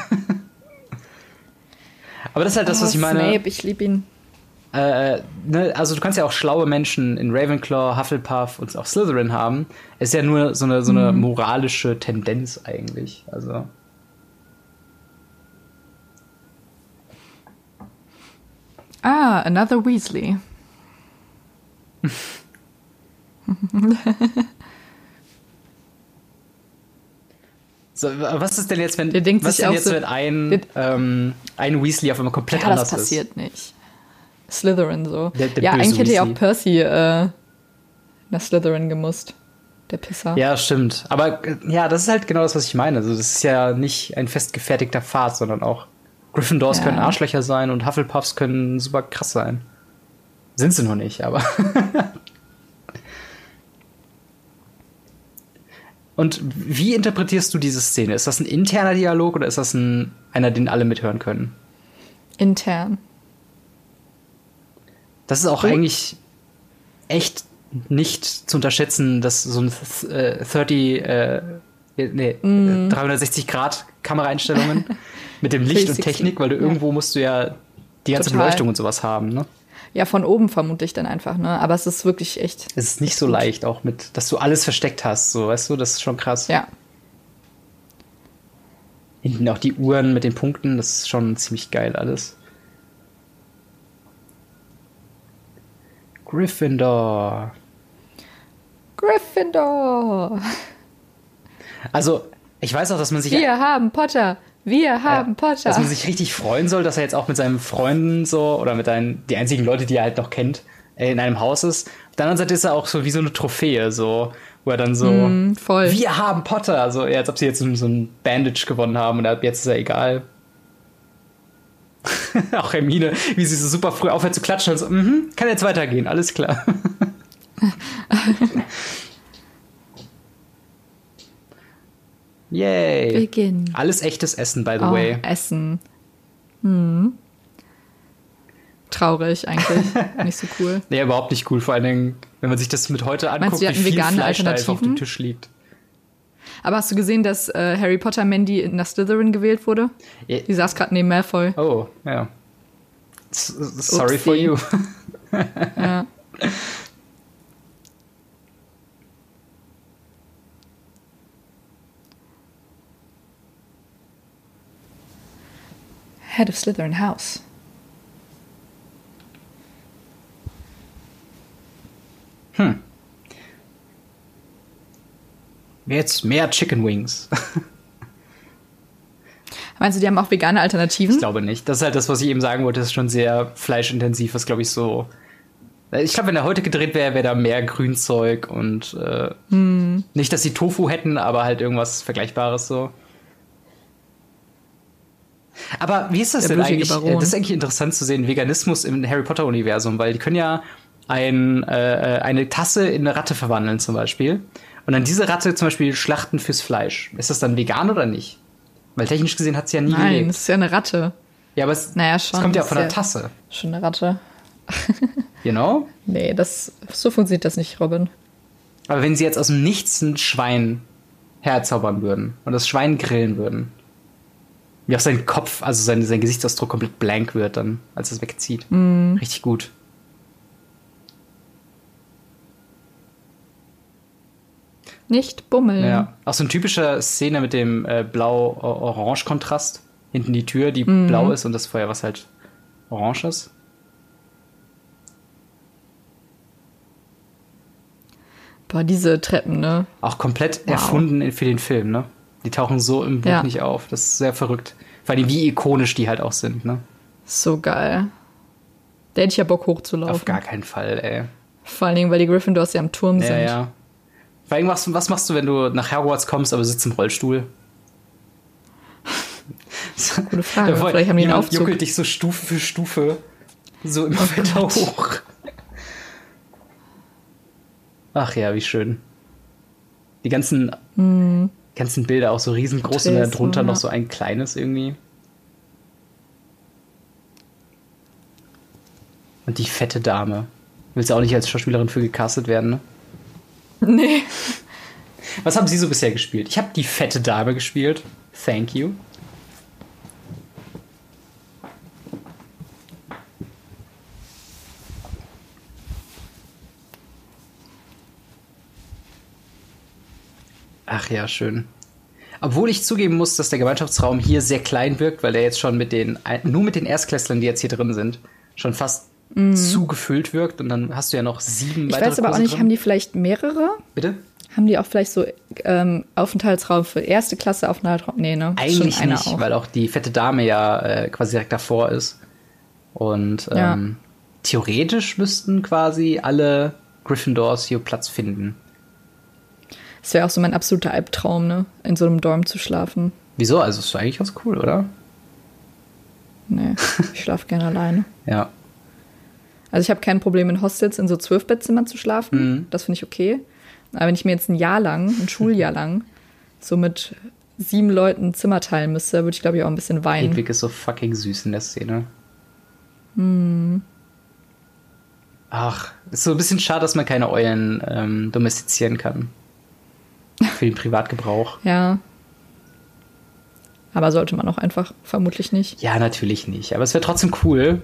Speaker 1: Aber das ist halt das,
Speaker 2: Oh,
Speaker 1: was ich meine.
Speaker 2: Snape, ich liebe ihn.
Speaker 1: Äh, äh, ne, also du kannst ja auch schlaue Menschen in Ravenclaw, Hufflepuff und auch Slytherin haben. Es ist ja nur so eine, so
Speaker 2: Mhm.
Speaker 1: eine moralische Tendenz eigentlich. Also.
Speaker 2: Ah, another Weasley.
Speaker 1: So, was ist denn jetzt, wenn,
Speaker 2: Der denkt
Speaker 1: was
Speaker 2: sich
Speaker 1: denn
Speaker 2: auch
Speaker 1: jetzt,
Speaker 2: so-
Speaker 1: wenn ein,
Speaker 2: der-
Speaker 1: ähm, ein Weasley auf einmal komplett
Speaker 2: Ja, das
Speaker 1: anders
Speaker 2: passiert nicht. Slytherin so.
Speaker 1: Der- der
Speaker 2: ja,
Speaker 1: böse
Speaker 2: eigentlich hätte ja auch
Speaker 1: Weasley.
Speaker 2: Percy äh, nach Slytherin gemusst. Der Pisser.
Speaker 1: ist? Ja, stimmt. Aber äh, ja, das ist halt genau das, was ich meine. Also, das ist ja nicht ein festgefertigter Pfad, sondern auch Gryffindors
Speaker 2: Ja.
Speaker 1: können Arschlöcher sein und Hufflepuffs können super krass sein. Sind sie noch nicht, aber. [laughs] und wie interpretierst du diese Szene? Ist das ein interner Dialog oder ist das ein, einer, den alle mithören können?
Speaker 2: Intern.
Speaker 1: Das ist auch
Speaker 2: Mhm.
Speaker 1: eigentlich echt nicht zu unterschätzen, dass so ein th- äh, 30, äh, nee,
Speaker 2: Mhm. [laughs]
Speaker 1: 360-Grad-Kameraeinstellungen mit dem Licht und
Speaker 2: 360,
Speaker 1: Technik, weil du
Speaker 2: ja.
Speaker 1: irgendwo musst du ja die ganze
Speaker 2: Total.
Speaker 1: Beleuchtung und sowas haben. Ne?
Speaker 2: Ja, von oben vermute ich dann einfach, ne? Aber es ist wirklich echt.
Speaker 1: Es ist nicht so leicht, auch mit, dass du alles versteckt hast, so, weißt du, das ist schon krass.
Speaker 2: Ja.
Speaker 1: Hinten auch die Uhren mit den Punkten, das ist schon ziemlich geil alles. Gryffindor.
Speaker 2: Gryffindor!
Speaker 1: Also, ich weiß auch, dass man sich
Speaker 2: Wir haben Potter! Wir haben
Speaker 1: Ja,
Speaker 2: Potter!
Speaker 1: Dass man sich richtig freuen soll, dass er jetzt auch mit seinen Freunden so oder mit seinen, die einzigen Leute, die er halt noch kennt, äh, in einem Haus ist. Auf der anderen Seite ist er auch so wie so eine Trophäe, so, wo er dann so,
Speaker 2: Mm, voll.
Speaker 1: wir haben Potter, also ja, als ob sie jetzt so, so ein Bandage gewonnen haben und ab jetzt ist er egal. [laughs] auch Hermine, wie sie so super früh aufhört zu klatschen und so, mhm, kann jetzt weitergehen, alles
Speaker 2: [laughs]
Speaker 1: klar. [laughs] Yay.
Speaker 2: Beginn.
Speaker 1: Alles echtes Essen, by the
Speaker 2: Oh,
Speaker 1: way.
Speaker 2: Essen. Hm.
Speaker 1: [laughs]
Speaker 2: Traurig eigentlich. Nicht so cool.
Speaker 1: Nee, überhaupt nicht cool. Vor allen Dingen, wenn man sich das mit heute anguckt,
Speaker 2: die
Speaker 1: wie
Speaker 2: hatten
Speaker 1: viel
Speaker 2: vegane
Speaker 1: Fleisch da einfach auf dem
Speaker 2: Alternativen?
Speaker 1: Tisch liegt.
Speaker 2: Aber hast du gesehen, dass äh, Harry Potter Mandy nach Slytherin gewählt wurde?
Speaker 1: Ja.
Speaker 2: Die saß gerade neben Malfoy.
Speaker 1: Oh, ja. S- s- Sorry
Speaker 2: Upsi.
Speaker 1: for you. [laughs]
Speaker 2: Ja. Head of Slytherin House.
Speaker 1: Jetzt mehr Chicken Wings.
Speaker 2: Meinst du, die haben auch vegane Alternativen?
Speaker 1: Ich glaube nicht. Das ist halt das, was ich eben sagen wollte. Das ist schon sehr fleischintensiv, was glaube ich so. äh, Ich glaube, wenn er heute gedreht wäre, wäre da mehr Grünzeug und äh,
Speaker 2: Hm.
Speaker 1: nicht, dass sie Tofu hätten, aber halt irgendwas Vergleichbares so. Aber wie ist das
Speaker 2: Der
Speaker 1: denn
Speaker 2: blutige
Speaker 1: eigentlich? Äh,
Speaker 2: Baron.
Speaker 1: Das ist eigentlich interessant zu sehen, Veganismus im Harry Potter Universum, weil die können ja ein, äh, eine Tasse in eine Ratte verwandeln zum Beispiel und dann diese Ratte zum Beispiel schlachten fürs Fleisch. Ist das dann vegan oder nicht? Weil technisch gesehen hat sie ja nie
Speaker 2: Nein,
Speaker 1: gelebt.
Speaker 2: das ist ja eine Ratte.
Speaker 1: Ja, aber es,
Speaker 2: Naja,
Speaker 1: es
Speaker 2: schon,
Speaker 1: kommt ja
Speaker 2: ist
Speaker 1: von der
Speaker 2: ja-
Speaker 1: Tasse,
Speaker 2: Schon eine Ratte.
Speaker 1: you know?
Speaker 2: Nee, das, so funktioniert das nicht, Robin.
Speaker 1: Aber wenn sie jetzt aus dem Nichts ein Schwein herzaubern würden und das Schwein grillen würden, wie auch sein Kopf, also sein, sein Gesichtsausdruck komplett blank wird dann, als es wegzieht.
Speaker 2: Mhm.
Speaker 1: Richtig gut.
Speaker 2: Nicht bummeln.
Speaker 1: Ja. Auch so eine typische Szene mit dem äh, Blau-Orange-Kontrast. Hinten die Tür, die
Speaker 2: Mhm.
Speaker 1: blau ist und das Feuer, was halt orange ist.
Speaker 2: Boah, diese Treppen, ne?
Speaker 1: Auch komplett
Speaker 2: Wow.
Speaker 1: erfunden in- für den Film, ne? Die tauchen so im Buch
Speaker 2: Ja.
Speaker 1: nicht auf. Das ist sehr verrückt. Vor allem, wie ikonisch die halt auch sind, ne?
Speaker 2: So geil. Da hätte ich ja Bock hochzulaufen.
Speaker 1: Auf gar keinen Fall, ey.
Speaker 2: Vor allen Dingen, weil die Gryffindors ja am Turm
Speaker 1: Ja,
Speaker 2: sind.
Speaker 1: ja. Vor allem, was, was machst du, wenn du nach Hogwarts kommst, aber sitzt im Rollstuhl? [laughs]
Speaker 2: Gute Frage. Voll, Vielleicht haben die einen Aufzug.
Speaker 1: juckelt dich so Stufe für Stufe so immer
Speaker 2: Oh
Speaker 1: weiter
Speaker 2: Gott.
Speaker 1: hoch. Ach ja, wie schön. Die ganzen, ganzen Bilder auch so riesengroß und dann
Speaker 2: Hm. Dresden,
Speaker 1: drunter noch
Speaker 2: ja.
Speaker 1: so ein kleines irgendwie. Und die fette Dame. Willst du auch nicht als Schauspielerin für gecastet werden, ne?
Speaker 2: [laughs] Nee.
Speaker 1: Was haben Sie so bisher gespielt? Ich habe die fette Dame gespielt. Thank you. Ach ja, schön. Obwohl ich zugeben muss, dass der Gemeinschaftsraum hier sehr klein wirkt, weil der jetzt schon mit den, nur mit den Erstklässlern, die jetzt hier drin sind, schon fast zugefüllt wirkt. Und dann hast du ja noch sieben
Speaker 2: Mhm. Ich
Speaker 1: weitere
Speaker 2: weiß aber auch
Speaker 1: Kurse
Speaker 2: nicht,
Speaker 1: drin.
Speaker 2: haben die vielleicht mehrere?
Speaker 1: Bitte?
Speaker 2: Haben die auch vielleicht so ähm, Aufenthaltsraum für erste Klasse, Aufenthaltsraum? Nee, ne? Ist
Speaker 1: Eigentlich
Speaker 2: einer
Speaker 1: nicht,
Speaker 2: auch.
Speaker 1: weil auch die fette Dame ja äh, quasi direkt davor ist. Und ähm,
Speaker 2: Ja.
Speaker 1: theoretisch müssten quasi alle Gryffindors hier Platz finden.
Speaker 2: Das wäre auch so mein absoluter Albtraum, ne? In so einem Dorm zu schlafen.
Speaker 1: Wieso? Also ist doch eigentlich ganz cool, oder? [laughs]
Speaker 2: Nee, ich schlafe gerne alleine.
Speaker 1: Ja.
Speaker 2: Also ich habe kein Problem in Hostels in so Zwölfbettzimmern zu schlafen.
Speaker 1: Mhm.
Speaker 2: Das finde ich okay. Aber wenn ich mir jetzt ein Jahr lang, ein
Speaker 1: [laughs]
Speaker 2: Schuljahr lang, so mit sieben Leuten ein Zimmer teilen müsste, würde ich glaube ich auch ein bisschen weinen.
Speaker 1: Hedwig ist so fucking süß in der Szene.
Speaker 2: Hm.
Speaker 1: Ach, ist so ein bisschen schade, dass man keine Eulen ähm, domestizieren kann. Für den Privatgebrauch.
Speaker 2: Ja. Aber sollte man auch einfach vermutlich nicht.
Speaker 1: Ja, natürlich nicht. Aber es wäre trotzdem cool.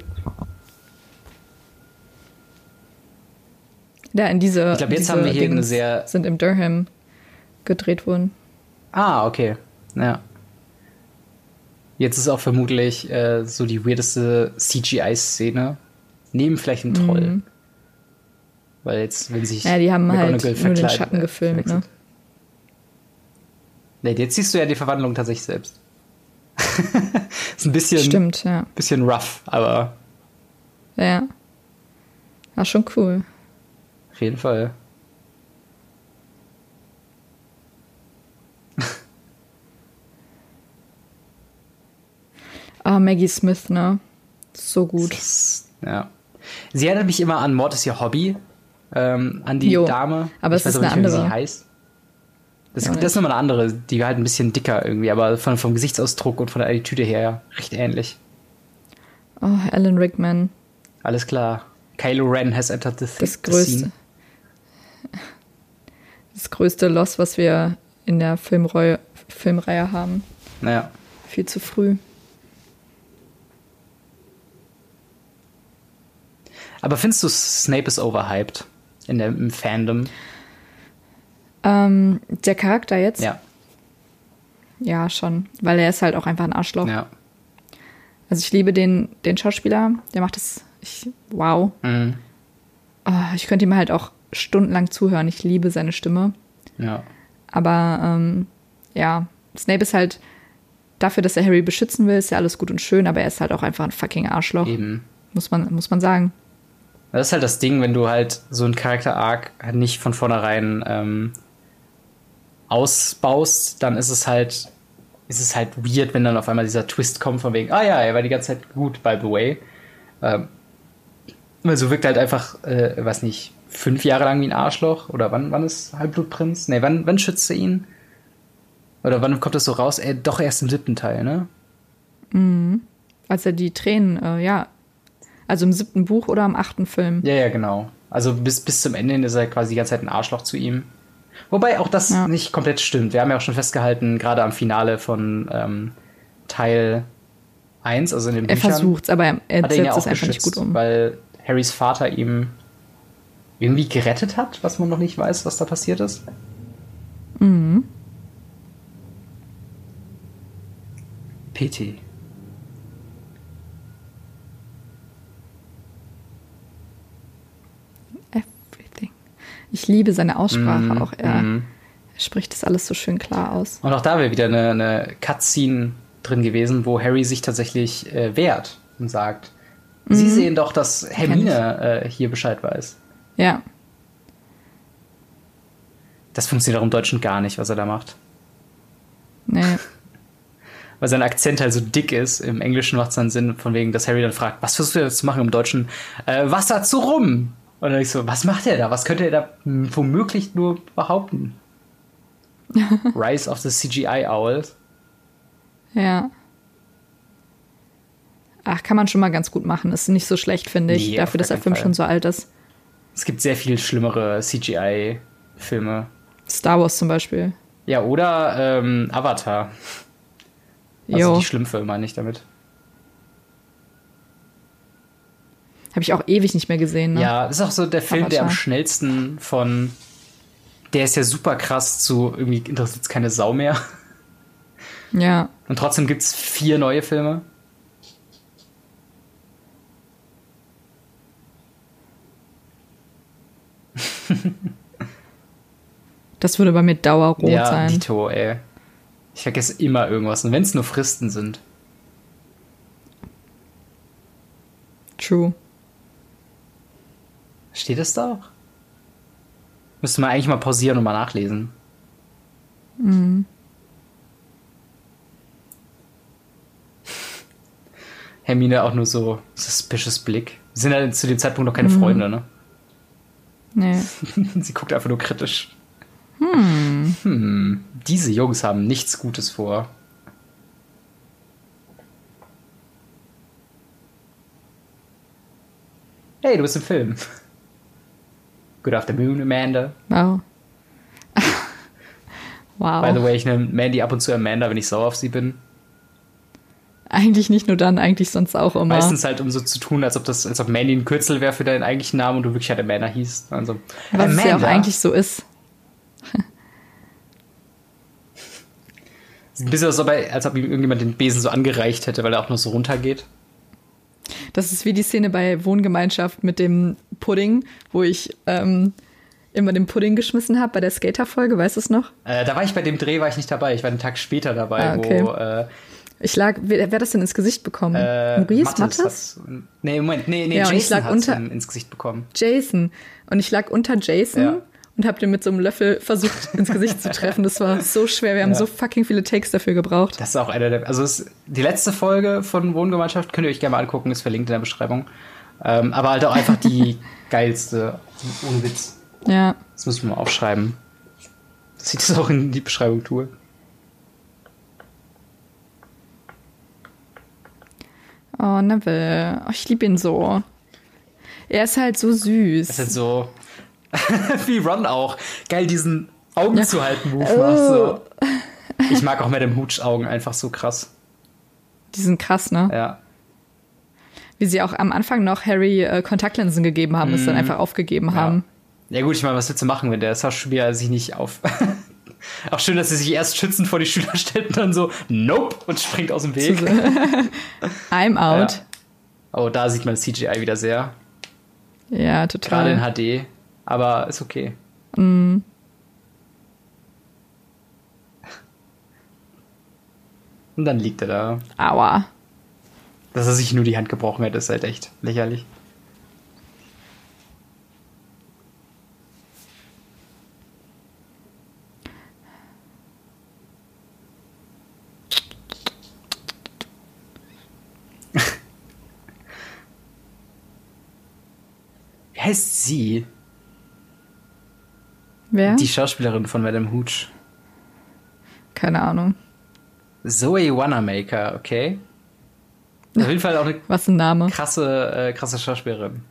Speaker 2: Ja, in diese.
Speaker 1: Ich glaub, jetzt
Speaker 2: diese
Speaker 1: haben wir hier eine
Speaker 2: Dingens
Speaker 1: sehr-
Speaker 2: sind im Durham gedreht worden.
Speaker 1: Ah, okay. Ja. Jetzt ist auch vermutlich äh, so die weirdeste CGI-Szene. Neben vielleicht dem Troll. Weil jetzt, wenn sich.
Speaker 2: Mhm. Ja, die haben halt
Speaker 1: McGonagall
Speaker 2: nur den
Speaker 1: verkleidet-
Speaker 2: Schatten
Speaker 1: äh,
Speaker 2: gefilmt, ne?
Speaker 1: verwechselt. Nee, jetzt siehst du ja die Verwandlung tatsächlich selbst. [laughs] ist ein bisschen,
Speaker 2: Stimmt, ja.
Speaker 1: bisschen rough, aber
Speaker 2: Ja. War schon cool.
Speaker 1: auf jeden Fall.
Speaker 2: Ah, Maggie Smith, ne? So gut.
Speaker 1: Das, ja. Sie erinnert mich immer an Mord ist ihr Hobby, ähm, an die
Speaker 2: Jo,
Speaker 1: Dame.
Speaker 2: aber
Speaker 1: ich
Speaker 2: es
Speaker 1: weiß
Speaker 2: ist
Speaker 1: aber nicht,
Speaker 2: eine
Speaker 1: mehr, wie sie
Speaker 2: andere.
Speaker 1: heißt. Das,
Speaker 2: Ja,
Speaker 1: das ist nochmal eine andere, die halt ein bisschen dicker irgendwie, aber von, vom Gesichtsausdruck und von der Attitüde her recht ähnlich.
Speaker 2: Oh, Alan Rickman.
Speaker 1: Alles klar. Kylo Ren has entered the, th-
Speaker 2: Das
Speaker 1: the
Speaker 2: größte. Das größte Loss, was wir in der Filmreihe, Filmreihe haben.
Speaker 1: Naja.
Speaker 2: Viel zu früh.
Speaker 1: Aber findest du, Snape ist overhyped in der, im Fandom?
Speaker 2: Ähm, der Charakter jetzt?
Speaker 1: Ja,
Speaker 2: Ja, schon. Weil er ist halt auch einfach ein Arschloch.
Speaker 1: ja.
Speaker 2: Also ich liebe den, den Schauspieler, der macht das. Ich, wow.
Speaker 1: Mhm.
Speaker 2: Ah, ich könnte ihm halt auch stundenlang zuhören. Ich liebe seine Stimme.
Speaker 1: Ja.
Speaker 2: Aber ähm, ja, Snape ist halt dafür, dass er Harry beschützen will, ist ja alles gut und schön, aber er ist halt auch einfach ein fucking Arschloch.
Speaker 1: Eben.
Speaker 2: Muss man, muss man sagen.
Speaker 1: Das ist halt das Ding, wenn du halt so einen Charakter-Arc halt nicht von vornherein ähm, ausbaust, dann ist es halt, ist es halt weird, wenn dann auf einmal dieser Twist kommt von wegen, ah ja, er war die ganze Zeit gut, by the way. Ähm, weil so wirkt er halt einfach, äh, weiß nicht, fünf Jahre lang wie ein Arschloch. Oder wann, wann ist Halbblutprinz? Nee, wann, wann schützt er ihn? Oder wann kommt das so raus? Äh, doch erst im siebten Teil, ne?
Speaker 2: Als er die Tränen, äh, ja. Also im siebten Buch oder im achten Film.
Speaker 1: Ja, ja, genau. Also bis, bis zum Ende hin ist er quasi die ganze Zeit ein Arschloch zu ihm. Wobei auch das
Speaker 2: Ja.
Speaker 1: nicht komplett stimmt. Wir haben ja auch schon festgehalten, gerade am Finale von ähm, Teil 1, also in den
Speaker 2: er
Speaker 1: Büchern,
Speaker 2: versucht's, aber er, er
Speaker 1: hat er
Speaker 2: setzt
Speaker 1: ihn ja auch
Speaker 2: es einfach nicht
Speaker 1: geschützt,
Speaker 2: gut um.
Speaker 1: weil Harrys Vater ihm irgendwie gerettet hat, was man noch nicht weiß, was da passiert ist.
Speaker 2: Mhm.
Speaker 1: PT.
Speaker 2: Everything. Ich liebe seine Aussprache auch. Er
Speaker 1: mhm.
Speaker 2: spricht das alles so schön klar aus.
Speaker 1: Und auch da wäre wieder eine, eine Cutscene drin gewesen, wo Harry sich tatsächlich äh, wehrt und sagt, Sie sehen doch, dass Hermine äh, hier Bescheid weiß.
Speaker 2: Ja,
Speaker 1: Das funktioniert auch im Deutschen gar nicht, was er da macht.
Speaker 2: nee.
Speaker 1: weil sein Akzent halt so dick ist. Im Englischen macht es dann Sinn, von wegen, dass Harry dann fragt, was versuchst du jetzt zu machen im Deutschen? Äh, was dazu rum? Und dann ich so, was macht er da? Was könnte er da hm, womöglich nur behaupten? Rise of the CGI Owls.
Speaker 2: Ja. Ach, kann man schon mal ganz gut machen. Ist nicht so schlecht, finde ich,
Speaker 1: Nee, auf gar
Speaker 2: dafür, dass der
Speaker 1: keinen
Speaker 2: Film
Speaker 1: Fall.
Speaker 2: schon so alt ist.
Speaker 1: Es gibt sehr viel schlimmere CGI-Filme.
Speaker 2: Star Wars zum Beispiel.
Speaker 1: Ja, oder ähm, Avatar. Also
Speaker 2: Jo.
Speaker 1: die Schlimmfilme meine ich damit.
Speaker 2: Habe ich auch ewig nicht mehr gesehen. Ne?
Speaker 1: Ja, ist auch so der Film, der am
Speaker 2: Avatar.
Speaker 1: schnellsten von. Der ist ja super krass zu irgendwie interessiert es keine Sau mehr. [laughs]
Speaker 2: ja.
Speaker 1: Und trotzdem gibt es vier neue Filme.
Speaker 2: Das würde bei mir dauerrot
Speaker 1: ja,
Speaker 2: sein.
Speaker 1: Dito, ey. Ich vergesse immer irgendwas. Und wenn es nur Fristen sind.
Speaker 2: True.
Speaker 1: Steht das da auch? Müsste man eigentlich mal pausieren und mal nachlesen. Hermine auch nur so suspicious Blick. Sie sind halt zu dem Zeitpunkt noch keine Freunde, ne?
Speaker 2: Nee.
Speaker 1: [laughs] Sie guckt einfach nur kritisch. Hm. Diese Jungs haben nichts Gutes vor. Hey, du bist im Film. Good afternoon, Amanda.
Speaker 2: Wow. [laughs] wow.
Speaker 1: By the way, ich nenne Mandy ab und zu Amanda, wenn ich sauer auf sie bin.
Speaker 2: Eigentlich nicht nur dann, eigentlich sonst auch immer.
Speaker 1: Meistens halt, um so zu tun, als ob das, als ob Mandy ein Kürzel wäre für deinen eigentlichen Namen und du wirklich halt Amanda hießt. Also,
Speaker 2: Was es ja auch eigentlich so ist.
Speaker 1: Ist Ein bisschen so, bei- als ob ihm irgendjemand den Besen so angereicht hätte, weil er auch nur so runtergeht.
Speaker 2: Das ist wie die Szene bei Wohngemeinschaft mit dem Pudding, wo ich ähm, immer den Pudding geschmissen habe bei der Skater-Folge, weißt du es noch?
Speaker 1: Äh, da war ich bei dem Dreh, war ich nicht dabei. Ich war einen Tag später dabei,
Speaker 2: Ah, okay.
Speaker 1: wo äh,
Speaker 2: Ich lag, wer, wer hat das denn ins Gesicht bekommen?
Speaker 1: äh,
Speaker 2: Maurice Mattes?
Speaker 1: hat's- Nee, Moment, nee, nee,
Speaker 2: Ja, und ich
Speaker 1: Jason
Speaker 2: lag
Speaker 1: hat
Speaker 2: unter-
Speaker 1: ihm ins Gesicht bekommen.
Speaker 2: Jason. Und ich lag unter Jason
Speaker 1: Ja.
Speaker 2: und hab den mit so einem
Speaker 1: [laughs]
Speaker 2: Löffel versucht, ins Gesicht zu treffen. Das war so schwer. Wir haben so fucking viele Takes dafür gebraucht.
Speaker 1: Das ist auch einer der. Also es, die letzte Folge von Wohngemeinschaft könnt ihr euch gerne mal angucken, ist verlinkt in der Beschreibung. Ähm, aber halt auch einfach
Speaker 2: [laughs]
Speaker 1: die geilste. Ohne Witz.
Speaker 2: Ja.
Speaker 1: Das müssen wir mal aufschreiben. Dass ich das auch in die Beschreibung tue.
Speaker 2: Oh, Neville. Oh, ich liebe ihn so. Er ist halt so süß.
Speaker 1: Das ist halt so. [laughs] wie Ron auch. Geil, diesen Augen
Speaker 2: Ja.
Speaker 1: zu halten Move
Speaker 2: Oh.
Speaker 1: macht. So. Ich mag auch mit dem Hutsch Augen einfach so krass.
Speaker 2: Die sind krass, ne?
Speaker 1: Ja.
Speaker 2: Wie sie auch am Anfang noch Harry äh, Kontaktlinsen gegeben haben, es dann einfach aufgegeben haben.
Speaker 1: Mhm. Ja gut, ich meine, was willst du machen, wenn der Sascha sich nicht auf... [laughs] Auch schön, dass sie sich erst schützend vor die Schüler stellt und dann so, nope, und springt aus dem Weg. [laughs]
Speaker 2: So, so. I'm out.
Speaker 1: Oh, da sieht man das CGI wieder sehr.
Speaker 2: Ja,
Speaker 1: Gerade
Speaker 2: Mhm. total.
Speaker 1: in HD. Aber ist okay. Und dann liegt er da.
Speaker 2: Aua.
Speaker 1: Dass er sich nur die Hand gebrochen hat, ist halt echt lächerlich. [laughs] Wie heißt sie?
Speaker 2: Wer?
Speaker 1: Die Schauspielerin von Madame Hooch.
Speaker 2: Keine Ahnung.
Speaker 1: Zoe Wanamaker, okay? Auf jeden Fall auch eine
Speaker 2: Was ein Name.
Speaker 1: krasse, äh, krasse Schauspielerin.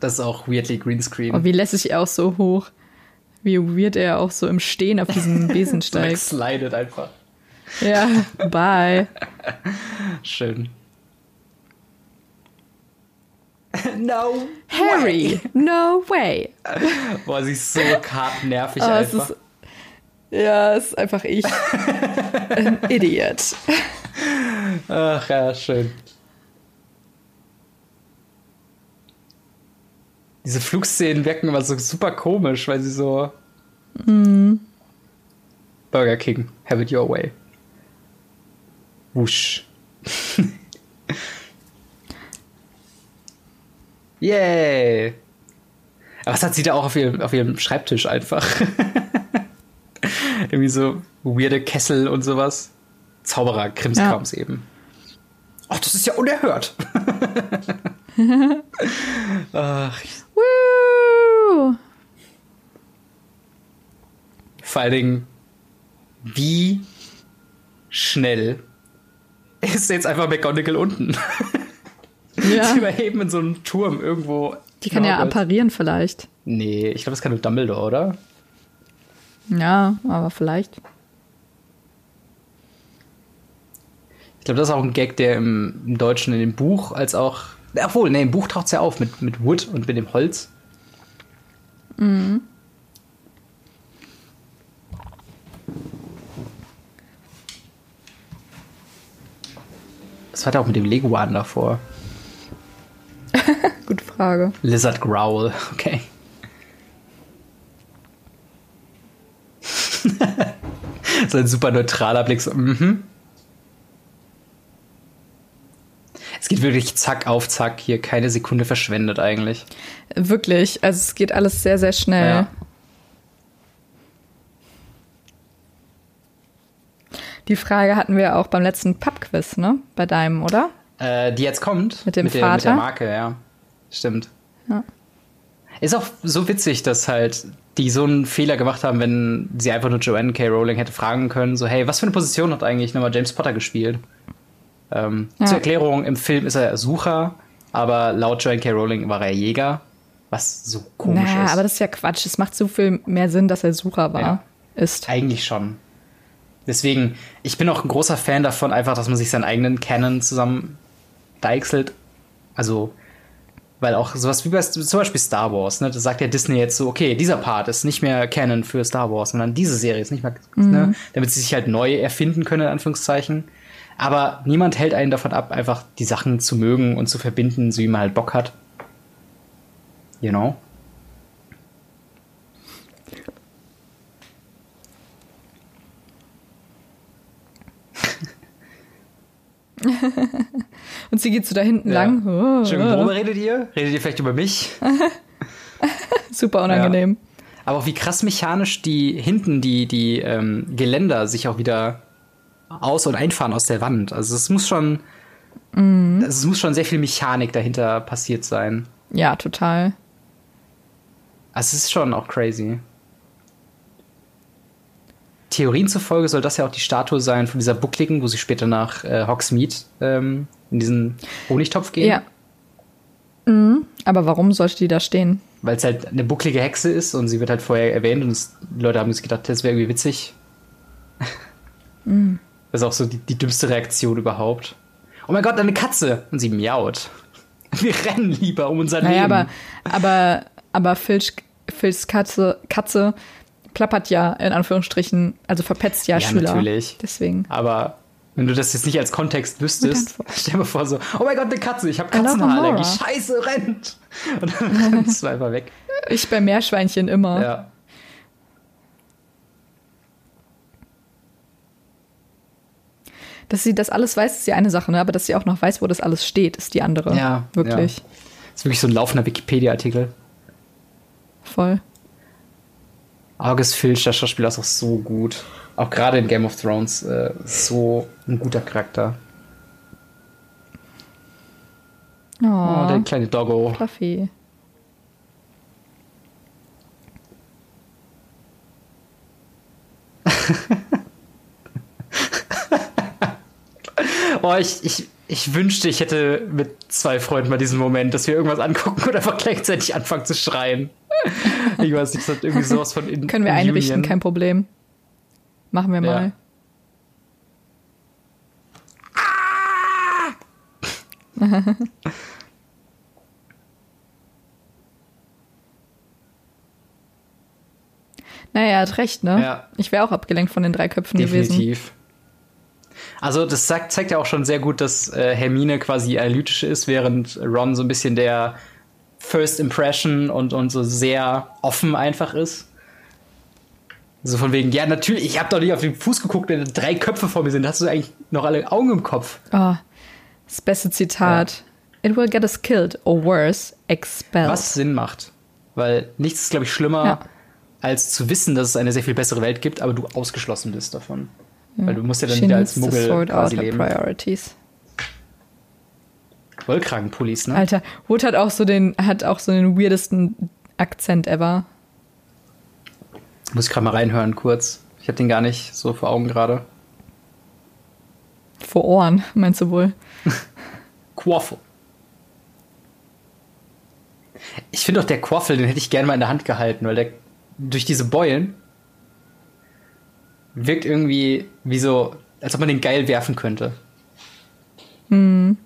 Speaker 1: Das ist auch weirdly Greenscreen.
Speaker 2: Oh, wie lässig er auch so hoch. Wie weird er auch so im Stehen
Speaker 1: [laughs]
Speaker 2: auf diesem Besen
Speaker 1: so
Speaker 2: steigt.
Speaker 1: wegslidet einfach.
Speaker 2: ja, bye.
Speaker 1: Schön. no.
Speaker 2: Harry, no way.
Speaker 1: Boah, sie ist so kartnervig
Speaker 2: Oh, es
Speaker 1: einfach.
Speaker 2: ist, ja, es ist
Speaker 1: [laughs]
Speaker 2: einfach ich. Ein Idiot.
Speaker 1: Ach ja, schön. Diese Flugszenen wirken immer so super komisch, weil sie so. Burger King, have it your way. Wusch. [laughs] Yay! Aber was hat sie da auch auf ihrem, auf ihrem Schreibtisch einfach? [laughs] Irgendwie so weirde Kessel und sowas. Zauberer, Krimskrams ja. eben. Ach, das ist ja unerhört. Ach. Woo! Vor allen Dingen, wie schnell ist jetzt einfach McGonagall unten? Ja. [laughs] Sie überheben in so einem Turm irgendwo.
Speaker 2: Die kann ja apparieren vielleicht.
Speaker 1: Nee, ich glaube, das kann nur Dumbledore, oder?
Speaker 2: Ja, aber vielleicht.
Speaker 1: Ich glaube, das ist auch ein Gag, der im, im Deutschen in dem Buch als auch. Obwohl, nee, im Buch taucht es ja auf mit, mit Wood und mit dem Holz.
Speaker 2: Mhm.
Speaker 1: Was war da auch mit dem Leguan davor?
Speaker 2: Gute Frage.
Speaker 1: Lizard Growl, okay. [laughs] so ein super neutraler Blick. So, mhm. Es geht wirklich zack auf zack hier, keine Sekunde verschwendet eigentlich.
Speaker 2: Wirklich, also es geht alles sehr, sehr schnell. Ja. Die Frage hatten wir auch beim letzten Pub-Quiz, ne? Bei deinem, oder?
Speaker 1: Äh, die jetzt kommt.
Speaker 2: Mit dem mit der, Vater.
Speaker 1: mit der Marke, ja. Stimmt.
Speaker 2: Ja.
Speaker 1: Ist auch so witzig, dass halt die so einen Fehler gemacht haben, wenn sie einfach nur Joanne K. Rowling hätte fragen können, so, hey, was für eine Position hat eigentlich nochmal James Potter gespielt? Ähm, ja. Zur Erklärung, im Film ist er Sucher, aber laut Joanne K. Rowling war er Jäger, was so komisch naja, ist.
Speaker 2: aber das ist ja Quatsch. Es macht so viel mehr Sinn, dass er Sucher war, ja. ist.
Speaker 1: Eigentlich schon. Deswegen, ich bin auch ein großer Fan davon, einfach, dass man sich seinen eigenen Canon zusammen deichselt. Also, weil auch sowas wie bei zum Beispiel Star Wars, ne, da sagt ja Disney jetzt so, okay, dieser Part ist nicht mehr Canon für Star Wars, sondern diese Serie ist nicht mehr, mhm. ne, damit sie sich halt neu erfinden können, in Anführungszeichen. Aber niemand hält einen davon ab, einfach die Sachen zu mögen und zu verbinden, so wie man halt Bock hat. You know?
Speaker 2: Und sie geht so da hinten ja. lang.
Speaker 1: Oh, Entschuldigung,
Speaker 2: Hm.
Speaker 1: worüber redet ihr? Redet ihr vielleicht über mich?
Speaker 2: Super unangenehm. Ja.
Speaker 1: Aber auch wie krass mechanisch die hinten die, die ähm, Geländer sich auch wieder aus- und einfahren aus der Wand. Also es muss schon, mhm. es muss schon sehr viel Mechanik dahinter passiert sein.
Speaker 2: Ja, total.
Speaker 1: Also es ist schon auch crazy. Theorien zufolge soll das ja auch die Statue sein von dieser Buckligen, wo sie später nach äh, Hogsmeade ähm, in diesen Honigtopf gehen. Ja.
Speaker 2: Mhm. Aber warum sollte die da stehen?
Speaker 1: Weil es halt eine bucklige Hexe ist und sie wird halt vorher erwähnt und es, die Leute haben sich gedacht, das wäre irgendwie [laughs] witzig. Mm.
Speaker 2: Mhm.
Speaker 1: Das ist auch so die, die, dümmste Reaktion überhaupt. Oh mein Gott, eine Katze! Und sie miaut. [laughs] Wir rennen lieber um unser naja,
Speaker 2: Leben. Aber, aber, aber Filch, Filchs Katze, Katze plappert ja in Anführungsstrichen, also verpetzt ja, ja Schüler.
Speaker 1: natürlich.
Speaker 2: Deswegen.
Speaker 1: Aber wenn du das jetzt nicht als Kontext wüsstest, stell dir vor so, oh mein Gott, eine Katze, ich habe Katzenhaarallergie, scheiße, rennt. Und dann [laughs] rennst du einfach weg.
Speaker 2: Ich bei Meerschweinchen immer.
Speaker 1: Ja.
Speaker 2: Dass sie das alles weiß, ist ja eine Sache, ne? aber dass sie auch noch weiß, wo das alles steht, ist die andere.
Speaker 1: Ja.
Speaker 2: Wirklich.
Speaker 1: Ja. Das ist wirklich so ein laufender Wikipedia-Artikel.
Speaker 2: Voll.
Speaker 1: August Filch, der Schauspieler, ist auch so gut. Auch gerade in Game of Thrones äh, so ein guter Charakter.
Speaker 2: Oh, oh
Speaker 1: der kleine Doggo.
Speaker 2: Fluffy.
Speaker 1: oh, ich, ich, ich wünschte, ich hätte mit zwei Freunden mal diesen Moment, dass wir irgendwas angucken und einfach gleichzeitig anfangen zu [laughs] schreien. Ich weiß nicht, das hat irgendwie sowas von in,
Speaker 2: Können wir
Speaker 1: in
Speaker 2: einrichten, Union. kein Problem. Machen
Speaker 1: [laughs]
Speaker 2: wir mal. Ja. naja, er hat recht, ne?
Speaker 1: Ja.
Speaker 2: Ich wäre auch abgelenkt von den drei Köpfen
Speaker 1: Definitiv.
Speaker 2: gewesen.
Speaker 1: Definitiv. Also das sagt, zeigt ja auch schon sehr gut, dass äh, Hermine quasi analytisch ist, während Ron so ein bisschen der First Impression und, und so sehr offen einfach ist. So von wegen, ja, natürlich, ich habe doch nicht auf den Fuß geguckt, wenn drei Köpfe vor mir sind. Hast du eigentlich noch alle Augen im Kopf?
Speaker 2: Oh, das Ah, beste Zitat.
Speaker 1: Ja.
Speaker 2: It will get us killed or worse, expelled.
Speaker 1: Was Sinn macht. Weil nichts ist, glaube ich, schlimmer,
Speaker 2: Ja.
Speaker 1: als zu wissen, dass es eine sehr viel bessere Welt gibt, aber du ausgeschlossen bist davon. Weil du musst ja dann
Speaker 2: She
Speaker 1: wieder als
Speaker 2: needs to
Speaker 1: Muggel
Speaker 2: sort out
Speaker 1: quasi
Speaker 2: her
Speaker 1: leben.
Speaker 2: priorities.
Speaker 1: Wollkragenpullis, ne?
Speaker 2: Alter, Wood hat auch so den, hat auch so den weirdesten Akzent ever.
Speaker 1: Muss ich gerade mal reinhören, kurz. Ich habe den gar nicht so vor Augen gerade.
Speaker 2: Vor Ohren, [laughs] meinst du wohl?
Speaker 1: Quaffel. Ich finde auch der Quaffel, den hätte ich gerne mal in der Hand gehalten, weil der durch diese Beulen wirkt irgendwie wie so, als ob man den geil werfen könnte.
Speaker 2: Hm.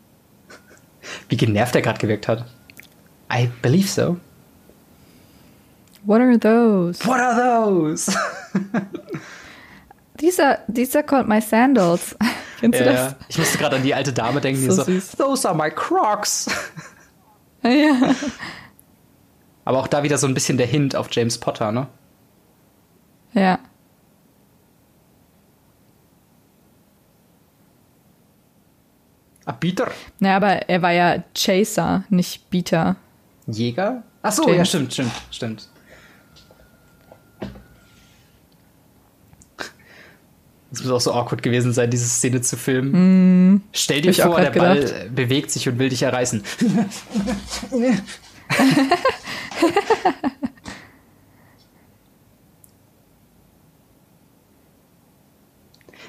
Speaker 1: Wie genervt er gerade gewirkt hat. I believe so.
Speaker 2: What are those?
Speaker 1: What are those?
Speaker 2: These are, these are called my sandals. [laughs] Kennst du das?
Speaker 1: Ja, ich musste gerade an die alte Dame denken,
Speaker 2: So
Speaker 1: die
Speaker 2: süß.
Speaker 1: so, those are my crocs.
Speaker 2: [laughs] Ja.
Speaker 1: Aber auch da wieder so ein bisschen der Hint auf James Potter, ne?
Speaker 2: ja.
Speaker 1: Abbieter.
Speaker 2: Na, aber er war ja Chaser, nicht Beater.
Speaker 1: Jäger? Ach so,
Speaker 2: Stimmt.
Speaker 1: ja, stimmt, stimmt, stimmt. Es muss auch so awkward gewesen sein, diese Szene zu filmen. Stell dir
Speaker 2: hab ich auch
Speaker 1: vor, der
Speaker 2: grad
Speaker 1: Ball
Speaker 2: gedacht.
Speaker 1: äh, bewegt sich und will dich [laughs] erreißen.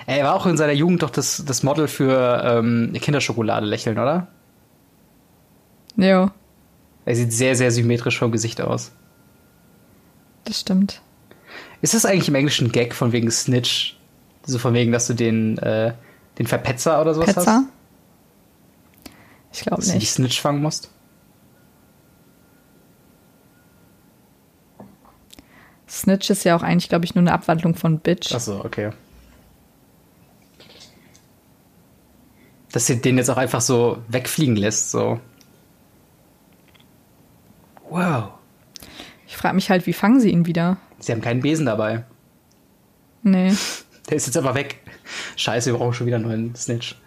Speaker 1: Er war auch in seiner Jugend doch das, das Model für ähm, Kinderschokolade lächeln, oder?
Speaker 2: Jo,
Speaker 1: Er sieht sehr, sehr symmetrisch vom Gesicht aus.
Speaker 2: das stimmt.
Speaker 1: Ist das eigentlich im Englischen ein Gag von wegen Snitch? So von wegen, dass du den, äh, den Verpetzer oder sowas
Speaker 2: Petzer?
Speaker 1: hast?
Speaker 2: Ich glaube
Speaker 1: Dass du die
Speaker 2: nicht.
Speaker 1: Snitch fangen musst?
Speaker 2: Snitch ist ja auch eigentlich, glaube ich, nur eine Abwandlung von Bitch.
Speaker 1: Achso, okay. Dass sie den jetzt auch einfach so wegfliegen lässt, so. Wow.
Speaker 2: Ich frage mich halt, wie fangen sie ihn wieder?
Speaker 1: Sie haben keinen Besen dabei. [laughs]
Speaker 2: Nee.
Speaker 1: Der ist jetzt aber weg. Scheiße, wir brauchen schon wieder einen neuen Snitch.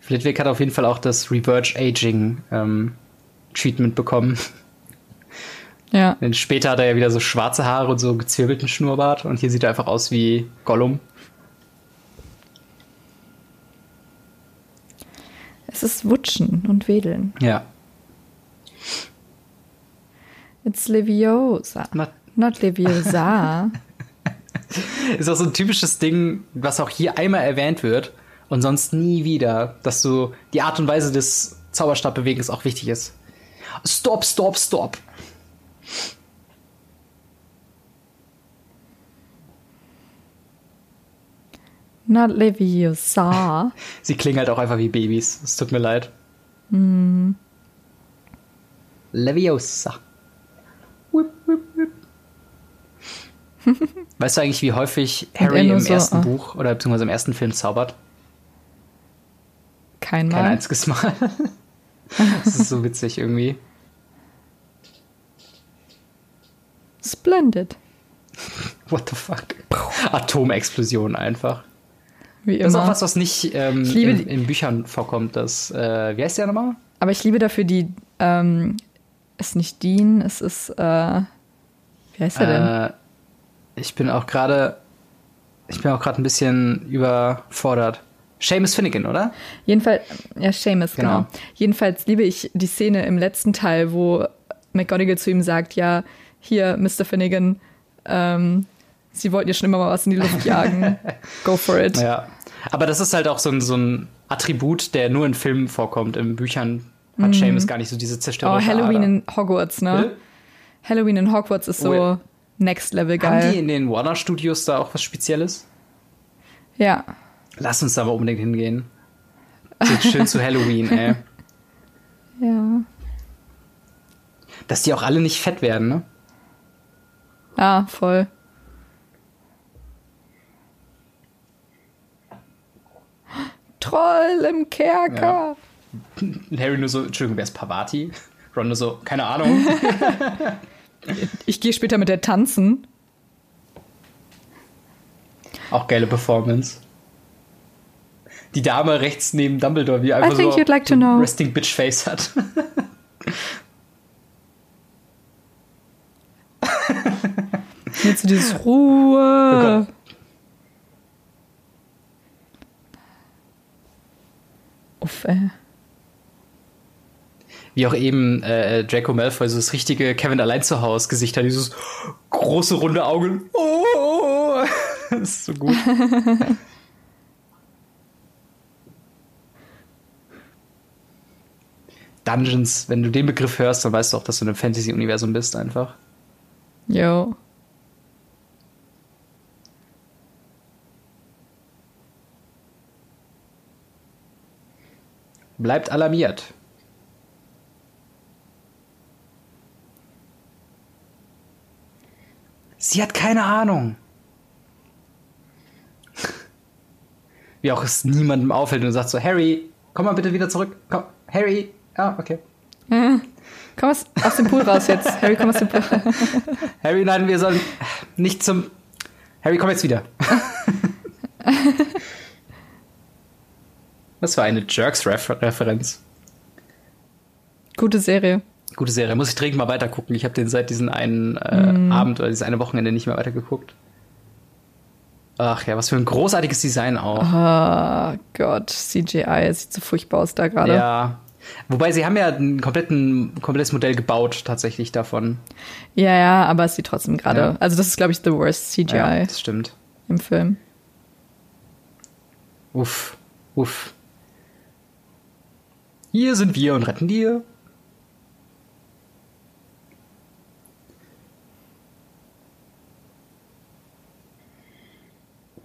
Speaker 1: Flitwick hat auf jeden Fall auch das Reverse Aging ähm, Treatment bekommen.
Speaker 2: Ja.
Speaker 1: Denn später hat er ja wieder so schwarze Haare und so gezwirbelten Schnurrbart und hier sieht er einfach aus wie Gollum.
Speaker 2: Es ist Wutschen und Wedeln.
Speaker 1: Ja.
Speaker 2: It's Leviosa.
Speaker 1: Not-
Speaker 2: Not Leviosa.
Speaker 1: Ist auch so ein typisches Ding, was auch hier einmal erwähnt wird und sonst nie wieder, dass du die Art und Weise des Zauberstabbewegens auch wichtig ist. Stop, stop, stop.
Speaker 2: Not Leviosa.
Speaker 1: Sie klingen halt auch einfach wie Babys. Es tut mir leid.
Speaker 2: Hm.
Speaker 1: Leviosa. Whip, whip, whip.
Speaker 2: [laughs]
Speaker 1: weißt du eigentlich, wie häufig
Speaker 2: er
Speaker 1: Harry
Speaker 2: nur
Speaker 1: im
Speaker 2: so,
Speaker 1: ersten
Speaker 2: ah.
Speaker 1: Buch oder beziehungsweise im ersten Film zaubert? Kein
Speaker 2: Keinmal.
Speaker 1: einziges Mal. [laughs] das ist so witzig irgendwie.
Speaker 2: Splendid.
Speaker 1: What the fuck? Atomexplosion einfach.
Speaker 2: Wie
Speaker 1: Das ist auch
Speaker 2: immer.
Speaker 1: was, was nicht ähm,
Speaker 2: Genau. Ich liebe
Speaker 1: in,
Speaker 2: die-
Speaker 1: in Büchern vorkommt. Das, äh, wie heißt der nochmal?
Speaker 2: Aber ich liebe dafür die, ähm, ist nicht Dean, es ist, äh, wie heißt er denn?
Speaker 1: Äh, ich bin auch gerade, ich bin auch gerade ein bisschen überfordert. Seamus Finnegan, oder?
Speaker 2: Jedenfalls, ja, Seamus, genau.
Speaker 1: Genau.
Speaker 2: Jedenfalls liebe ich die Szene im letzten Teil, wo McGonagall zu ihm sagt, ja, hier, Mr. Finnegan, ähm, Sie wollten ja schon immer mal was in die Luft
Speaker 1: [laughs]
Speaker 2: jagen. Go for it. Oh,
Speaker 1: Ja. Aber das ist halt auch so ein, so ein Attribut, der nur in Filmen vorkommt. In Büchern hat Seamus gar nicht so diese
Speaker 2: Mhm. oh,
Speaker 1: zerstörerische
Speaker 2: Halloween
Speaker 1: Ader.
Speaker 2: in Hogwarts, ne?
Speaker 1: Bitte?
Speaker 2: Halloween in Hogwarts ist so
Speaker 1: Will.
Speaker 2: next level
Speaker 1: Haben die
Speaker 2: geil.
Speaker 1: in den Warner Studios da auch was Spezielles?
Speaker 2: Ja.
Speaker 1: Lass uns da mal unbedingt hingehen.
Speaker 2: [laughs]
Speaker 1: Geht schön zu Halloween, ey.
Speaker 2: Ja.
Speaker 1: Dass die auch alle nicht fett werden, ne?
Speaker 2: Ah, voll. Troll im Kerker.
Speaker 1: Und Harry nur so, Entschuldigung, wer ist Pavati? Ron nur so, keine Ahnung.
Speaker 2: Ich gehe später mit der tanzen.
Speaker 1: Auch geile Performance. die Dame rechts neben Dumbledore, die einfach
Speaker 2: think
Speaker 1: so,
Speaker 2: you'd like
Speaker 1: so
Speaker 2: to know.
Speaker 1: Resting Bitch Face hat. [laughs]
Speaker 2: Jetzt so dieses
Speaker 1: Oh
Speaker 2: Ruhe.
Speaker 1: Gott.
Speaker 2: Uff, äh. ey.
Speaker 1: Wie auch eben äh, Draco Malfoy so das richtige Kevin allein zu Hause Gesicht hat, dieses große runde Augen. Oh, oh, [laughs] oh. das ist so gut. [laughs] Dungeons, wenn du den Begriff hörst, dann weißt du auch, dass du in einem Fantasy-Universum bist einfach.
Speaker 2: Jo.
Speaker 1: Bleibt alarmiert. Sie hat keine Ahnung. [laughs] Wie auch es niemandem auffällt und sagt so, Harry, komm mal bitte wieder zurück. Komm, Harry. Ah, okay.
Speaker 2: Komm aus, aus dem Pool raus [laughs] jetzt. Harry, komm aus dem Pool.
Speaker 1: Harry, nein, wir sollen nicht zum... Harry, komm jetzt wieder. [laughs] Was für eine Jerks-Referenz.
Speaker 2: Gute Serie.
Speaker 1: Gute Serie. Muss ich dringend mal weitergucken. Ich habe den seit diesem einen äh, Abend oder dieses eine Wochenende nicht mehr weitergeguckt. Ach ja, was für ein großartiges Design auch.
Speaker 2: Ah, Gott. CGI. Es Sieht so furchtbar aus da gerade.
Speaker 1: ja. Wobei sie haben ja ein kompletten, komplettes Modell gebaut, tatsächlich davon.
Speaker 2: ja, ja, aber es sieht trotzdem gerade.
Speaker 1: Ja.
Speaker 2: Also, das ist, glaube ich, the worst CGI
Speaker 1: Ja, das stimmt.
Speaker 2: im Film.
Speaker 1: Uff, uff. Hier sind wir und retten dir.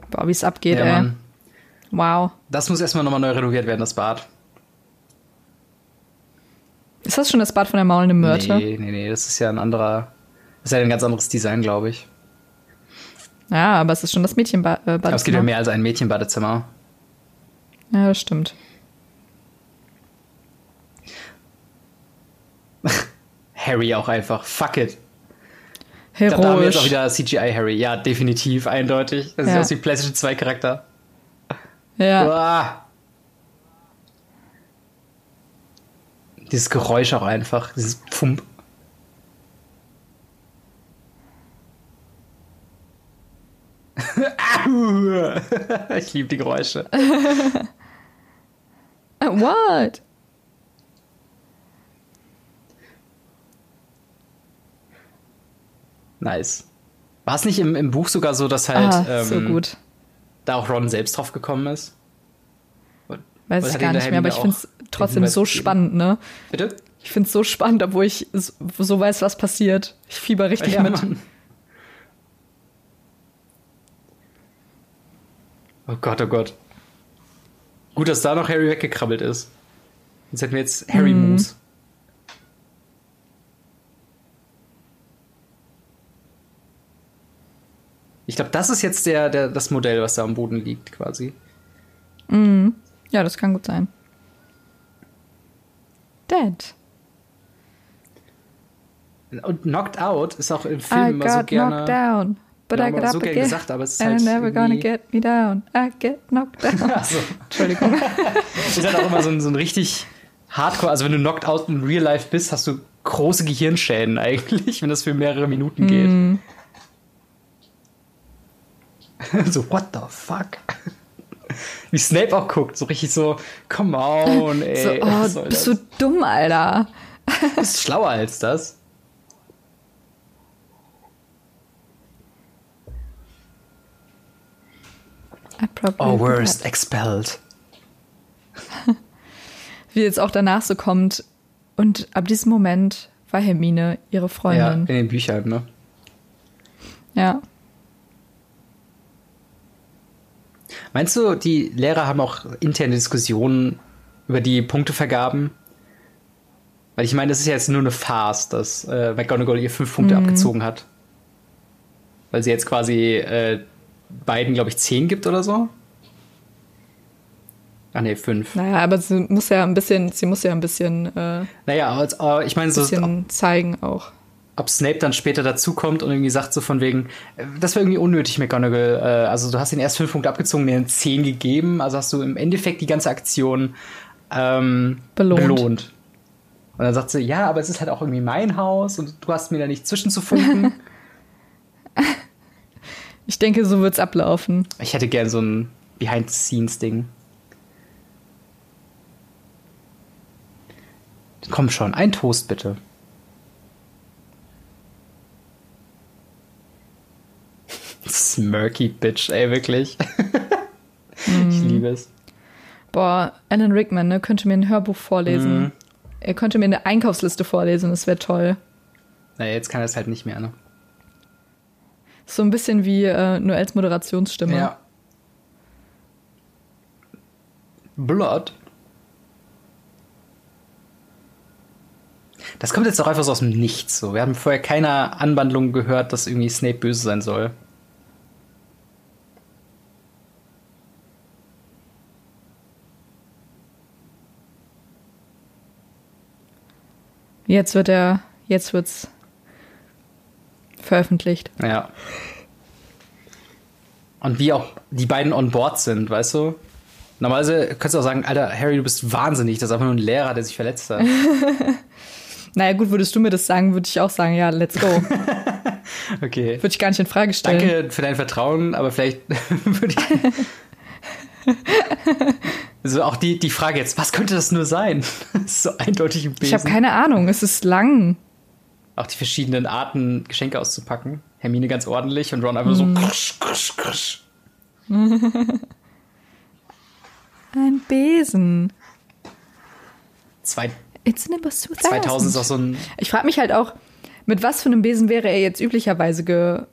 Speaker 2: Boah, wie es abgeht,
Speaker 1: Ja,
Speaker 2: ey.
Speaker 1: Mann.
Speaker 2: Wow.
Speaker 1: Das muss erstmal nochmal neu renoviert werden, das Bad.
Speaker 2: Ist das schon das Bad von der maulende Myrte?
Speaker 1: Nee, nee, nee, das ist ja ein anderer. Das ist ja ein ganz anderes Design, glaube ich.
Speaker 2: Ja, aber es ist schon das Mädchenbad. Äh,
Speaker 1: Aber es um gibt ja
Speaker 2: Badezimmer.
Speaker 1: mehr als ein Mädchenbadezimmer.
Speaker 2: ja, das stimmt.
Speaker 1: Harry auch einfach. Fuck it. Ich glaube, da haben wir jetzt auch
Speaker 2: Heroisch.
Speaker 1: wieder CGI Harry. Ja, definitiv, eindeutig. Das sieht
Speaker 2: Ja.
Speaker 1: aus wie PlayStation 2 Charakter.
Speaker 2: ja.
Speaker 1: Uah. Dieses Geräusch auch einfach, dieses Pfump. [laughs] Au. ich liebe die Geräusche.
Speaker 2: Äh, What?
Speaker 1: Nice. War es nicht im, im Buch sogar so, dass halt
Speaker 2: Ah,
Speaker 1: ähm,
Speaker 2: so gut.
Speaker 1: da auch Ron selbst drauf gekommen ist?
Speaker 2: Weiß
Speaker 1: Oder
Speaker 2: ich
Speaker 1: hat
Speaker 2: gar
Speaker 1: ihm der
Speaker 2: nicht mehr, aber ich
Speaker 1: Hermine
Speaker 2: finde es
Speaker 1: auch den
Speaker 2: trotzdem
Speaker 1: Hinweis
Speaker 2: so
Speaker 1: gegeben?
Speaker 2: spannend, ne?
Speaker 1: Bitte?
Speaker 2: Ich finde es so spannend, obwohl ich so, so weiß, was passiert. Ich fieber richtig
Speaker 1: Ja,
Speaker 2: mit.
Speaker 1: Mann. Oh Gott, oh Gott. Gut, dass da noch Harry weggekrabbelt ist. Jetzt hätten wir jetzt Harry
Speaker 2: Mhm.
Speaker 1: Moose. Ich glaube, das ist jetzt der, der, das Modell, was da am Boden liegt, quasi.
Speaker 2: Ja, das kann gut sein. Dead.
Speaker 1: Und Knocked Out ist auch im
Speaker 2: I
Speaker 1: Film immer
Speaker 2: got
Speaker 1: so
Speaker 2: knocked
Speaker 1: gerne.
Speaker 2: down. But
Speaker 1: Ja,
Speaker 2: I
Speaker 1: aber
Speaker 2: get up
Speaker 1: so gern
Speaker 2: again.
Speaker 1: gesagt, aber es ist
Speaker 2: and
Speaker 1: halt
Speaker 2: never gonna
Speaker 1: irgendwie-
Speaker 2: get me down. I get knocked
Speaker 1: [laughs]
Speaker 2: down.
Speaker 1: Also,
Speaker 2: Entschuldigung.
Speaker 1: ist halt auch immer so ein, so ein richtig Hardcore. Also, wenn du knocked out in real life bist, hast du große Gehirnschäden eigentlich, wenn das für mehrere Minuten
Speaker 2: Mhm.
Speaker 1: geht. [laughs] so, what the fuck? Wie Snape auch guckt, so richtig so, come on, ey.
Speaker 2: so,
Speaker 1: was
Speaker 2: oh,
Speaker 1: soll
Speaker 2: bist
Speaker 1: das?
Speaker 2: du dumm, Alter.
Speaker 1: Du bist schlauer als das.
Speaker 2: I probably
Speaker 1: Oh,
Speaker 2: did
Speaker 1: worst, expelled.
Speaker 2: that. Wie jetzt auch danach so kommt. Und ab diesem Moment war Hermine ihre
Speaker 1: Ja, in
Speaker 2: Freundin.
Speaker 1: den Büchern, ne?
Speaker 2: ja.
Speaker 1: Meinst du, die Lehrer haben auch interne Diskussionen über die Punktevergaben? Weil ich meine, das ist ja jetzt nur eine Farce, dass äh, McGonagall ihr fünf Punkte abgezogen hat. Weil sie jetzt quasi äh, beiden, glaube ich, zehn gibt oder so. Ach nee, fünf.
Speaker 2: Naja, aber sie muss ja ein bisschen, sie muss ja ein bisschen, äh,
Speaker 1: Naja, aber jetzt, äh, ich meine, so,
Speaker 2: bisschen zeigen auch.
Speaker 1: ob Snape dann später dazukommt und irgendwie sagt so von wegen, das war irgendwie unnötig, McGonagall. Also du hast den erst fünf Punkte abgezogen, den zehn gegeben. Also hast du im Endeffekt die ganze Aktion ähm, belohnt. belohnt. Und dann sagt sie, ja, aber es ist halt auch irgendwie mein Haus und du hast mir da nicht zwischenzufunken.
Speaker 2: ich denke, so wird's ablaufen.
Speaker 1: Ich hätte gern so ein Behind-the-Scenes-Ding. Komm schon, ein Toast bitte. [laughs] Smirky Bitch, ey, wirklich. [laughs] Mm. Ich liebe es.
Speaker 2: Boah, Alan Rickman, ne, könnte mir ein Hörbuch vorlesen.
Speaker 1: Mhm.
Speaker 2: Mm. Er könnte mir eine Einkaufsliste vorlesen, das wäre toll.
Speaker 1: Naja, jetzt kann er es halt nicht mehr, ne?
Speaker 2: So ein bisschen wie äh, Noels Moderationsstimme. Ja.
Speaker 1: Blood. Das kommt jetzt auch einfach so aus dem Nichts. So. Wir haben vorher keiner Anwandlung gehört, dass irgendwie Snape böse sein soll.
Speaker 2: Jetzt wird er, jetzt wird's veröffentlicht.
Speaker 1: Ja. Und wie auch die beiden on board sind, weißt du? Normalerweise könntest du auch sagen, Alter, Harry, du bist wahnsinnig, das ist einfach nur ein Lehrer, der sich verletzt hat.
Speaker 2: naja, gut, würdest du mir das sagen, würde ich auch sagen, ja, let's
Speaker 1: [laughs]
Speaker 2: go.
Speaker 1: okay.
Speaker 2: Würde ich gar nicht in Frage stellen.
Speaker 1: Danke für dein Vertrauen, aber vielleicht [laughs] würde ich. Also auch die, die Frage jetzt, was könnte das nur sein? [laughs] Das ist so eindeutig ein
Speaker 2: Ich habe keine Ahnung, es ist lang.
Speaker 1: Auch die verschiedenen Arten, Geschenke auszupacken. Hermine ganz ordentlich und Ron einfach
Speaker 2: Mhm.
Speaker 1: so. Mm. Krusch, krusch, krusch.
Speaker 2: ein Besen.
Speaker 1: Zwei,
Speaker 2: It's number 2000.
Speaker 1: 2000 ist auch so ein.
Speaker 2: Ich frage mich halt auch, mit was für einem Besen wäre er jetzt üblicherweise ge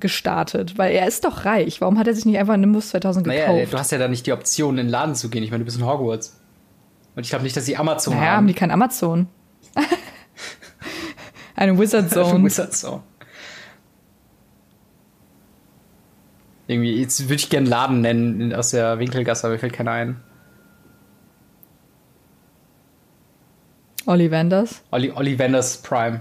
Speaker 2: gestartet? Weil er ist doch reich. Warum hat er sich nicht einfach einen Nimbus 2000 gekauft? Naja,
Speaker 1: du hast ja da nicht die Option, in den Laden zu gehen. Ich meine, du bist in Hogwarts. Und ich glaube nicht, dass sie Amazon
Speaker 2: naja,
Speaker 1: haben.
Speaker 2: haben die kein Amazon. [laughs] Eine Wizard Zone.
Speaker 1: [laughs] Wizard Zone. Irgendwie, jetzt würde ich gerne Laden nennen aus der Winkelgasse, aber mir fällt keiner ein.
Speaker 2: Ollivanders?
Speaker 1: Olli Ollivanders Prime.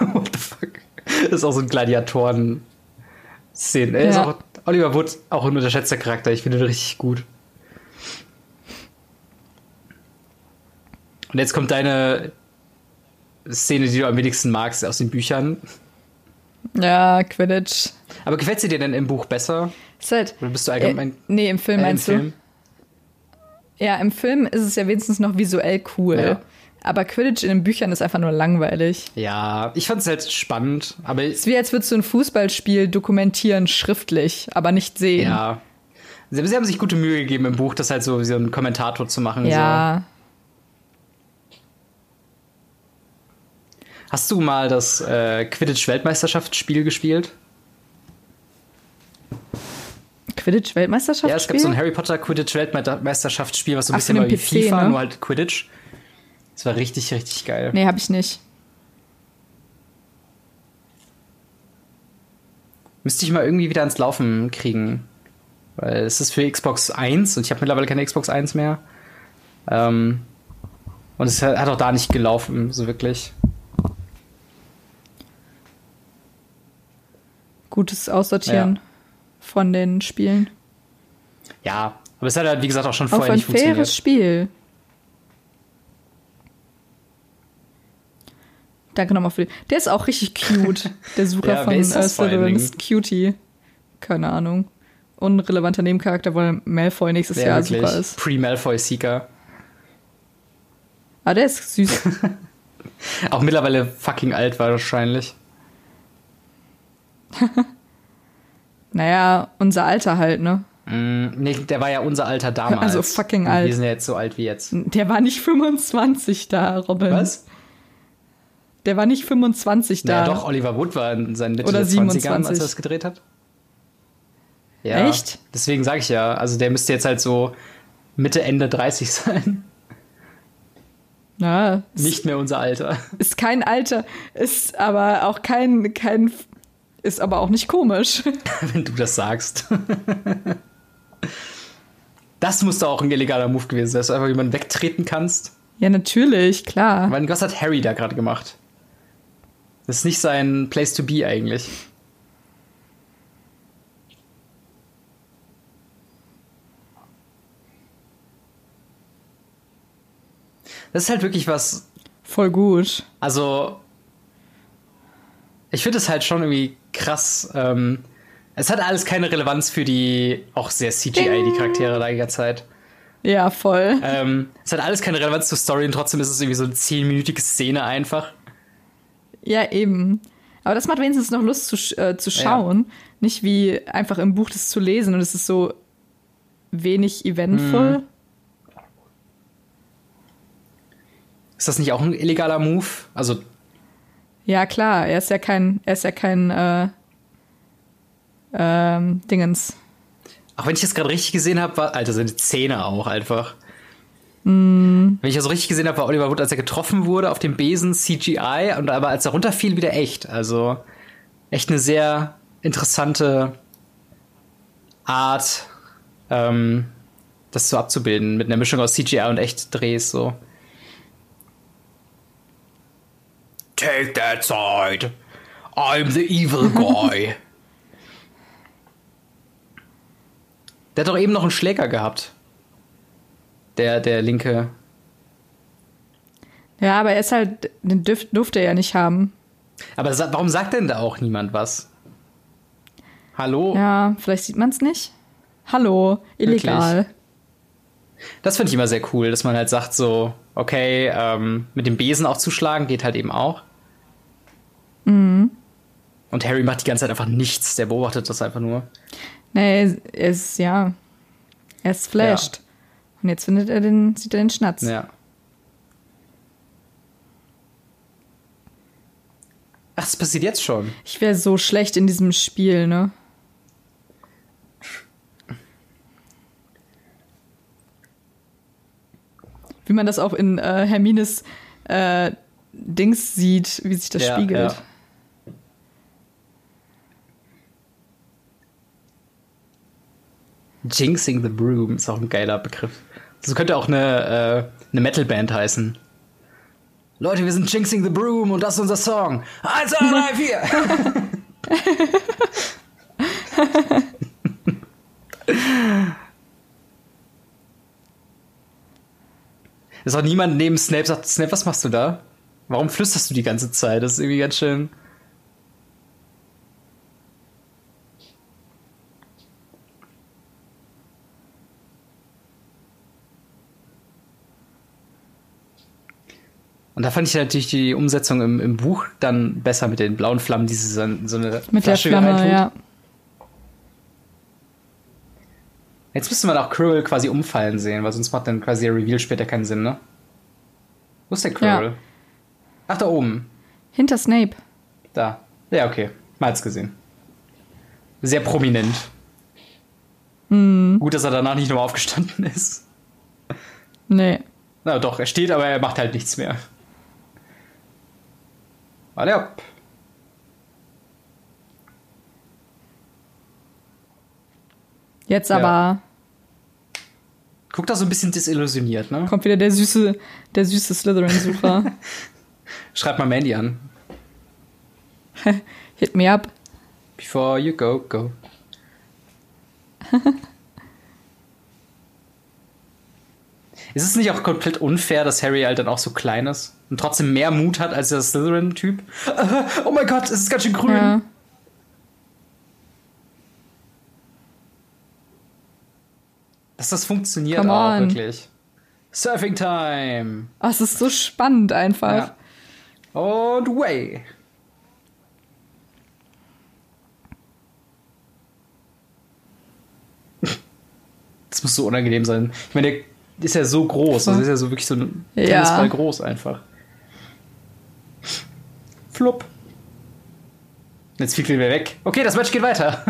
Speaker 1: What the fuck? Das ist auch so ein Gladiatoren-Szene. Ja. Ist auch, Oliver Wood, auch ein unterschätzter Charakter. Ich finde ihn richtig gut. Und jetzt kommt deine Szene, die du am wenigsten magst, aus den Büchern.
Speaker 2: Ja, Quidditch.
Speaker 1: Aber gefällt sie dir denn im Buch besser?
Speaker 2: Ist halt,
Speaker 1: Oder bist du allgemein.
Speaker 2: Äh, nee, im Film
Speaker 1: äh,
Speaker 2: meinst
Speaker 1: im Film?
Speaker 2: du? Ja, im Film ist es ja wenigstens noch visuell cool.
Speaker 1: Ja.
Speaker 2: Aber Quidditch in den Büchern ist einfach nur langweilig.
Speaker 1: Ja, ich fand es halt spannend, aber
Speaker 2: Es ist wie, als würdest du ein Fußballspiel dokumentieren, schriftlich, aber nicht sehen.
Speaker 1: ja. Sie sie haben sich gute Mühe gegeben im Buch, das halt so wie so einen Kommentator zu machen.
Speaker 2: Ja.
Speaker 1: So. Hast du mal das äh, Quidditch-Weltmeisterschaftsspiel gespielt?
Speaker 2: Quidditch-Weltmeisterschaft?
Speaker 1: Ja, es gab so ein Harry Potter Quidditch-Weltmeisterschaftsspiel, was so ein
Speaker 2: Ach,
Speaker 1: bisschen
Speaker 2: für
Speaker 1: war
Speaker 2: den
Speaker 1: wie
Speaker 2: PC,
Speaker 1: FIFA,
Speaker 2: ne?
Speaker 1: nur halt Quidditch. Das war richtig, richtig geil.
Speaker 2: Nee, hab ich nicht.
Speaker 1: Müsste ich mal irgendwie wieder ans Laufen kriegen. Weil es ist für Xbox 1 und ich habe mittlerweile keine Xbox 1 mehr. Ähm, und es hat auch da nicht gelaufen, so wirklich.
Speaker 2: Gutes Aussortieren
Speaker 1: Ja.
Speaker 2: von den Spielen.
Speaker 1: Ja, aber es hat halt, wie gesagt, auch schon
Speaker 2: Auf
Speaker 1: vorher
Speaker 2: ein
Speaker 1: nicht funktioniert.
Speaker 2: faires Spiel. Danke nochmal für die. Der ist auch richtig cute.
Speaker 1: [laughs]
Speaker 2: Der Sucher
Speaker 1: Ja, wer
Speaker 2: von
Speaker 1: ist das
Speaker 2: äh,
Speaker 1: vor allen
Speaker 2: Slytherin
Speaker 1: Dingen?
Speaker 2: ist Cutie. Keine Ahnung. Unrelevanter Nebencharakter, weil Malfoy nächstes
Speaker 1: Ja,
Speaker 2: Jahr
Speaker 1: wirklich.
Speaker 2: super ist.
Speaker 1: Pre-Malfoy-Seeker.
Speaker 2: Aber Ah, der
Speaker 1: [laughs]
Speaker 2: ist süß.
Speaker 1: Auch mittlerweile fucking alt war wahrscheinlich.
Speaker 2: naja, unser Alter halt, ne?
Speaker 1: Mm, nee, der war ja unser Alter damals.
Speaker 2: Also fucking
Speaker 1: Und Wir
Speaker 2: alt.
Speaker 1: sind ja jetzt so alt wie jetzt.
Speaker 2: Der war nicht 25 da, Robin.
Speaker 1: Was?
Speaker 2: Der war nicht 25 da.
Speaker 1: Ja, doch, Oliver Wood war in seinen Mitte 20ern,
Speaker 2: Oder
Speaker 1: als
Speaker 2: 27.
Speaker 1: er das gedreht hat. Ja,
Speaker 2: Echt?
Speaker 1: Deswegen sage ich ja, also der müsste jetzt halt so Mitte, Ende 30
Speaker 2: [laughs]
Speaker 1: sein.
Speaker 2: Na, es
Speaker 1: Nicht mehr unser Alter. [laughs]
Speaker 2: ist kein Alter, ist aber auch kein, kein, ist aber auch nicht komisch.
Speaker 1: Wenn du das sagst. [laughs] Das musste auch ein illegaler Move gewesen sein, dass du einfach jemanden wegtreten kannst.
Speaker 2: Ja, natürlich, klar.
Speaker 1: Weil, was hat Harry da gerade gemacht? Das ist nicht sein Place to be eigentlich. Das ist halt wirklich was.
Speaker 2: Voll gut.
Speaker 1: Also, ich finde es halt schon irgendwie krass. Ähm, es hat alles keine Relevanz für die auch sehr CGI, die Charaktere da die ganze Zeit.
Speaker 2: Ja, voll.
Speaker 1: Ähm, es hat alles keine Relevanz zur Story und trotzdem ist es irgendwie so eine zehnminütige Szene einfach.
Speaker 2: Ja, eben. Aber das macht wenigstens noch Lust zu, äh, zu schauen. Ja. Nicht wie einfach im Buch das zu lesen und es ist so wenig eventvoll. Mhm.
Speaker 1: Ist das nicht auch ein illegaler Move? Also.
Speaker 2: Ja, klar, er ist ja kein, er ist ja kein äh, ähm, Dingens.
Speaker 1: Auch wenn ich das gerade richtig gesehen habe, war. Alter, seine Zähne auch einfach. Mm. Wenn ich das so richtig gesehen habe, war Oliver Wood, als er getroffen wurde, auf dem Besen CGI und aber als er runterfiel, wieder echt. Also echt eine sehr interessante Art, ähm, das so abzubilden, mit einer Mischung aus CGI und echt Drehs so. Take that side. I'm the evil [laughs] guy. Der hat doch eben noch einen Schläger gehabt. Der, der linke.
Speaker 2: Ja, aber er ist halt, den dürf, durfte er ja nicht haben.
Speaker 1: Aber sa warum sagt denn da auch niemand was? Hallo?
Speaker 2: Ja, vielleicht sieht man es nicht. Hallo, illegal. Wirklich?
Speaker 1: Das finde ich immer sehr cool, dass man halt sagt so, okay, ähm, mit dem Besen auch zuschlagen geht halt eben auch.
Speaker 2: Mhm.
Speaker 1: Und Harry macht die ganze Zeit einfach nichts, der beobachtet das einfach nur.
Speaker 2: Nee, er ist, ja. Er ist flashed. Ja. Und jetzt findet er den, sieht er den Schnatz.
Speaker 1: Ja. Ach, das passiert jetzt schon.
Speaker 2: Ich wäre so schlecht in diesem Spiel, ne? Wie man das auch in äh, Hermines äh, Dings sieht, wie sich das ja, spiegelt. Ja.
Speaker 1: Jinxing the Broom ist auch ein geiler Begriff. Das könnte auch eine, äh, eine Metalband heißen. Leute, wir sind Jinxing the Broom und das ist unser Song. Eins, zwei, drei, vier. ist auch niemand neben Snape sagt, Snape, was machst du da? Warum flüsterst du die ganze Zeit? Das ist irgendwie ganz schön. Und da fand ich natürlich die Umsetzung im, im, Buch dann besser mit den blauen Flammen, die sie so, so eine
Speaker 2: mit
Speaker 1: Flasche
Speaker 2: der Flamme, ja.
Speaker 1: Jetzt müsste man auch Quirrell quasi umfallen sehen, weil sonst macht dann quasi der Reveal später keinen Sinn, ne? Wo ist der Quirrell? Ja. Ach, da oben.
Speaker 2: Hinter Snape.
Speaker 1: Da. Ja, okay. Mal hat's gesehen. Sehr prominent.
Speaker 2: Mm.
Speaker 1: Gut, dass er danach nicht nochmal aufgestanden ist.
Speaker 2: Nee.
Speaker 1: Na doch, er steht, aber er macht halt nichts mehr. Warte ab.
Speaker 2: Jetzt aber. Ja.
Speaker 1: Guckt da so ein bisschen desillusioniert, ne?
Speaker 2: Kommt wieder der süße, der süße Slytherin-Sucher.
Speaker 1: [laughs] Schreibt mal Mandy an.
Speaker 2: Hit me up.
Speaker 1: Before you go, go. [laughs] Ist es nicht auch komplett unfair, dass Harry halt dann auch so klein ist und trotzdem mehr Mut hat als der Slytherin-Typ? [laughs] oh mein Gott, es ist ganz schön grün. Ja. Dass das funktioniert
Speaker 2: Come
Speaker 1: auch
Speaker 2: on.
Speaker 1: wirklich. Surfing Time.
Speaker 2: Oh, es ist so spannend einfach.
Speaker 1: Ja. Und way. Das muss so unangenehm sein. Ich meine, der ist ja so groß. Das ist ja so wirklich so ein
Speaker 2: Ja.
Speaker 1: Tennisball groß einfach. Flupp. Jetzt fliegt er wieder weg. Okay, das Match geht weiter.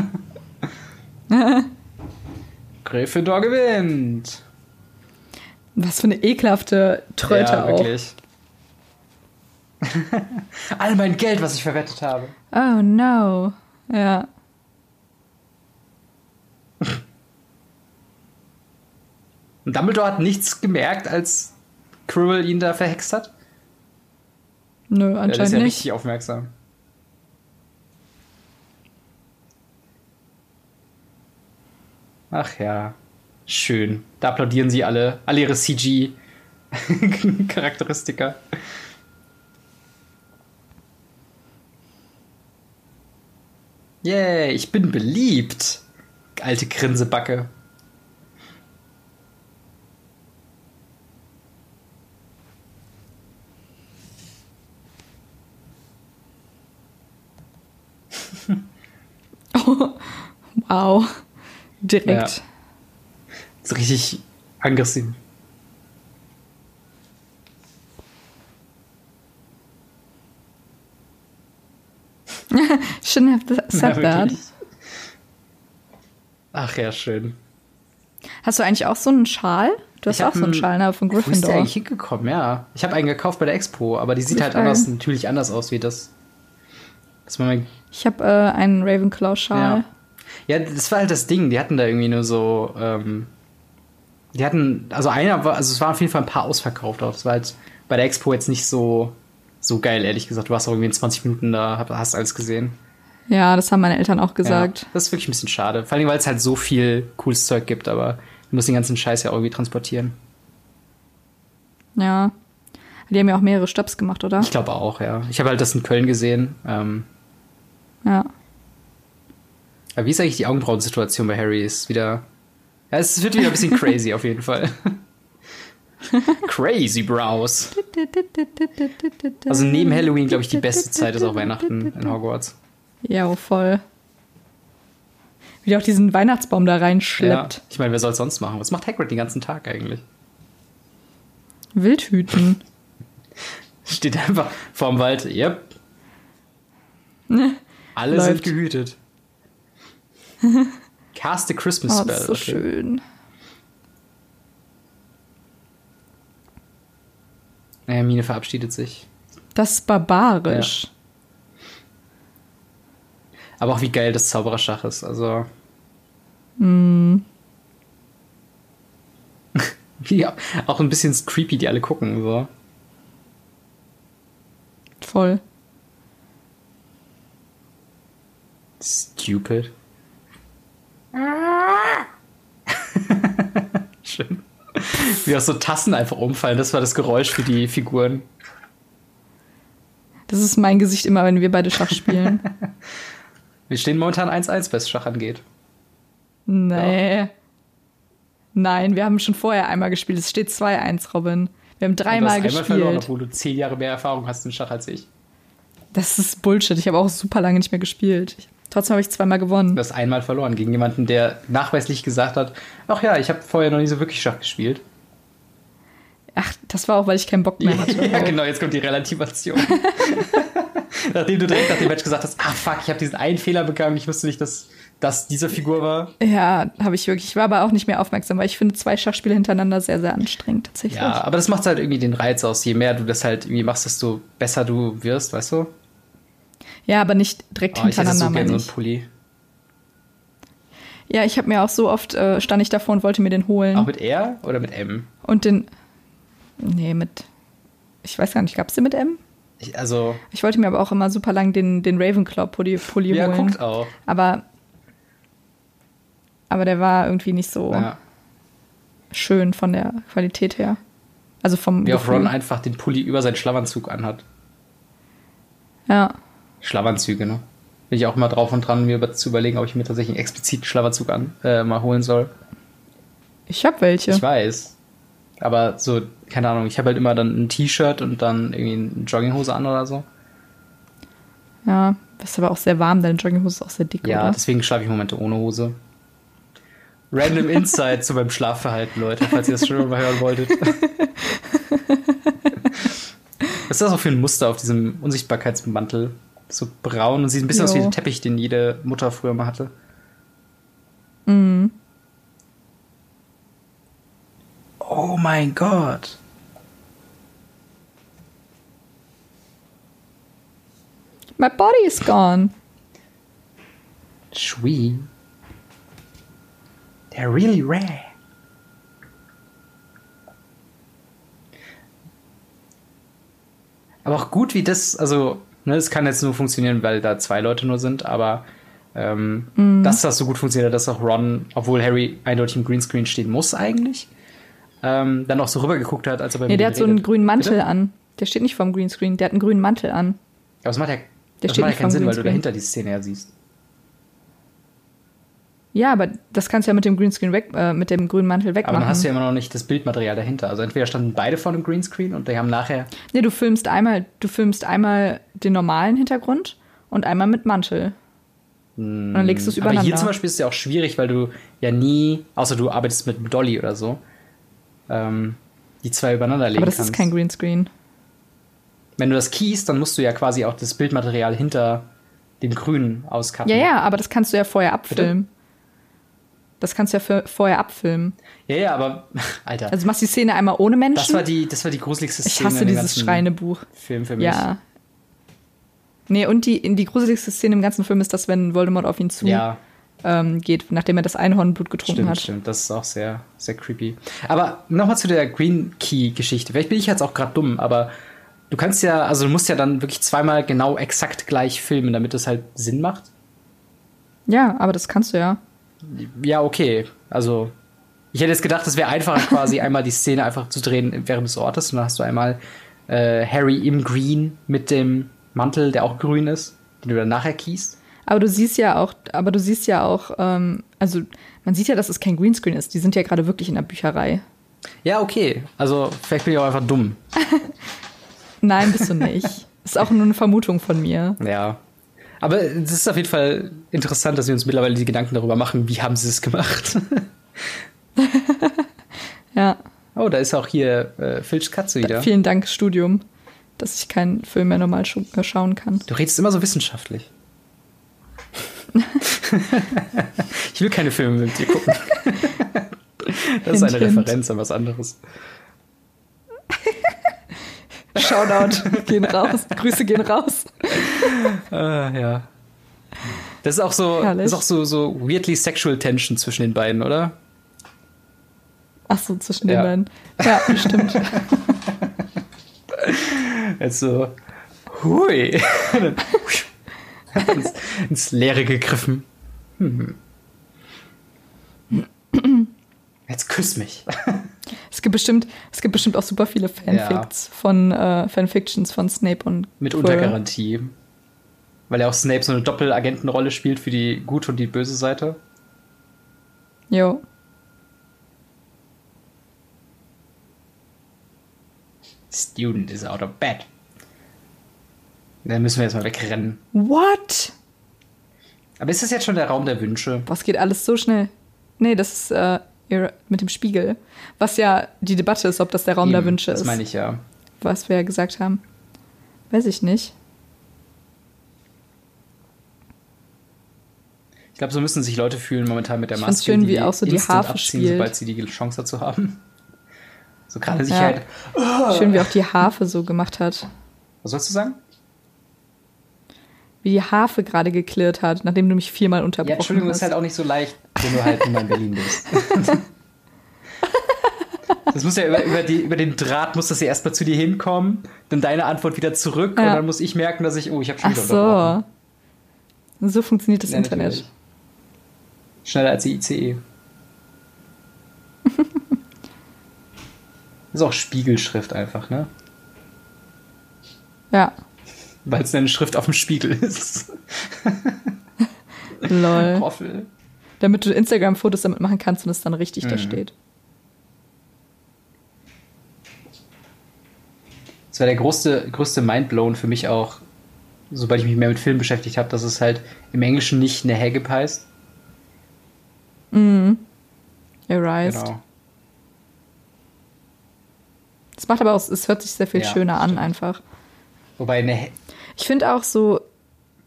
Speaker 1: Gryffindor gewinnt.
Speaker 2: Was für eine ekelhafte Tröte
Speaker 1: ja,
Speaker 2: auch.
Speaker 1: wirklich. [laughs] All mein Geld, was ich verwettet habe.
Speaker 2: Oh no. Ja.
Speaker 1: Und Dumbledore hat nichts gemerkt, als Quirrell ihn da verhext hat?
Speaker 2: Nö, anscheinend
Speaker 1: Er ist ja
Speaker 2: nicht.
Speaker 1: richtig aufmerksam. Ach ja, schön. Da applaudieren sie alle, alle ihre CG-Charakteristika. Yay, ich bin beliebt. Alte Grinsebacke.
Speaker 2: Wow. Direkt.
Speaker 1: So richtig aggressiv.
Speaker 2: Shouldn't have
Speaker 1: [laughs]
Speaker 2: said
Speaker 1: Ja,
Speaker 2: that.
Speaker 1: wirklich. Ach ja, schön.
Speaker 2: Hast du eigentlich auch so einen Schal? Du hast
Speaker 1: Ich hab
Speaker 2: auch so einen
Speaker 1: einen-
Speaker 2: Schal, ne? Von
Speaker 1: Wo ist der
Speaker 2: Gryffindor.
Speaker 1: eigentlich hingekommen? Ja. Ich habe einen gekauft bei der Expo, aber die sieht
Speaker 2: Gute
Speaker 1: halt
Speaker 2: Frage.
Speaker 1: anders, natürlich anders aus wie das. Das war mein.
Speaker 2: Ich habe äh, einen Ravenclaw-Schal.
Speaker 1: Ja. ja, das war halt das Ding. Die hatten da irgendwie nur so. Ähm, die hatten. Also einer war. Also es waren auf jeden Fall ein paar ausverkauft. Aber das war halt bei der Expo jetzt nicht so. So geil, ehrlich gesagt. Du warst auch irgendwie in 20 Minuten da, hab- hast alles gesehen.
Speaker 2: Ja. das haben meine Eltern auch gesagt.
Speaker 1: Ja, das ist wirklich ein bisschen schade. Vor allem, weil es halt so viel cooles Zeug gibt, aber du musst den ganzen Scheiß ja irgendwie transportieren.
Speaker 2: Ja. Die haben ja auch mehrere Stops gemacht, oder?
Speaker 1: Ich glaube auch, ja. Ich habe halt das in Köln gesehen. Ähm,
Speaker 2: Ja.
Speaker 1: aber wie ist eigentlich die Augenbrauensituation bei Harry? Ist wieder. Ja, es wird wieder ein bisschen crazy auf jeden
Speaker 2: [laughs]
Speaker 1: Fall. crazy Brows. Also neben Halloween, glaube ich, die beste Zeit ist auch Weihnachten in Hogwarts.
Speaker 2: Ja, oh, voll. Wie der auch diesen Weihnachtsbaum da
Speaker 1: Ja,
Speaker 2: reinschleppt.
Speaker 1: ich meine, wer soll es sonst machen? Was macht Hagrid den ganzen Tag eigentlich?
Speaker 2: Wildhüten.
Speaker 1: Steht einfach vorm Wald, yep.
Speaker 2: [laughs]
Speaker 1: Alle
Speaker 2: Läuft.
Speaker 1: sind
Speaker 2: [laughs]
Speaker 1: gehütet. Cast a Christmas
Speaker 2: Oh,
Speaker 1: Spell.
Speaker 2: das ist so
Speaker 1: okay.
Speaker 2: schön.
Speaker 1: Hermine verabschiedet sich.
Speaker 2: Das ist barbarisch.
Speaker 1: Aber auch wie geil das Zaubererschach ist. Also. [laughs] ja, auch ein bisschen creepy, die alle gucken. So.
Speaker 2: Voll.
Speaker 1: Stupid. [laughs] Schön. Wie auch so Tassen einfach umfallen. Das war das Geräusch für die Figuren.
Speaker 2: Das ist mein Gesicht immer, wenn wir beide Schach
Speaker 1: [laughs]
Speaker 2: spielen.
Speaker 1: Wir stehen momentan 1-1, was Schach angeht.
Speaker 2: Nee. Nein, wir haben schon vorher einmal gespielt. Es steht 2-1, Robin. Wir haben
Speaker 1: Und du hast
Speaker 2: dreimal
Speaker 1: einmal verloren,
Speaker 2: gespielt.
Speaker 1: obwohl du zehn Jahre mehr Erfahrung hast in Schach als ich.
Speaker 2: Das ist Bullshit. Ich habe auch super lange nicht mehr gespielt. Ich, trotzdem habe ich zweimal gewonnen.
Speaker 1: Du hast einmal verloren gegen jemanden, der nachweislich gesagt hat, ach ja, ich habe vorher noch nie so wirklich Schach gespielt.
Speaker 2: Ach, das war auch, weil ich keinen
Speaker 1: [laughs]
Speaker 2: Bock mehr hatte.
Speaker 1: ja, genau, jetzt kommt die [laughs] Relativation. Nachdem du direkt nach dem Match gesagt hast, ah fuck, ich habe diesen einen Fehler begangen, ich wusste nicht, dass das diese Figur war.
Speaker 2: Ja, habe ich wirklich. Ich war aber auch nicht mehr aufmerksam, weil ich finde zwei Schachspiele hintereinander sehr, sehr anstrengend tatsächlich.
Speaker 1: Ja, aber das macht halt irgendwie den Reiz aus. Je mehr du das halt irgendwie machst, desto besser du wirst, weißt du? Oh,
Speaker 2: Ja, aber nicht direkt
Speaker 1: ich hätte
Speaker 2: hintereinander,
Speaker 1: so gerne so
Speaker 2: meine
Speaker 1: einen
Speaker 2: ich.
Speaker 1: Pulli.
Speaker 2: Ja, ich habe mir auch so oft, äh, stand ich davor und wollte mir den holen.
Speaker 1: Auch mit R oder mit M?
Speaker 2: und den. Nee, mit. Ich weiß gar nicht, gab's den mit M?
Speaker 1: Ich, also,
Speaker 2: Ich wollte mir aber auch immer super lang den, den Ravenclaw-Pulli Pulli
Speaker 1: ja,
Speaker 2: holen.
Speaker 1: guckt auch.
Speaker 2: Aber. Aber der war irgendwie nicht so
Speaker 1: Ja.
Speaker 2: schön von der Qualität her. Also vom.
Speaker 1: Wie auch
Speaker 2: Gefühl.
Speaker 1: Ron einfach den Pulli über seinen Schlafanzug anhat.
Speaker 2: ja.
Speaker 1: Schlafanzüge, ne? Bin ich auch immer drauf und dran, mir über zu überlegen, ob ich mir tatsächlich einen expliziten Schlafanzug an, äh, mal holen soll.
Speaker 2: Ich hab welche.
Speaker 1: Ich weiß. Aber so, keine Ahnung, ich habe halt immer dann ein T-Shirt und dann irgendwie eine Jogginghose an oder so.
Speaker 2: Ja. Ist aber auch sehr warm, deine Jogginghose ist auch sehr dick,
Speaker 1: Ja,
Speaker 2: oder?
Speaker 1: deswegen schlafe ich Momente ohne Hose. Random Insight zu meinem Schlafverhalten, Leute, falls ihr das schon mal hören wolltet. Was ist das auch für ein Muster auf diesem Unsichtbarkeitsmantel? So braun und sieht ein bisschen aus wie
Speaker 2: Jo.
Speaker 1: der Teppich, den jede Mutter früher mal hatte. Oh mein Gott.
Speaker 2: My body is gone.
Speaker 1: Schwie. They're really rare. Aber auch gut, wie das, also, ne, es kann jetzt nur funktionieren, weil da zwei Leute nur sind, aber ähm,
Speaker 2: Mhm.
Speaker 1: mm. dass das so gut funktioniert, dass auch Ron, obwohl Harry eindeutig im Greenscreen stehen muss eigentlich, ähm, dann auch so rübergeguckt hat, als er bei
Speaker 2: nee, mir. der hat so einen grünen Mantel Bitte? an. Der steht nicht vom Greenscreen, der hat einen grünen Mantel an.
Speaker 1: Aber es macht ja, der das macht ja keinen Sinn, weil du dahinter die Szene ja siehst.
Speaker 2: Ja, aber das kannst du ja mit dem Greenscreen weg, äh, mit dem grünen Mantel wegmachen.
Speaker 1: Aber dann hast du ja immer noch nicht das Bildmaterial dahinter. Also entweder standen beide vor dem Greenscreen und die haben nachher.
Speaker 2: Nee, du filmst einmal, du filmst einmal den normalen Hintergrund und einmal mit Mantel.
Speaker 1: Hm. Und dann legst du es übereinander. Aber hier zum Beispiel ist es ja auch schwierig, weil du ja nie, außer du arbeitest mit Dolly oder so, ähm, die zwei übereinander legen
Speaker 2: Aber das
Speaker 1: kannst.
Speaker 2: ist kein Greenscreen.
Speaker 1: Wenn du das keyst, dann musst du ja quasi auch das Bildmaterial hinter dem Grünen auskappen.
Speaker 2: Ja, ja, aber das kannst du ja vorher abfilmen. Bitte? Das kannst du ja für, vorher abfilmen.
Speaker 1: Ja, ja, aber, [laughs] Alter.
Speaker 2: Also du machst die Szene einmal ohne Menschen.
Speaker 1: Das war die, das war die gruseligste Szene.
Speaker 2: Ich hasse dieses Schreinebuch.
Speaker 1: Film für
Speaker 2: mich. Ja. Nee, und die, die gruseligste Szene im ganzen Film ist das, wenn Voldemort auf ihn zu ja. ähm, geht, nachdem er das Einhornblut getrunken
Speaker 1: stimmt,
Speaker 2: hat.
Speaker 1: Stimmt, das ist auch sehr, sehr creepy. Aber nochmal zu der Green Key-Geschichte. Vielleicht bin ich jetzt auch gerade dumm, aber du kannst ja, also du musst ja dann wirklich zweimal genau exakt gleich filmen, damit das halt Sinn macht.
Speaker 2: Ja, aber das kannst du ja
Speaker 1: ja, okay. Also, ich hätte jetzt gedacht, es wäre einfacher, quasi einmal die Szene einfach zu drehen während des Ortes. Und dann hast du einmal äh, Harry im Green mit dem Mantel, der auch grün ist, den du dann nachher kiest.
Speaker 2: Aber du siehst ja auch, aber du siehst ja auch, ähm, also man sieht ja, dass es kein Greenscreen ist. Die sind ja gerade wirklich in der Bücherei.
Speaker 1: Ja, okay. Also, vielleicht bin ich auch einfach dumm.
Speaker 2: Nein, bist du nicht. ist auch nur eine Vermutung von mir.
Speaker 1: Ja, aber es ist auf jeden Fall interessant, dass wir uns mittlerweile die Gedanken darüber machen, wie haben sie es gemacht. [laughs]
Speaker 2: ja.
Speaker 1: Oh, da ist auch hier äh, Filchs Katze wieder.
Speaker 2: vielen Dank, Studium, dass ich keinen Film mehr normal sch schauen kann.
Speaker 1: Du redest immer so [laughs] wissenschaftlich. ich will keine Filme mit dir [laughs] gucken. das ist eine hint, Referenz hint. an was anderes.
Speaker 2: Shoutout, gehen raus. Grüße gehen raus.
Speaker 1: äh, ja. Das ist auch so, Herrlich. ist auch so, so weirdly sexual tension zwischen den beiden, oder?
Speaker 2: Ach so, zwischen ja. den beiden. Ja, stimmt.
Speaker 1: Jetzt so, hui. ins, ins Leere gegriffen. Hm. Jetzt küss mich.
Speaker 2: es, gibt bestimmt, es gibt bestimmt auch super viele Fanfics ja. von äh, Fanfictions von Snape und
Speaker 1: Mitunter Quirrell. Garantie. Weil ja auch Snape so eine Doppelagentenrolle spielt für die gute und die böse Seite.
Speaker 2: Jo.
Speaker 1: Student is out of bed. Dann müssen wir jetzt mal wegrennen.
Speaker 2: What?
Speaker 1: Aber ist das jetzt schon der Raum der Wünsche?
Speaker 2: Was geht alles so schnell? Nee, das ist äh, mit dem Spiegel. Was ja die Debatte ist, ob das der Raum Eben, der Wünsche ist.
Speaker 1: Das meine ich ja.
Speaker 2: Was wir ja gesagt haben. Weiß ich nicht.
Speaker 1: Ich glaube, so müssen sich Leute fühlen momentan mit der
Speaker 2: ich
Speaker 1: Maske.
Speaker 2: Ich schön, wie auch so die Harfe
Speaker 1: abziehen,
Speaker 2: spielt.
Speaker 1: sobald sie die Chance dazu haben. So gerade halt, Sicherheit.
Speaker 2: Ja. Schön, wie auch die Harfe so gemacht hat.
Speaker 1: Was sollst du sagen?
Speaker 2: Wie die Harfe gerade geklirrt hat, nachdem du mich viermal unterbrochen hast. Ja,
Speaker 1: Entschuldigung,
Speaker 2: hast.
Speaker 1: ist halt auch nicht so leicht, wenn du halt nur in Berlin
Speaker 2: [laughs]
Speaker 1: bist. Das muss ja über, über, die, über den Draht muss das ja erstmal zu dir hinkommen, dann deine Antwort wieder zurück ja. und dann muss ich merken, dass ich, oh, ich habe schon wieder
Speaker 2: Ach so. So funktioniert das ja, Internet. Natürlich.
Speaker 1: Schneller als die E.
Speaker 2: [laughs]
Speaker 1: ICE. ist auch Spiegelschrift einfach, ne?
Speaker 2: Ja.
Speaker 1: Weil es eine Schrift auf dem Spiegel ist.
Speaker 2: [laughs] Lol.
Speaker 1: Roffel.
Speaker 2: Damit du Instagram-Fotos damit machen kannst und es dann richtig mhm. da steht.
Speaker 1: das war der größte, größte Mindblown für mich auch, sobald ich mich mehr mit Filmen beschäftigt habe, dass es halt im Englischen nicht eine Hagib heißt.
Speaker 2: Mhm. Erased. Genau. Das macht aber auch, es hört sich sehr viel ja, schöner stimmt. an einfach.
Speaker 1: Wobei eine
Speaker 2: Ich finde auch so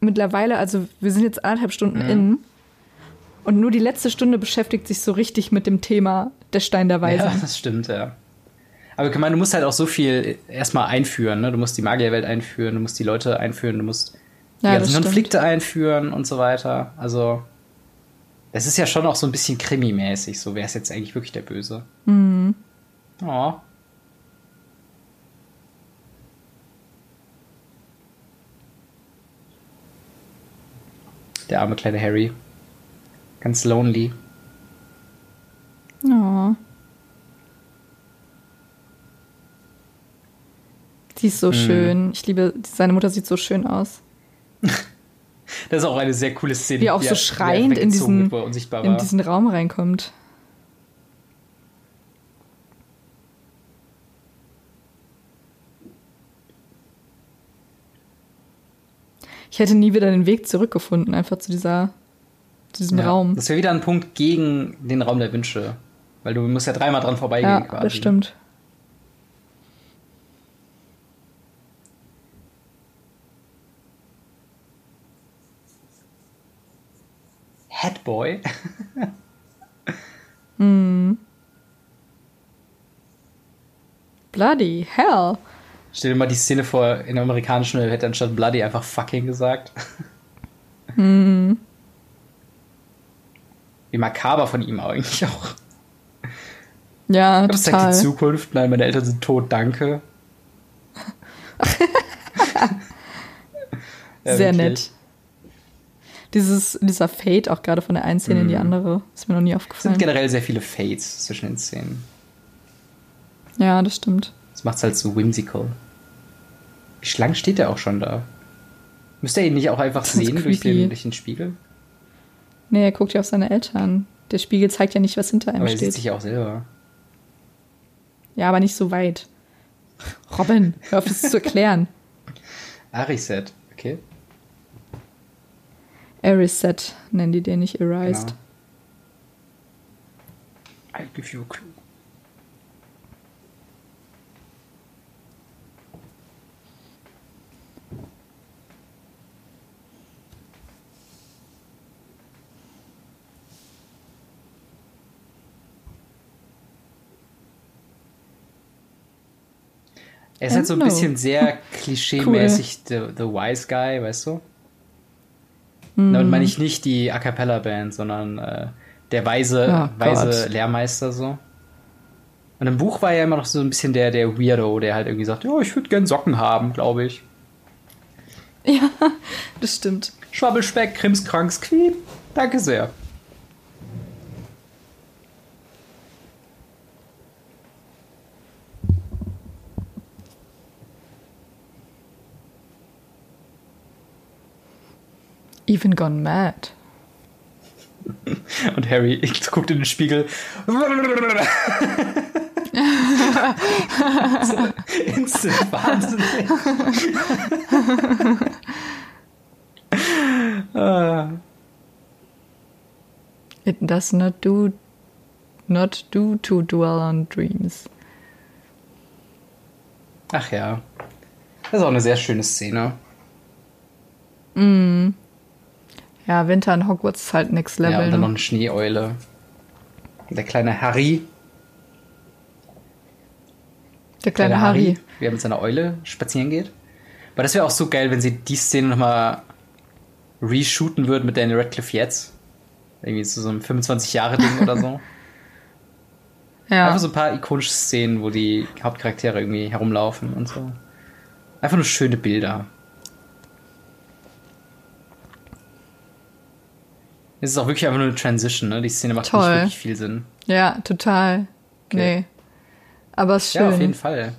Speaker 2: mittlerweile, also wir sind jetzt anderthalb Stunden mhm. in und nur die letzte Stunde beschäftigt sich so richtig mit dem Thema der Stein der Weisen.
Speaker 1: Ja, [laughs] das stimmt, ja. Aber ich meine, du musst halt auch so viel erstmal einführen. Ne? Du musst die Magierwelt einführen, du musst die Leute einführen, du musst die
Speaker 2: ja,
Speaker 1: ganzen Konflikte einführen und so weiter. Also, das ist ja schon auch so ein bisschen krimi-mäßig. So, wer ist jetzt eigentlich wirklich der Böse?
Speaker 2: Mhm.
Speaker 1: Oh. Der arme kleine Harry. Ganz lonely.
Speaker 2: Oh. Sie
Speaker 1: Mhm.
Speaker 2: ist so schön. Ich liebe, seine Mutter sieht so schön aus.
Speaker 1: Das ist auch eine sehr coole Szene.
Speaker 2: Wie er auch so
Speaker 1: er-
Speaker 2: schreiend
Speaker 1: er weggezogen
Speaker 2: in diesen,
Speaker 1: wird, wo er unsichtbar
Speaker 2: in
Speaker 1: war.
Speaker 2: diesen Raum reinkommt. Ich hätte nie wieder den Weg zurückgefunden, einfach zu dieser, zu diesem
Speaker 1: Ja.
Speaker 2: Raum.
Speaker 1: Das wäre wieder ein Punkt gegen den Raum der Wünsche. Weil du musst ja dreimal dran vorbeigehen
Speaker 2: Ja,
Speaker 1: quasi.
Speaker 2: das stimmt.
Speaker 1: Headboy.
Speaker 2: Bloody hell.
Speaker 1: Stell dir mal die Szene vor, in der amerikanischen Welt hätte anstatt Bloody einfach fucking gesagt.
Speaker 2: Mhm.
Speaker 1: Wie makaber von ihm eigentlich auch.
Speaker 2: Ja,
Speaker 1: Das zeigt
Speaker 2: total.
Speaker 1: die Zukunft. Nein, meine Eltern sind tot, danke. Ja,
Speaker 2: [laughs]
Speaker 1: wirklich.
Speaker 2: Sehr nett. Dieses, dieser Fade auch gerade von der einen Szene in
Speaker 1: Mhm.
Speaker 2: die andere. Ist mir noch nie
Speaker 1: Es sind
Speaker 2: aufgefallen.
Speaker 1: generell sehr viele Fates zwischen den Szenen.
Speaker 2: Ja, das stimmt.
Speaker 1: Das macht's halt so whimsical. Wie lange steht er auch schon da? Müsste er ihn nicht auch einfach
Speaker 2: ist
Speaker 1: sehen durch
Speaker 2: creepy.
Speaker 1: den, durch den Spiegel?
Speaker 2: Nee, er guckt ja auf seine Eltern. Der Spiegel zeigt ja nicht, was hinter einem
Speaker 1: Aber er sieht
Speaker 2: steht.
Speaker 1: sich ja auch selber.
Speaker 2: Ja, aber nicht so weit. Robin, hör auf, das zu [laughs] erklären.
Speaker 1: Ariset, okay.
Speaker 2: Ariset nennen die den nicht Erased.
Speaker 1: Genau. I'll give you a clue. Er ist
Speaker 2: I
Speaker 1: halt so ein
Speaker 2: don't know.
Speaker 1: bisschen sehr klischee-mäßig the, the Wise Guy, weißt du? Damit
Speaker 2: Mhm.
Speaker 1: meine ich nicht die A Cappella-Band, sondern äh, der weise,
Speaker 2: Oh
Speaker 1: weise
Speaker 2: Gott.
Speaker 1: Lehrmeister so. Und im Buch war er immer noch so ein bisschen der, der Weirdo, der halt irgendwie sagt, ja, ich würde gern Socken haben, glaube ich.
Speaker 2: Ja, das stimmt.
Speaker 1: Schwabbelspeck, Krimskranks, Quiep, danke sehr.
Speaker 2: Even gone mad.
Speaker 1: Und Harry [laughs] guckt in den Spiegel.
Speaker 2: [laughs]
Speaker 1: Instant wahnsinnig. Ah.
Speaker 2: It does not do not do to dwell on dreams.
Speaker 1: Ach ja. Das ist auch eine sehr schöne Szene.
Speaker 2: Ja, Winter in Hogwarts ist halt next
Speaker 1: Ja,
Speaker 2: level.
Speaker 1: und dann noch
Speaker 2: ne?
Speaker 1: eine Schneeeule. Der kleine Harry.
Speaker 2: Der kleine Harry.
Speaker 1: Wie er mit seiner Eule spazieren geht. Aber das wäre auch so geil, wenn sie die Szene nochmal reshooten würden mit Daniel Radcliffe jetzt. Irgendwie zu so einem 25-Jahre-Ding oder
Speaker 2: [laughs]
Speaker 1: so.
Speaker 2: Ja.
Speaker 1: Einfach so ein paar ikonische Szenen, wo die Hauptcharaktere irgendwie herumlaufen und so. Einfach nur schöne Bilder. Es ist auch wirklich einfach nur eine Transition, ne? Die Szene macht
Speaker 2: Toll.
Speaker 1: nicht wirklich viel Sinn.
Speaker 2: ja, total.
Speaker 1: Okay.
Speaker 2: Nee. Aber es ist schön.
Speaker 1: Ja, auf jeden Fall.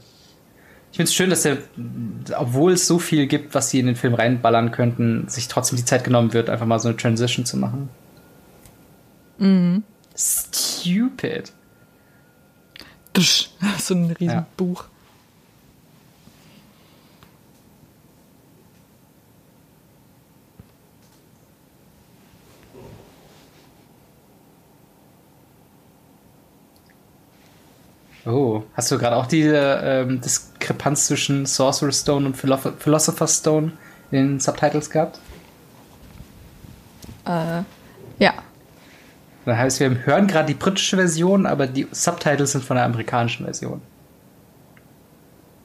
Speaker 1: Ich finde es schön, dass der, obwohl es so viel gibt, was sie in den Film reinballern könnten, sich trotzdem die Zeit genommen wird, einfach mal so eine Transition zu machen. Mhm. Stupid.
Speaker 2: Dusch. [laughs] So ein riesen
Speaker 1: Ja.
Speaker 2: Buch.
Speaker 1: Oh, hast du gerade auch diese ähm, Diskrepanz zwischen Sorcerer's Stone und Philosoph- Philosopher's Stone in den Subtitles gehabt?
Speaker 2: Ja.
Speaker 1: Dann heißt, wir hören gerade die britische Version, aber die Subtitles sind von der amerikanischen Version.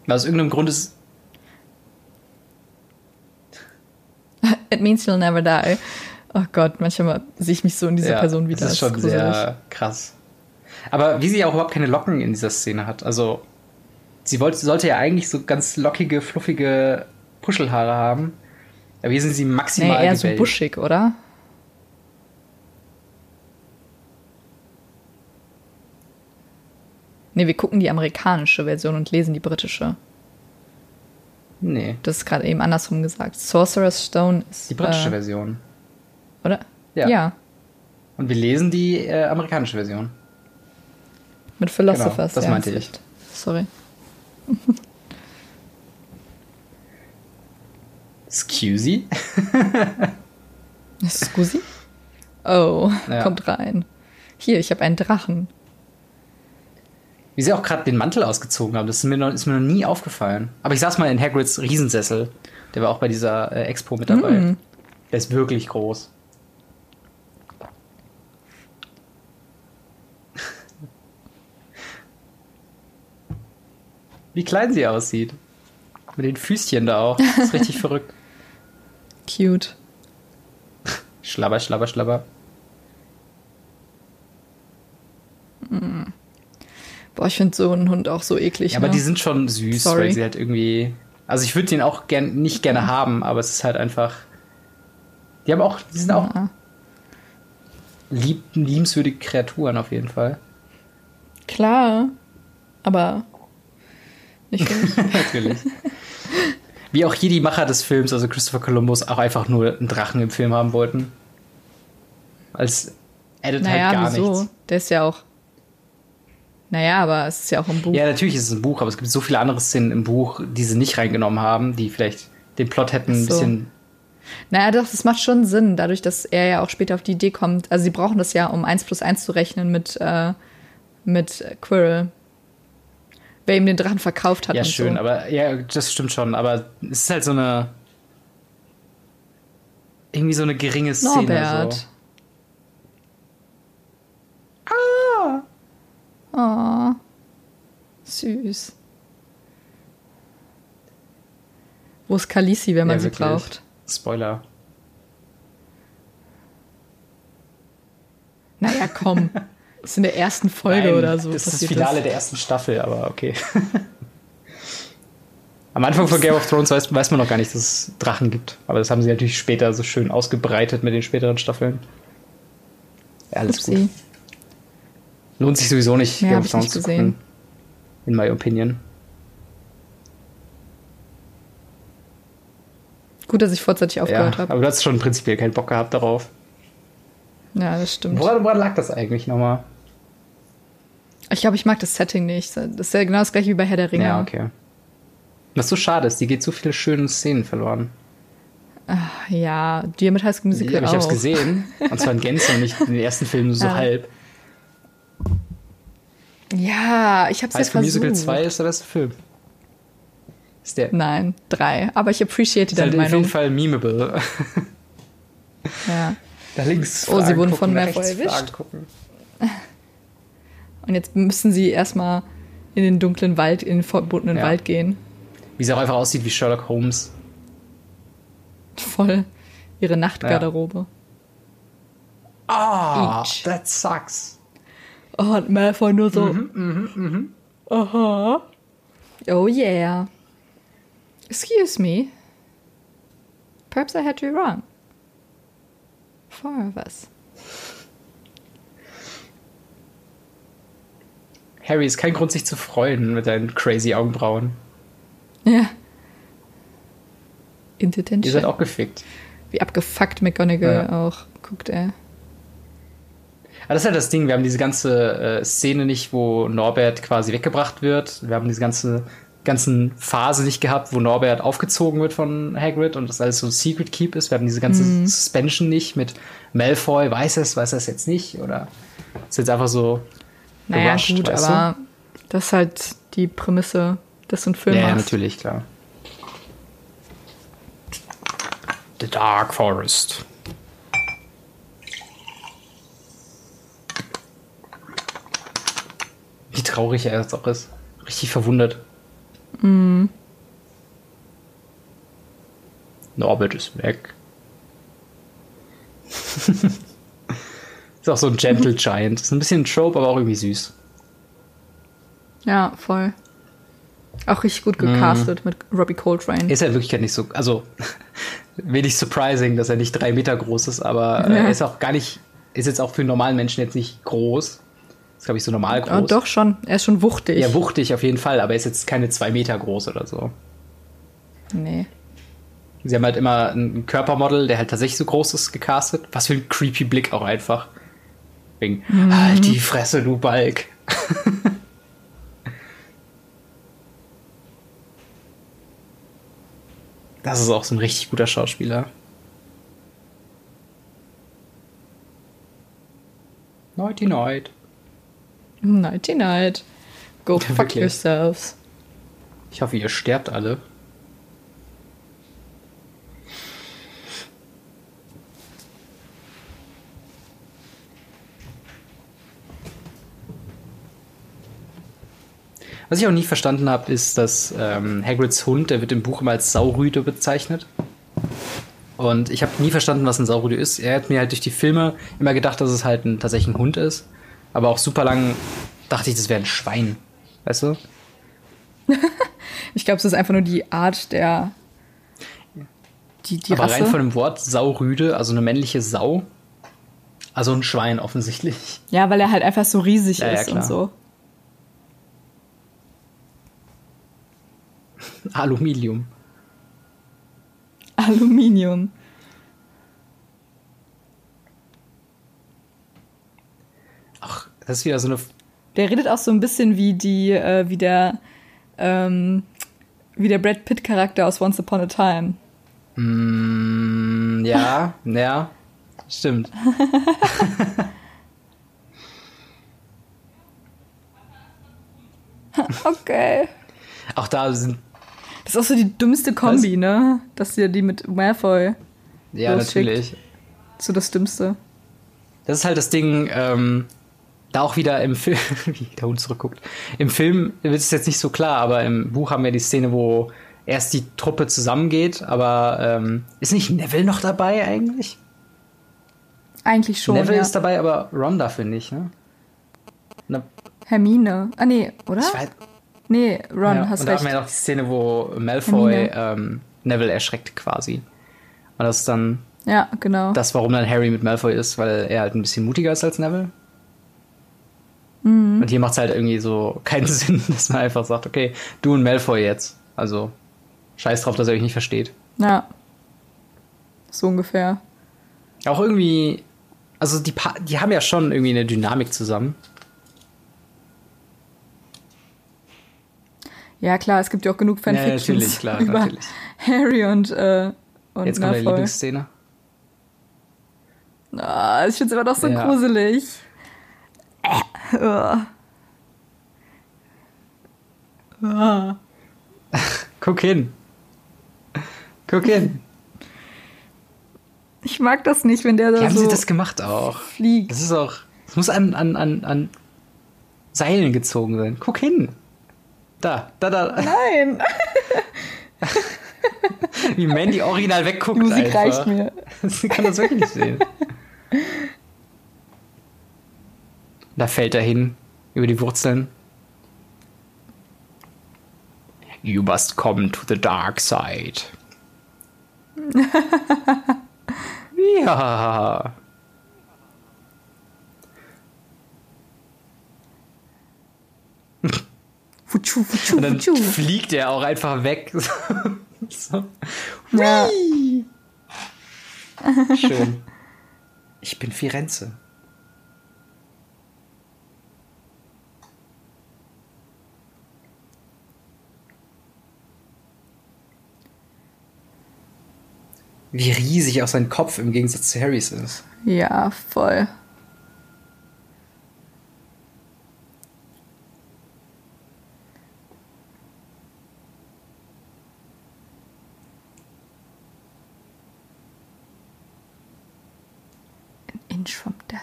Speaker 1: Aus irgendeinem Grund ist
Speaker 2: It means you'll never die. Oh Gott, manchmal sehe ich mich so in dieser Person wieder.
Speaker 1: Das ist schon
Speaker 2: gruselig.
Speaker 1: sehr krass. Aber wie sie auch überhaupt keine Locken in dieser Szene hat. Also, sie wollte, sollte ja eigentlich so ganz lockige, fluffige Puschelhaare haben. Aber hier sind sie
Speaker 2: Nee,
Speaker 1: maximal
Speaker 2: eher so
Speaker 1: gewellt.
Speaker 2: buschig, oder? Nee, wir gucken die amerikanische Version und lesen die britische.
Speaker 1: Nee.
Speaker 2: Das ist gerade eben andersrum gesagt. Sorcerer's Stone ist.
Speaker 1: Die britische
Speaker 2: äh,
Speaker 1: Version.
Speaker 2: Oder?
Speaker 1: Ja.
Speaker 2: ja.
Speaker 1: Und wir lesen die äh, amerikanische Version.
Speaker 2: Mit Philosophers.
Speaker 1: Genau, das
Speaker 2: ja,
Speaker 1: meinte
Speaker 2: hast
Speaker 1: ich.
Speaker 2: recht. Sorry.
Speaker 1: Scusi?
Speaker 2: Scusi? Oh,
Speaker 1: Ja.
Speaker 2: kommt rein. Hier, ich habe einen Drachen.
Speaker 1: Wie sie auch gerade den Mantel ausgezogen haben, das ist mir, noch, ist mir noch nie aufgefallen. Aber ich saß mal in Hagrids Riesensessel. Der war auch bei dieser äh, Expo mit dabei. Der ist wirklich groß. [laughs] Wie klein sie aussieht. Mit den Füßchen da auch. Das ist richtig verrückt.
Speaker 2: Cute.
Speaker 1: Schlabber, schlabber, schlabber.
Speaker 2: Boah, ich finde so einen Hund auch so eklig.
Speaker 1: Ja, aber
Speaker 2: ne?
Speaker 1: die sind schon süß,
Speaker 2: Sorry.
Speaker 1: weil sie halt irgendwie. Also ich würde den auch gern, nicht gerne haben, aber es ist halt einfach. Die haben auch, die sind auch
Speaker 2: Ja.
Speaker 1: lieb, liebenswürdige Kreaturen auf jeden Fall.
Speaker 2: Klar, aber
Speaker 1: [laughs]
Speaker 2: nicht für mich.
Speaker 1: Natürlich. Wie auch hier die Macher des Films, also Christopher Columbus, auch einfach nur einen Drachen im Film haben wollten. Als addet
Speaker 2: naja,
Speaker 1: halt gar
Speaker 2: wieso?
Speaker 1: nichts.
Speaker 2: Der ist ja auch. Naja, aber es ist ja auch im Buch.
Speaker 1: Ja, natürlich ist es ein Buch, aber es gibt so viele andere Szenen im Buch, die sie nicht reingenommen haben, die vielleicht den Plot hätten ein
Speaker 2: Ach so.
Speaker 1: bisschen.
Speaker 2: Naja, doch, das macht schon Sinn, dadurch, dass er ja auch später auf die Idee kommt. Also, sie brauchen das ja, um 1 plus 1 zu rechnen mit, äh, mit äh, Quirrell. Wer ihm den Drachen verkauft hat.
Speaker 1: Ja,
Speaker 2: und
Speaker 1: schön,
Speaker 2: so.
Speaker 1: aber ja, das stimmt schon, aber es ist halt so eine. Irgendwie so eine geringe Szene.
Speaker 2: Norbert.
Speaker 1: So.
Speaker 2: Ah. Oh. Süß. Wo ist Kalisi, wenn man
Speaker 1: Ja,
Speaker 2: sie
Speaker 1: wirklich.
Speaker 2: braucht?
Speaker 1: Spoiler.
Speaker 2: Naja, komm. ist in der ersten Folge
Speaker 1: Nein,
Speaker 2: oder so.
Speaker 1: Das ist das
Speaker 2: passiert
Speaker 1: Finale der ersten Staffel, aber okay. [laughs] Am Anfang von Game of Thrones weiß, weiß man noch gar nicht, dass es Drachen gibt. Aber das haben sie natürlich später so schön ausgebreitet mit den späteren Staffeln. Ja, alles
Speaker 2: Upsi.
Speaker 1: gut. Lohnt sich sowieso nicht,
Speaker 2: Mehr
Speaker 1: Game
Speaker 2: hab
Speaker 1: of
Speaker 2: ich
Speaker 1: Thrones
Speaker 2: nicht
Speaker 1: zu
Speaker 2: gesehen.
Speaker 1: gucken. In my opinion.
Speaker 2: Gut, dass ich vorzeitig
Speaker 1: Ja,
Speaker 2: aufgehört habe.
Speaker 1: aber du hast schon prinzipiell keinen Bock gehabt darauf.
Speaker 2: Ja, das stimmt.
Speaker 1: Woran, woran lag das eigentlich nochmal?
Speaker 2: Ich glaube, ich mag das Setting nicht. Das ist ja genau das gleiche wie bei Herr der Ringe.
Speaker 1: Ja, okay. Was so schade ist, die geht so viele schöne Szenen verloren.
Speaker 2: Ja, dir mit High School Musical
Speaker 1: Ja, aber ich
Speaker 2: auch.
Speaker 1: hab's gesehen. Und zwar in Gänze und nicht in den ersten Filmen so
Speaker 2: [laughs] Ja.
Speaker 1: halb.
Speaker 2: Ja, ich hab's ja
Speaker 1: High School
Speaker 2: versucht.
Speaker 1: Musical 2 ist der beste Film. Ist der.
Speaker 2: Nein, drei. Aber ich appreciate
Speaker 1: Ist halt
Speaker 2: deine
Speaker 1: auf jeden
Speaker 2: Meinung.
Speaker 1: Fall memeable.
Speaker 2: Ja.
Speaker 1: Da links.
Speaker 2: Oh, sie
Speaker 1: Fragen
Speaker 2: wurden
Speaker 1: gucken,
Speaker 2: von
Speaker 1: nach
Speaker 2: Malfoy
Speaker 1: rechts
Speaker 2: erwischt.
Speaker 1: Fragen gucken.
Speaker 2: Und jetzt müssen sie erstmal in den dunklen Wald, in den verbotenen
Speaker 1: Ja.
Speaker 2: Wald gehen.
Speaker 1: Wie sie auch einfach aussieht wie Sherlock Holmes.
Speaker 2: Voll ihre Nachtgarderobe.
Speaker 1: Ah,
Speaker 2: Each.
Speaker 1: that sucks.
Speaker 2: Oh, und Malfoy nur so.
Speaker 1: Mhm,
Speaker 2: Aha. Oh yeah. Excuse me. Perhaps I had you wrong. Four of us.
Speaker 1: Harry ist kein Grund, sich zu freuen mit deinen crazy Augenbrauen.
Speaker 2: Ja. In
Speaker 1: Ihr seid
Speaker 2: Detention.
Speaker 1: auch gefickt.
Speaker 2: Wie abgefuckt McGonagall
Speaker 1: Ja.
Speaker 2: auch guckt, er.
Speaker 1: Aber das ist halt das Ding, wir haben diese ganze äh, Szene nicht, wo Norbert quasi weggebracht wird. Wir haben diese ganze ganzen Phase nicht gehabt, wo Norbert aufgezogen wird von Hagrid und das alles so ein Secret Keep ist. Wir haben diese ganze
Speaker 2: Mhm.
Speaker 1: Suspension nicht mit Malfoy, weiß es, weiß er es jetzt nicht oder ist jetzt einfach so
Speaker 2: Naja,
Speaker 1: gerusht,
Speaker 2: gut,
Speaker 1: weißt
Speaker 2: aber das ist halt die Prämisse, dass du einen
Speaker 1: du?
Speaker 2: Film
Speaker 1: Ja, ja,
Speaker 2: machst.
Speaker 1: natürlich, klar. The Dark Forest. Wie traurig er jetzt auch ist. Richtig verwundert.
Speaker 2: Mhm.
Speaker 1: Norbert ist [laughs] weg. ist auch so ein Gentle Giant. Ist ein bisschen ein Trope, aber auch irgendwie süß.
Speaker 2: Ja, voll. Auch richtig gut gecastet mit Robbie Coltrane.
Speaker 1: Er Mhm. ist ja in Wirklichkeit nicht so, also [laughs] wenig surprising, dass er nicht drei Meter groß ist, aber äh,
Speaker 2: Ja.
Speaker 1: er ist auch gar nicht, ist jetzt auch für einen normalen Menschen jetzt nicht groß. Ist Ist, glaube ich, so normal groß.
Speaker 2: Ja, Ah, doch schon. Er ist schon wuchtig.
Speaker 1: Ja, wuchtig auf jeden Fall, aber er ist jetzt keine zwei Meter groß oder so.
Speaker 2: Nee.
Speaker 1: Sie haben halt immer ein Körpermodel, der halt tatsächlich so groß ist, gecastet. Was für ein creepy Blick auch einfach. Wegen, halt die Fresse, du Balk. [laughs] das ist auch so ein richtig guter Schauspieler. Nighty Night.
Speaker 2: Nighty night. Go
Speaker 1: Ja,
Speaker 2: fuck
Speaker 1: wirklich.
Speaker 2: yourselves.
Speaker 1: Ich hoffe, ihr sterbt alle. Was ich auch nie verstanden habe, ist, dass ähm, Hagrids Hund, der wird im Buch immer als Saurüde bezeichnet. Und ich habe nie verstanden, was ein Saurüde ist. Er hat mir halt durch die Filme immer gedacht, dass es halt ein, tatsächlich ein Hund ist. Aber auch super lang dachte ich, das wäre ein Schwein. Weißt du?
Speaker 2: Ich glaube, es ist einfach nur die Art der. Die, die
Speaker 1: Aber rein von
Speaker 2: Rasse.
Speaker 1: dem Wort Saurüde, also eine männliche Sau. Also ein Schwein offensichtlich. [laughs]
Speaker 2: Ja, weil er halt einfach so riesig
Speaker 1: Ja, ja,
Speaker 2: ist und
Speaker 1: klar.
Speaker 2: so.
Speaker 1: Aluminium.
Speaker 2: Aluminium.
Speaker 1: Ach, das ist wieder so eine.
Speaker 2: Der redet auch so ein bisschen wie die, äh, wie der, ähm, wie der Brad Pitt Charakter aus Once Upon a Time.
Speaker 1: Mm,
Speaker 2: [laughs]
Speaker 1: ja, ja. Stimmt.
Speaker 2: Okay.
Speaker 1: Auch da sind.
Speaker 2: Das ist auch so die dümmste Kombi, ne? Dass ja die mit Malfoy
Speaker 1: Ja,
Speaker 2: Losschickt.
Speaker 1: natürlich.
Speaker 2: so das dümmste.
Speaker 1: Das ist halt das Ding, ähm, da auch wieder im Film, [laughs] wie der Hund zurückguckt. Im Film wird es jetzt nicht so klar, aber im Buch haben wir die Szene, wo erst die Truppe zusammengeht, aber ähm, ist nicht Neville noch dabei eigentlich?
Speaker 2: Eigentlich schon.
Speaker 1: Neville
Speaker 2: ja.
Speaker 1: ist dabei, aber Ron dafür nicht, ne? Na,
Speaker 2: Hermine. Ah, nee, oder?
Speaker 1: ich weiß,
Speaker 2: nee, Ron,
Speaker 1: ja,
Speaker 2: hast
Speaker 1: und da
Speaker 2: recht.
Speaker 1: haben wir noch die Szene, wo Malfoy
Speaker 2: Hermine.
Speaker 1: ähm, Neville erschreckt quasi. Und das ist dann
Speaker 2: Ja, genau.
Speaker 1: das, warum dann Harry mit Malfoy ist, weil er halt ein bisschen mutiger ist als Neville.
Speaker 2: Mhm.
Speaker 1: Und hier macht es halt irgendwie so keinen [laughs] Sinn, dass man einfach sagt, okay, du und Malfoy jetzt. Also scheiß drauf, dass er euch nicht versteht.
Speaker 2: Ja. So ungefähr.
Speaker 1: Auch irgendwie, also die, pa die haben ja schon irgendwie eine Dynamik zusammen.
Speaker 2: Ja, klar, es gibt ja auch genug Fanfictions
Speaker 1: Ja, natürlich, klar,
Speaker 2: [laughs] über
Speaker 1: natürlich.
Speaker 2: Harry und, äh, und
Speaker 1: Jetzt kommt meine
Speaker 2: Malfoy.
Speaker 1: Lieblingsszene.
Speaker 2: Ah, ich finde es immer noch so
Speaker 1: Ja.
Speaker 2: gruselig. Äh, äh. Ah.
Speaker 1: Guck hin. Guck hin.
Speaker 2: Ich mag das nicht, wenn der
Speaker 1: Wie
Speaker 2: da
Speaker 1: haben
Speaker 2: so
Speaker 1: sie das gemacht auch?
Speaker 2: fliegt.
Speaker 1: Das ist auch. Es muss an, an, an, an Seilen gezogen sein. Guck hin. Da, da, da. [laughs]
Speaker 2: Nein,
Speaker 1: Wie Mandy original wegguckt.
Speaker 2: die [laughs] Musik
Speaker 1: einfach.
Speaker 2: reicht mir.
Speaker 1: [laughs] Sie kann das wirklich nicht sehen. Da fällt er hin. Über die Wurzeln. You must come to the dark
Speaker 2: [laughs]
Speaker 1: side. ja.
Speaker 2: Futschu, futschu,
Speaker 1: Und dann
Speaker 2: futschu.
Speaker 1: fliegt er auch einfach weg. [laughs] so.
Speaker 2: Ja.
Speaker 1: Schön. [laughs] Ich bin Firenze. Wie riesig auch sein Kopf im Gegensatz zu Harrys ist.
Speaker 2: ja, voll. An inch from death.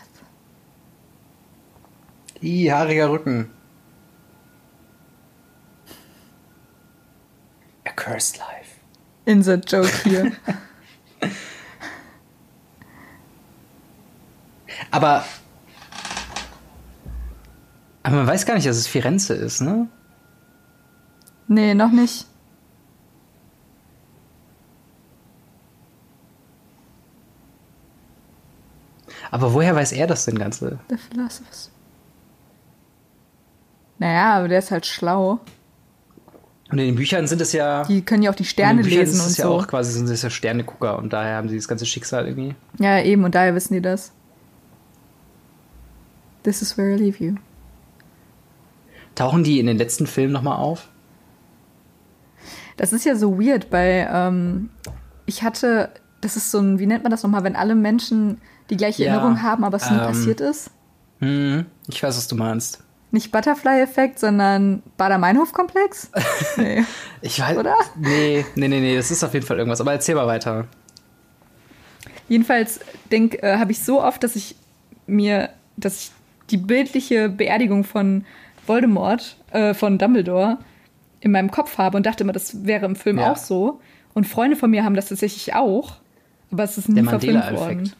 Speaker 1: I, haariger Rücken. A cursed life.
Speaker 2: Insert Joke
Speaker 1: [laughs]
Speaker 2: hier.
Speaker 1: Aber, aber man weiß gar nicht, dass es Firenze ist, ne?
Speaker 2: nee, noch nicht.
Speaker 1: Aber woher weiß er das denn Ganze?
Speaker 2: The Philosopher's. Naja, aber der ist halt schlau.
Speaker 1: Und in den Büchern sind es ja.
Speaker 2: Die können ja auch die Sterne
Speaker 1: in den Büchern
Speaker 2: lesen
Speaker 1: ist
Speaker 2: und
Speaker 1: es ja
Speaker 2: so.
Speaker 1: auch quasi sind es ja Sternegucker und daher haben sie das ganze Schicksal irgendwie.
Speaker 2: Ja, eben, und daher wissen die das. This is where I leave you.
Speaker 1: Tauchen die in den letzten Filmen nochmal auf?
Speaker 2: Das ist ja so weird, weil ähm, ich hatte, das ist so ein, wie nennt man das nochmal, wenn alle Menschen die gleiche
Speaker 1: Ja,
Speaker 2: Erinnerung haben, aber es nie
Speaker 1: ähm,
Speaker 2: passiert ist?
Speaker 1: Hm, ich weiß, was du meinst.
Speaker 2: Nicht Butterfly-Effekt, sondern
Speaker 1: [laughs]
Speaker 2: Bader-Meinhof-Komplex? Nee.
Speaker 1: Ich weiß.
Speaker 2: Oder?
Speaker 1: Nee, nee, nee, nee, das ist auf jeden Fall irgendwas. Aber erzähl mal weiter.
Speaker 2: Jedenfalls denk, äh, habe ich so oft, dass ich mir, dass ich die bildliche Beerdigung von Voldemort, äh, von Dumbledore, in meinem Kopf habe und dachte immer, das wäre im Film
Speaker 1: Ja.
Speaker 2: auch so. Und Freunde von mir haben das tatsächlich auch, aber es ist nie
Speaker 1: Der
Speaker 2: verfilmt worden.
Speaker 1: Mandela-Effekt.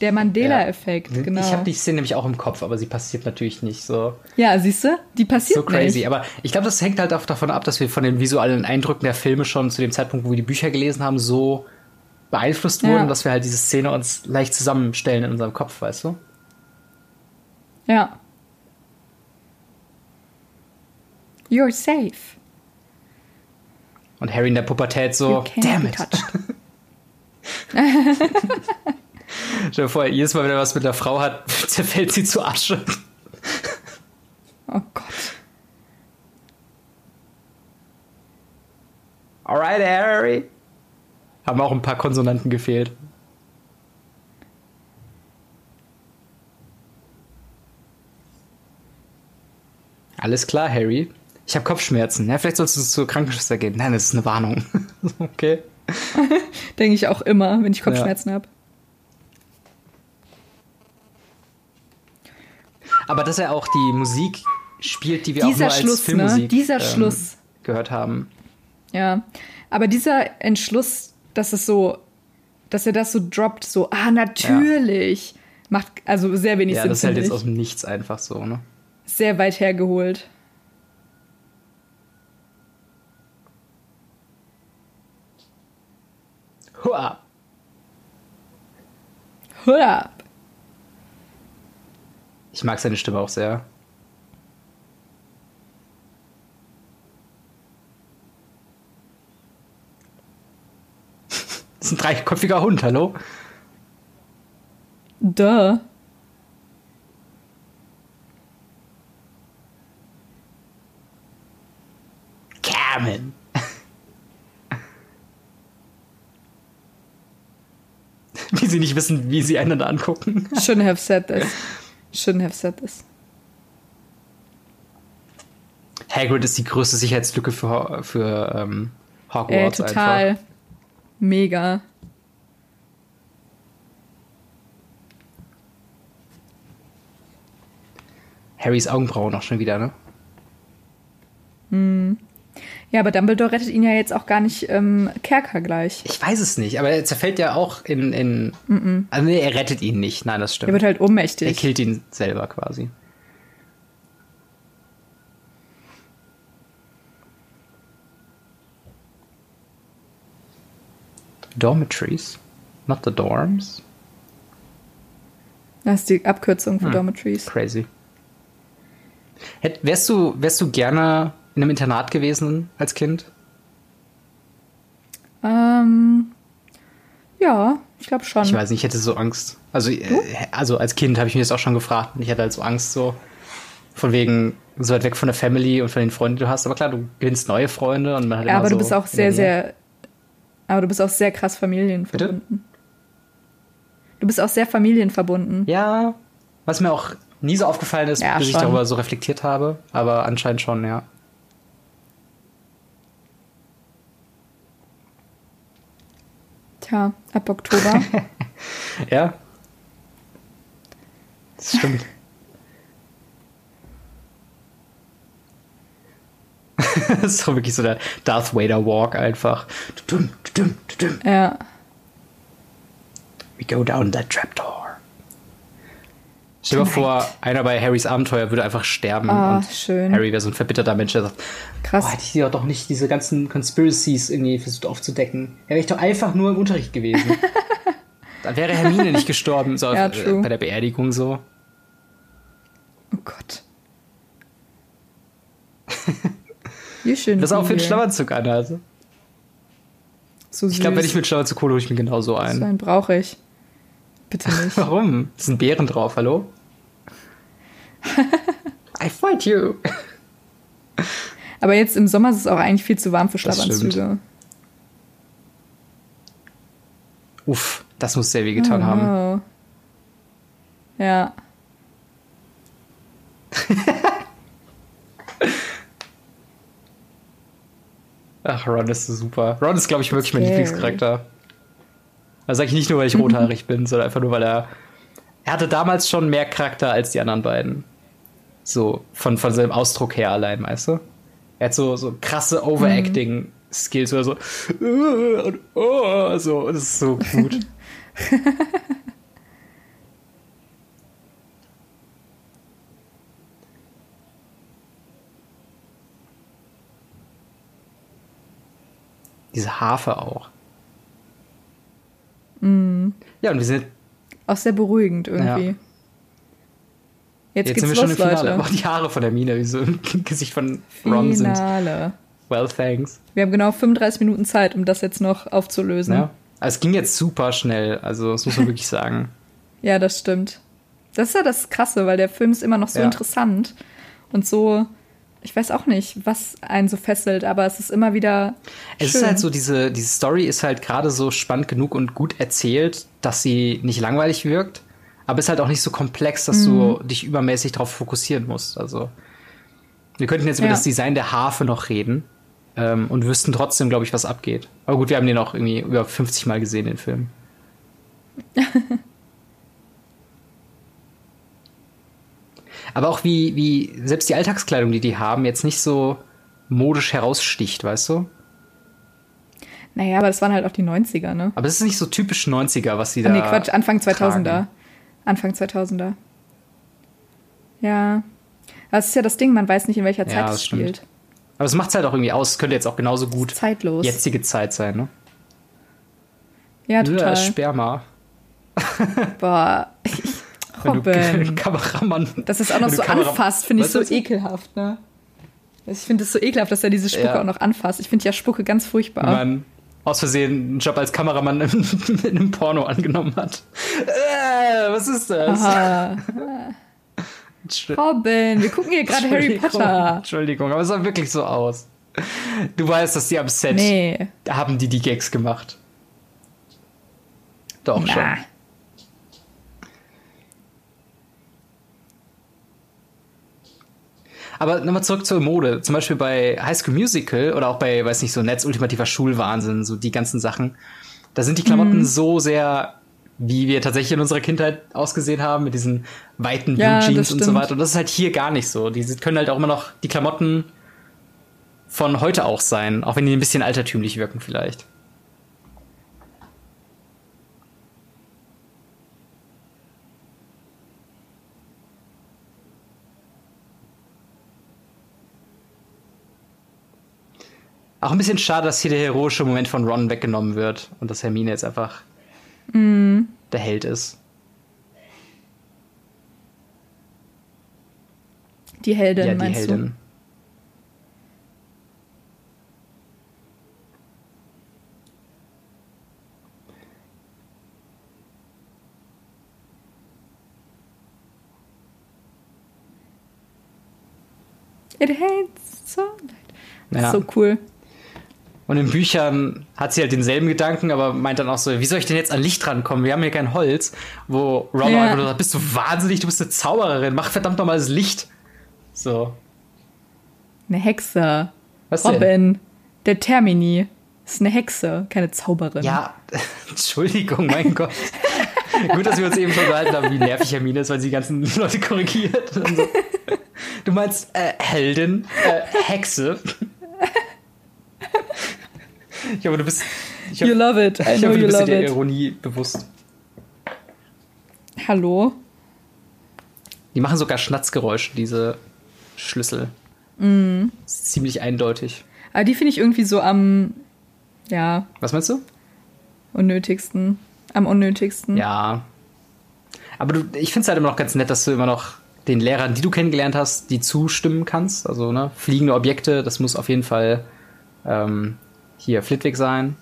Speaker 2: Der Mandela-Effekt,
Speaker 1: Ja. Mhm.
Speaker 2: genau.
Speaker 1: Ich habe die Szene nämlich auch im Kopf, aber sie passiert natürlich nicht so,
Speaker 2: ja, siehst du, die passiert
Speaker 1: so crazy.
Speaker 2: nicht.
Speaker 1: Aber ich glaube, das hängt halt auch davon ab, dass wir von den visuellen Eindrücken der Filme schon zu dem Zeitpunkt, wo wir die Bücher gelesen haben, so beeinflusst
Speaker 2: Ja.
Speaker 1: wurden, dass wir halt diese Szene uns leicht zusammenstellen in unserem Kopf, weißt du?
Speaker 2: Ja. You're safe.
Speaker 1: Und Harry in der Pubertät
Speaker 2: You
Speaker 1: so,
Speaker 2: can't
Speaker 1: damn
Speaker 2: be
Speaker 1: it.
Speaker 2: touched.
Speaker 1: [laughs] Stell dir vor, jedes Mal, wenn er was mit der Frau hat, [laughs] zerfällt sie zu Asche.
Speaker 2: Oh Gott.
Speaker 1: Alright, Harry. Haben auch ein paar Konsonanten gefehlt. Alles klar, Harry. Ich habe Kopfschmerzen. Ja, vielleicht sollst du zur Krankenschwester gehen. Nein, das ist eine Warnung. [laughs] okay.
Speaker 2: Denke ich auch immer, wenn ich Kopfschmerzen habe.
Speaker 1: Aber dass er auch die Musik spielt, die wir auch
Speaker 2: Dieser
Speaker 1: nur als
Speaker 2: Schluss, ne?
Speaker 1: Filmmusik ähm,
Speaker 2: Dieser Schluss.
Speaker 1: gehört haben.
Speaker 2: Ja, aber dieser Entschluss, dass es so, dass er das so droppt, so, ah, natürlich, macht also sehr wenig
Speaker 1: ja,
Speaker 2: Sinn.
Speaker 1: das ist halt
Speaker 2: finde
Speaker 1: jetzt
Speaker 2: ich.
Speaker 1: aus dem Nichts einfach so, ne?
Speaker 2: sehr weit hergeholt.
Speaker 1: Hua.
Speaker 2: Hör ab.
Speaker 1: Ich mag seine Stimme auch sehr. [laughs] Das ist ein dreiköpfiger Hund, hallo?
Speaker 2: Duh.
Speaker 1: Carmen. [laughs] Wie sie nicht wissen, wie sie einander angucken.
Speaker 2: Shouldn't have said this. Shouldn't have said this.
Speaker 1: Hagrid ist die größte Sicherheitslücke für, Ho- für ähm,
Speaker 2: Ey,
Speaker 1: Hogwarts
Speaker 2: Äh, total.
Speaker 1: einfach.
Speaker 2: Mega.
Speaker 1: Harrys Augenbrauen auch schon wieder, ne?
Speaker 2: Ja, aber Dumbledore rettet ihn ja jetzt auch gar nicht ähm, Kerker gleich.
Speaker 1: Ich weiß es nicht, aber er zerfällt ja auch in. in Also nee, er rettet ihn nicht. Nein, das stimmt.
Speaker 2: Er wird halt
Speaker 1: Er
Speaker 2: ohnmächtig.
Speaker 1: killt ihn selber quasi. Dormitories, not the dorms.
Speaker 2: Das ist die Abkürzung
Speaker 1: Hm.
Speaker 2: für Dormitories.
Speaker 1: Crazy. Hätt, wärst, du, wärst du gerne in einem Internat gewesen als Kind?
Speaker 2: Ähm, ja, ich glaube schon.
Speaker 1: Ich weiß nicht, ich hätte so Angst. Also, äh, also als Kind habe ich mir das auch schon gefragt. und Ich hatte halt so Angst, so von wegen so weit weg von der Family und von den Freunden, die du hast. Aber klar, du gewinnst neue Freunde und man hat
Speaker 2: Ja,
Speaker 1: immer
Speaker 2: aber
Speaker 1: so
Speaker 2: du bist auch
Speaker 1: in der
Speaker 2: sehr,
Speaker 1: Nähe.
Speaker 2: sehr. Aber du bist auch sehr krass familienverbunden. Du bist auch sehr familienverbunden.
Speaker 1: Ja, was mir auch nie so aufgefallen ist,
Speaker 2: Ja,
Speaker 1: bis ich
Speaker 2: schon.
Speaker 1: darüber so reflektiert habe, aber anscheinend schon, ja.
Speaker 2: Tja, ab Oktober.
Speaker 1: [laughs] Ja. Das
Speaker 2: [laughs]
Speaker 1: stimmt. [laughs] das ist doch wirklich so der Darth Vader Walk einfach. Tudum, tudum, tudum.
Speaker 2: ja.
Speaker 1: We go down that trapdoor. Stell dir mal vor, einer bei Harrys Abenteuer würde einfach sterben
Speaker 2: Ah,
Speaker 1: und
Speaker 2: schön.
Speaker 1: Harry wäre so ein verbitterter Mensch, der sagt,
Speaker 2: Krass.
Speaker 1: Oh, hätte ich dir doch nicht diese ganzen Conspiracies irgendwie versucht aufzudecken. Ja, wäre ich doch einfach nur im Unterricht gewesen.
Speaker 2: [laughs]
Speaker 1: Dann wäre Hermine nicht gestorben, so
Speaker 2: Ja,
Speaker 1: äh,
Speaker 2: true.
Speaker 1: bei der Beerdigung so.
Speaker 2: Oh Gott. Wie schön.
Speaker 1: Das ist auch für den
Speaker 2: Igel.
Speaker 1: Schlafanzug an. Also.
Speaker 2: So
Speaker 1: Ich glaube, wenn
Speaker 2: süß.
Speaker 1: ich mit Schlafanzug hole, hole ich mir genauso
Speaker 2: So
Speaker 1: einen.
Speaker 2: einen brauche ich. Bitte
Speaker 1: [laughs]
Speaker 2: nicht.
Speaker 1: Warum? Da sind Bären drauf,
Speaker 2: [laughs]
Speaker 1: hallo? I fight you.
Speaker 2: Aber jetzt im Sommer ist es auch eigentlich viel zu warm für
Speaker 1: Das stimmt.
Speaker 2: Schlafanzüge.
Speaker 1: Uff, das muss sehr weh getan
Speaker 2: Oh,
Speaker 1: haben.
Speaker 2: wow. Ja.
Speaker 1: Ach, Ron ist so super. Ron ist, glaube ich, wirklich mein
Speaker 2: Scary.
Speaker 1: Lieblingscharakter. Das sage ich nicht nur,
Speaker 2: [laughs]
Speaker 1: weil ich rothaarig bin, sondern einfach nur, weil er. Er hatte damals schon mehr Charakter als die anderen beiden. So, von, von seinem Ausdruck her allein, weißt du? Er hat so, so krasse
Speaker 2: Mhm.
Speaker 1: Overacting-Skills oder so. "Äh, Und, oh, so, das ist so
Speaker 2: [laughs]
Speaker 1: gut. Diese Harfe auch.
Speaker 2: Mhm.
Speaker 1: Ja, und wir sind.
Speaker 2: Auch sehr beruhigend irgendwie.
Speaker 1: Ja.
Speaker 2: Jetzt,
Speaker 1: Jetzt
Speaker 2: geht's
Speaker 1: sind wir
Speaker 2: los,
Speaker 1: schon im Finale.
Speaker 2: Leute.
Speaker 1: Aber auch die Haare von der Mine, wie so im Gesicht von Ron sind.
Speaker 2: Finale.
Speaker 1: Well, thanks.
Speaker 2: Wir haben genau 35 Minuten Zeit, um das jetzt noch aufzulösen.
Speaker 1: Ja. Aber es ging jetzt super schnell, also das muss man wirklich sagen.
Speaker 2: Ja, das stimmt. Das ist ja das Krasse, weil der Film ist immer noch so
Speaker 1: Ja.
Speaker 2: interessant und so, ich weiß auch nicht, was einen so fesselt, aber es ist immer wieder.
Speaker 1: Es
Speaker 2: schön.
Speaker 1: ist halt so, diese, diese Story ist halt gerade so spannend genug und gut erzählt, dass sie nicht langweilig wirkt, aber ist halt auch nicht so komplex, dass du
Speaker 2: Mhm.
Speaker 1: dich übermäßig darauf fokussieren musst. Also wir könnten jetzt über
Speaker 2: Ja.
Speaker 1: das Design der Harfe noch reden ähm, und wüssten trotzdem, glaube ich, was abgeht. Aber gut, wir haben den auch irgendwie über 50 Mal gesehen, den
Speaker 2: [laughs]
Speaker 1: Film. Aber auch wie, wie selbst die Alltagskleidung, die die haben, jetzt nicht so modisch heraussticht, weißt du?
Speaker 2: Naja, aber das waren halt auch die 90er, ne?
Speaker 1: Aber es ist nicht so typisch 90er, was sie da.
Speaker 2: Ah, nee, Quatsch, Anfang 2000er.
Speaker 1: tragen.
Speaker 2: Anfang 2000er. Ja. Das ist ja das Ding, man weiß nicht, in welcher
Speaker 1: Ja,
Speaker 2: Zeit
Speaker 1: das
Speaker 2: es
Speaker 1: stimmt.
Speaker 2: spielt.
Speaker 1: Aber es macht es halt auch irgendwie aus. Es könnte jetzt auch genauso gut
Speaker 2: Zeitlos.
Speaker 1: jetzige Zeit sein, ne?
Speaker 2: Ja,
Speaker 1: Ja,
Speaker 2: total.
Speaker 1: Sperma.
Speaker 2: Boah. [laughs]
Speaker 1: Wenn du [laughs]
Speaker 2: Robin.
Speaker 1: Kameramann.
Speaker 2: Dass es auch noch
Speaker 1: wenn du
Speaker 2: so
Speaker 1: Kamera-
Speaker 2: anfasst, finde ich
Speaker 1: Weißt
Speaker 2: so
Speaker 1: du,
Speaker 2: ekelhaft, ne? Ich finde es so ekelhaft, dass er diese Spucke
Speaker 1: Ja.
Speaker 2: auch noch anfasst. Ich finde ja Spucke ganz furchtbar.
Speaker 1: Wenn man aus Versehen einen Job als Kameramann in, [laughs] in einem Porno angenommen hat. Äh, was ist das?
Speaker 2: Aha.
Speaker 1: Entschuldigung.
Speaker 2: Robin, wir gucken hier gerade Harry Potter.
Speaker 1: Entschuldigung, aber es sah wirklich so aus. Du weißt, dass die am Set
Speaker 2: Nee.
Speaker 1: haben die die Gags gemacht. Doch
Speaker 2: Na.
Speaker 1: Oh, schon. Aber nochmal zurück zur Mode. Zum Beispiel bei High School Musical oder auch bei, weiß nicht, so Netz ultimativer Schulwahnsinn, so die ganzen Sachen. Da sind die
Speaker 2: Mhm.
Speaker 1: Klamotten so sehr, wie wir tatsächlich in unserer Kindheit ausgesehen haben, mit diesen weiten Blue
Speaker 2: Ja, das
Speaker 1: Jeans und so
Speaker 2: stimmt.
Speaker 1: weiter. Und das ist halt hier gar nicht so. Die können halt auch immer noch die Klamotten von heute auch sein, auch wenn die ein bisschen altertümlich wirken vielleicht. Auch ein bisschen schade, dass hier der heroische Moment von Ron weggenommen wird und dass Hermine jetzt einfach
Speaker 2: Mhm.
Speaker 1: der Held ist.
Speaker 2: Die Heldin,
Speaker 1: ja, die
Speaker 2: meinst
Speaker 1: Heldin.
Speaker 2: du? It hates so light. Das
Speaker 1: Ja.
Speaker 2: ist so cool.
Speaker 1: Und in Büchern hat sie halt denselben Gedanken, aber meint dann auch so, wie soll ich denn jetzt an Licht rankommen? Wir haben hier kein Holz. Wo Ron
Speaker 2: Ja.
Speaker 1: einfach nur sagt, bist du wahnsinnig, du bist eine Zaubererin, mach verdammt nochmal das Licht. So.
Speaker 2: Eine Hexe.
Speaker 1: Was denn?
Speaker 2: Robin, der Termini. Ist eine Hexe, keine Zauberin.
Speaker 1: Ja, [laughs] Entschuldigung, mein
Speaker 2: [laughs]
Speaker 1: Gott. Gut, dass wir uns eben schon unterhalten haben, wie nervig Hermine ist, weil sie die ganzen [laughs] Leute korrigiert. Und so. Du meinst äh, Heldin, äh, Hexe. Ich glaube, du bist. Ich, hab,
Speaker 2: You love it. I
Speaker 1: ich
Speaker 2: know
Speaker 1: glaube, du
Speaker 2: you
Speaker 1: bist dir
Speaker 2: love
Speaker 1: der
Speaker 2: it.
Speaker 1: Ironie bewusst.
Speaker 2: Hallo?
Speaker 1: Die machen sogar Schnatzgeräusche, diese Schlüssel. Ist ziemlich eindeutig.
Speaker 2: Aber Ah, die finde ich irgendwie so am, ja,
Speaker 1: Was meinst du?
Speaker 2: unnötigsten. Am unnötigsten. Mhm.
Speaker 1: Ja. Aber du, ich finde es halt immer noch ganz nett, dass du immer noch den Lehrern, die du kennengelernt hast, die zustimmen kannst. Also ne, fliegende Objekte, das muss auf jeden Fall ähm, hier Flitwick sein.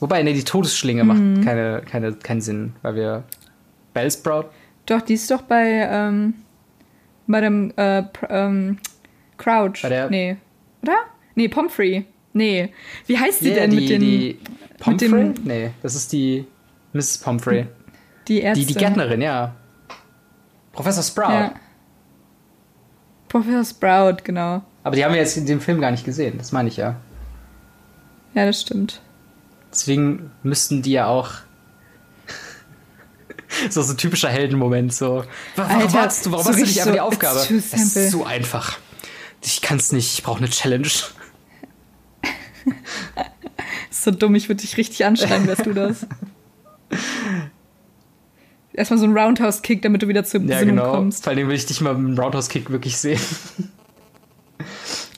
Speaker 1: Wobei, ne, die Todesschlinge
Speaker 2: Mhm.
Speaker 1: macht keine, keine, keinen Sinn, weil wir Bellsprout.
Speaker 2: Doch, die ist doch bei, ähm, bei dem äh, Pr- ähm, Crouch.
Speaker 1: Bei der-
Speaker 2: nee. Oder? Nee, Pomfrey. Nee. Wie heißt die
Speaker 1: Ja,
Speaker 2: denn mit den. Die,
Speaker 1: die Pomfrey?
Speaker 2: dem-
Speaker 1: nee, das ist die Mrs. Pomfrey. Die,
Speaker 2: Ärzte.
Speaker 1: die Gärtnerin, ja. Professor Sprout.
Speaker 2: Ja. Professor Sprout, genau.
Speaker 1: Aber die haben wir jetzt in dem Film gar nicht gesehen, das meine ich ja.
Speaker 2: Ja, das stimmt.
Speaker 1: Deswegen müssten die ja auch. [laughs] so so ein typischer Heldenmoment. So. Wa- Warum
Speaker 2: Alter,
Speaker 1: wartest du? Warum
Speaker 2: so
Speaker 1: hast du nicht
Speaker 2: richtig
Speaker 1: einfach die
Speaker 2: so,
Speaker 1: Aufgabe?
Speaker 2: it's
Speaker 1: Es
Speaker 2: too simple.
Speaker 1: ist so einfach. Ich kann es nicht. Ich brauche eine Challenge.
Speaker 2: Ist so dumm, ich würde dich richtig anschreien, wärst du
Speaker 1: [laughs]
Speaker 2: das. Erstmal so ein Roundhouse-Kick, damit du wieder
Speaker 1: [laughs]
Speaker 2: zur
Speaker 1: Ja,
Speaker 2: Besinnung
Speaker 1: genau.
Speaker 2: kommst.
Speaker 1: Vor allem will ich dich mal mit einem Roundhouse-Kick wirklich sehen. [laughs]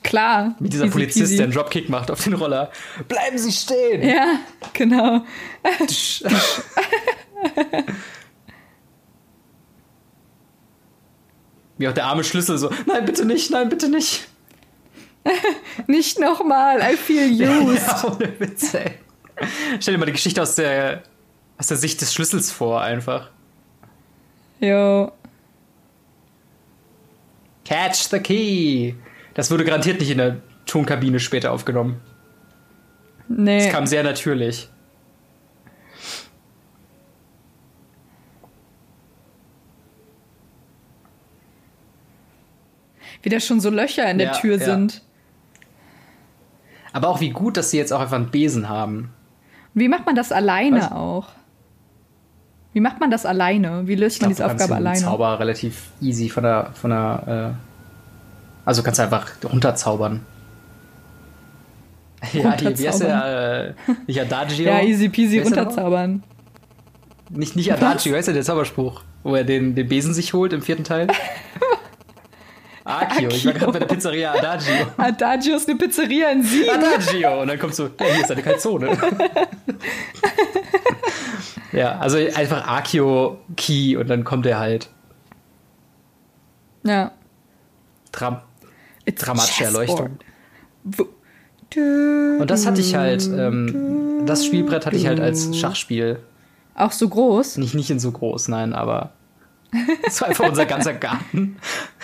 Speaker 2: Klar.
Speaker 1: Wie dieser
Speaker 2: easy
Speaker 1: Polizist,
Speaker 2: peasy.
Speaker 1: der einen Dropkick macht auf den Roller. Bleiben Sie stehen!
Speaker 2: Ja, genau.
Speaker 1: Wie auch der arme Schlüssel so. Nein, bitte nicht, nein, bitte nicht.
Speaker 2: Nicht nochmal, I feel
Speaker 1: [laughs]
Speaker 2: used.
Speaker 1: Ja, ohne Witz, ey. Stell dir mal die Geschichte aus der, aus der Sicht des Schlüssels vor, einfach.
Speaker 2: Jo.
Speaker 1: Catch the key. Das wurde garantiert nicht in der Tonkabine später aufgenommen.
Speaker 2: Nee.
Speaker 1: Es kam sehr natürlich.
Speaker 2: wieder schon so Löcher in der
Speaker 1: Ja,
Speaker 2: Tür
Speaker 1: ja.
Speaker 2: sind.
Speaker 1: Aber auch wie gut, dass sie jetzt auch einfach einen Besen haben.
Speaker 2: Wie macht man das alleine
Speaker 1: Was?
Speaker 2: auch? Wie macht man das alleine? Wie löst man diese
Speaker 1: kannst
Speaker 2: Aufgabe
Speaker 1: den
Speaker 2: alleine?
Speaker 1: Zauber relativ easy von der, von der, äh, also kannst du einfach runterzaubern. [laughs] Ja, hier, wie heißt der, äh, nicht Adagio?
Speaker 2: Ja, easy peasy
Speaker 1: Wie heißt der nochmal?
Speaker 2: runterzaubern.
Speaker 1: Nicht, nicht Adagio, heißt ja der Zauberspruch, wo er den, den Besen sich holt im vierten
Speaker 2: [laughs]
Speaker 1: Teil. Akio, ich war
Speaker 2: Accio.
Speaker 1: gerade bei der Pizzeria Adagio.
Speaker 2: Adagio ist eine Pizzeria in Sieg.
Speaker 1: [laughs] Adagio! Und dann kommt so, ja, hier ist eine
Speaker 2: [laughs]
Speaker 1: Calzone. ja, also einfach Akio Key und dann kommt er halt.
Speaker 2: Ja.
Speaker 1: Tram.
Speaker 2: It's
Speaker 1: Dramatische
Speaker 2: chessboard.
Speaker 1: Erleuchtung.
Speaker 2: Wo- Du-
Speaker 1: Und das hatte ich halt, ähm, das Spielbrett hatte ich halt als Schachspiel.
Speaker 2: Auch so groß.
Speaker 1: Nicht, nicht in so groß, nein,
Speaker 2: [laughs]
Speaker 1: aber es war einfach unser ganzer Garten.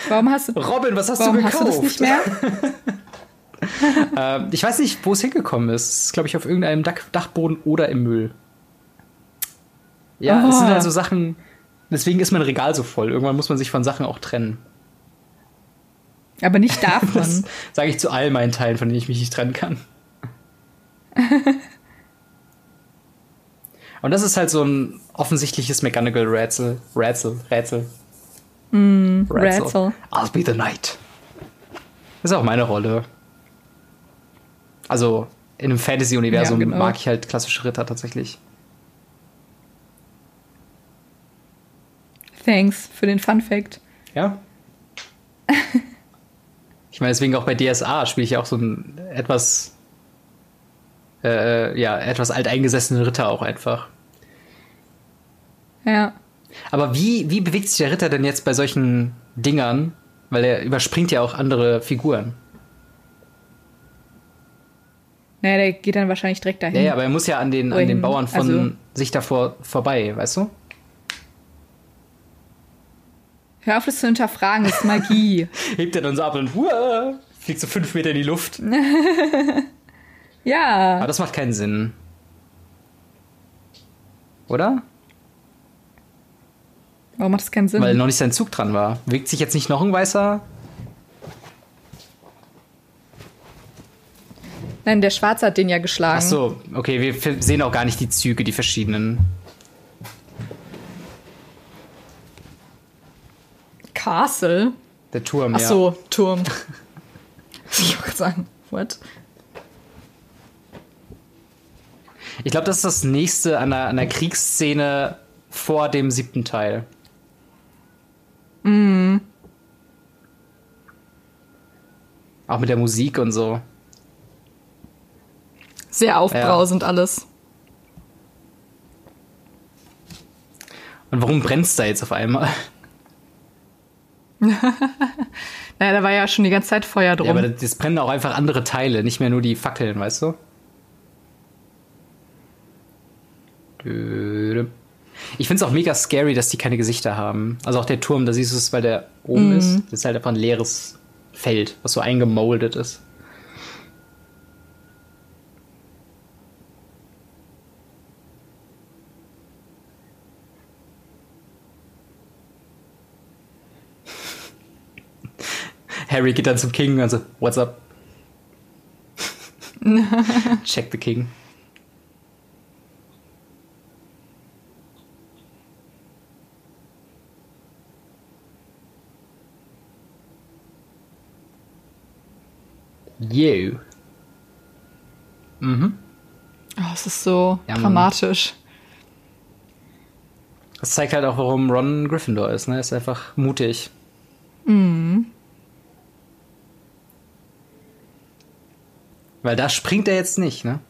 Speaker 2: Warum hast,
Speaker 1: Robin, was hast du
Speaker 2: warum
Speaker 1: gekauft?
Speaker 2: hast du das nicht mehr?
Speaker 1: [laughs] Ähm, ich weiß nicht, wo es hingekommen ist. Es ist, glaube ich, auf irgendeinem Dach Dachboden oder im Müll. Ja,
Speaker 2: Ah.
Speaker 1: es sind also Sachen. Deswegen ist mein Regal so voll. Irgendwann muss man sich von Sachen auch trennen.
Speaker 2: Aber nicht
Speaker 1: Das
Speaker 2: davon.
Speaker 1: sage ich zu all meinen Teilen, von denen ich mich nicht trennen
Speaker 2: [laughs]
Speaker 1: kann. Und das ist halt so ein offensichtliches McGonagall-Rätsel. Rätsel, Rätsel. Mm,
Speaker 2: Rätsel.
Speaker 1: I'll be the knight. Das ist auch meine Rolle. Also in einem Fantasy-Universum
Speaker 2: Ja, genau.
Speaker 1: mag ich halt klassische Ritter tatsächlich.
Speaker 2: Thanks für den Fun Fact.
Speaker 1: Ja. [laughs] Ich meine, deswegen auch bei DSA spiele ich ja auch so einen etwas, äh, ja, etwas alteingesessenen Ritter auch einfach.
Speaker 2: Ja.
Speaker 1: Aber wie, wie bewegt sich der Ritter denn jetzt bei solchen Dingern? Weil er überspringt ja auch andere Figuren.
Speaker 2: Naja, der geht dann wahrscheinlich direkt dahin.
Speaker 1: Ja, ja, aber er muss ja an den, an den
Speaker 2: Wohin?
Speaker 1: Bauern von
Speaker 2: Also-
Speaker 1: sich davor vorbei, weißt du?
Speaker 2: Hör auf, das zu hinterfragen, das ist Magie.
Speaker 1: [laughs] Hebt er dann so ab und uah, fliegt so fünf Meter in die Luft.
Speaker 2: ja.
Speaker 1: Aber das macht keinen Sinn. Oder?
Speaker 2: Warum macht das keinen Sinn?
Speaker 1: Weil noch nicht sein Zug dran war. Bewegt sich jetzt nicht noch ein weißer
Speaker 2: Nein, der Schwarze hat den ja geschlagen.
Speaker 1: Ach so, okay, wir f- sehen auch gar nicht die Züge, die verschiedenen.
Speaker 2: Castle?
Speaker 1: Der Turm,
Speaker 2: Ach
Speaker 1: ja.
Speaker 2: so,
Speaker 1: [laughs]
Speaker 2: Turm. ich wollte sagen, what?
Speaker 1: Ich glaube, das ist das nächste an der, an der Kriegsszene vor dem siebten Teil.
Speaker 2: Mhm.
Speaker 1: Auch mit der Musik und so.
Speaker 2: Sehr aufbrausend alles.
Speaker 1: Und warum brennt's da jetzt auf einmal?
Speaker 2: naja, da war ja schon die ganze Zeit Feuer drum.
Speaker 1: Ja, aber das brennen auch einfach andere Teile, nicht mehr nur die Fackeln, weißt du? Ich finde es auch mega scary, dass die keine Gesichter haben. Also auch der Turm, da siehst du es, weil der oben mm. ist. Das ist halt einfach ein leeres Feld, was so eingemoldet ist. Harry geht dann zum King und so, what's up? Check the King. You. Mhm.
Speaker 2: Oh, es ist so ja, dramatisch.
Speaker 1: Das zeigt halt auch, warum Ron Gryffindor ist, ne? Er ist einfach mutig.
Speaker 2: Mhm.
Speaker 1: Weil da springt er jetzt nicht, ne?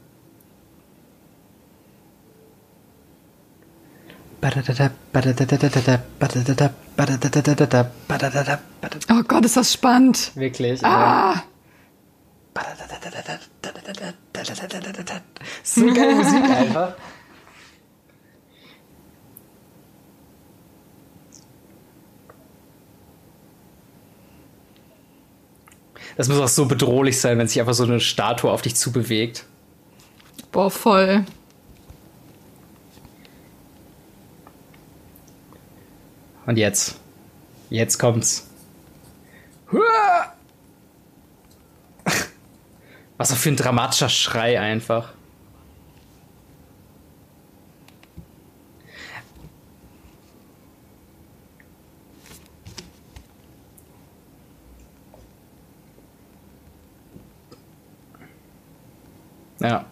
Speaker 2: Oh Gott, ist das spannend.
Speaker 1: Wirklich.
Speaker 2: Ah!
Speaker 1: So geile Musik einfach. Das muss auch so bedrohlich sein, wenn sich einfach so eine Statue auf dich zubewegt.
Speaker 2: Boah, voll.
Speaker 1: Und jetzt. Jetzt kommt's. [laughs] Was auch für ein dramatischer Schrei einfach. Ja.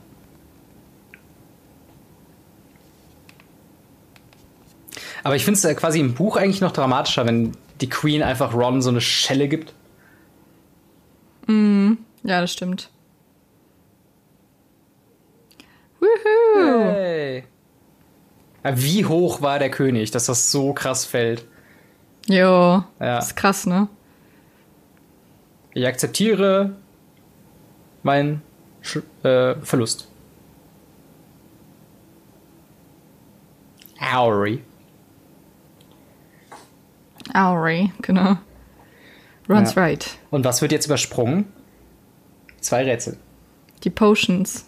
Speaker 1: Aber ich finde es quasi im Buch eigentlich noch dramatischer, wenn die Queen einfach Ron so eine Schelle gibt.
Speaker 2: Mm, ja, das stimmt. Woohoo!
Speaker 1: Hey. Ah, Wie hoch war der König, dass das so krass fällt?
Speaker 2: Jo, ja. ist krass, ne?
Speaker 1: Ich akzeptiere mein Sch äh, Verlust. Auri.
Speaker 2: Auri, genau. Runs ja. right.
Speaker 1: Und was wird jetzt übersprungen? Zwei Rätsel.
Speaker 2: Die Potions.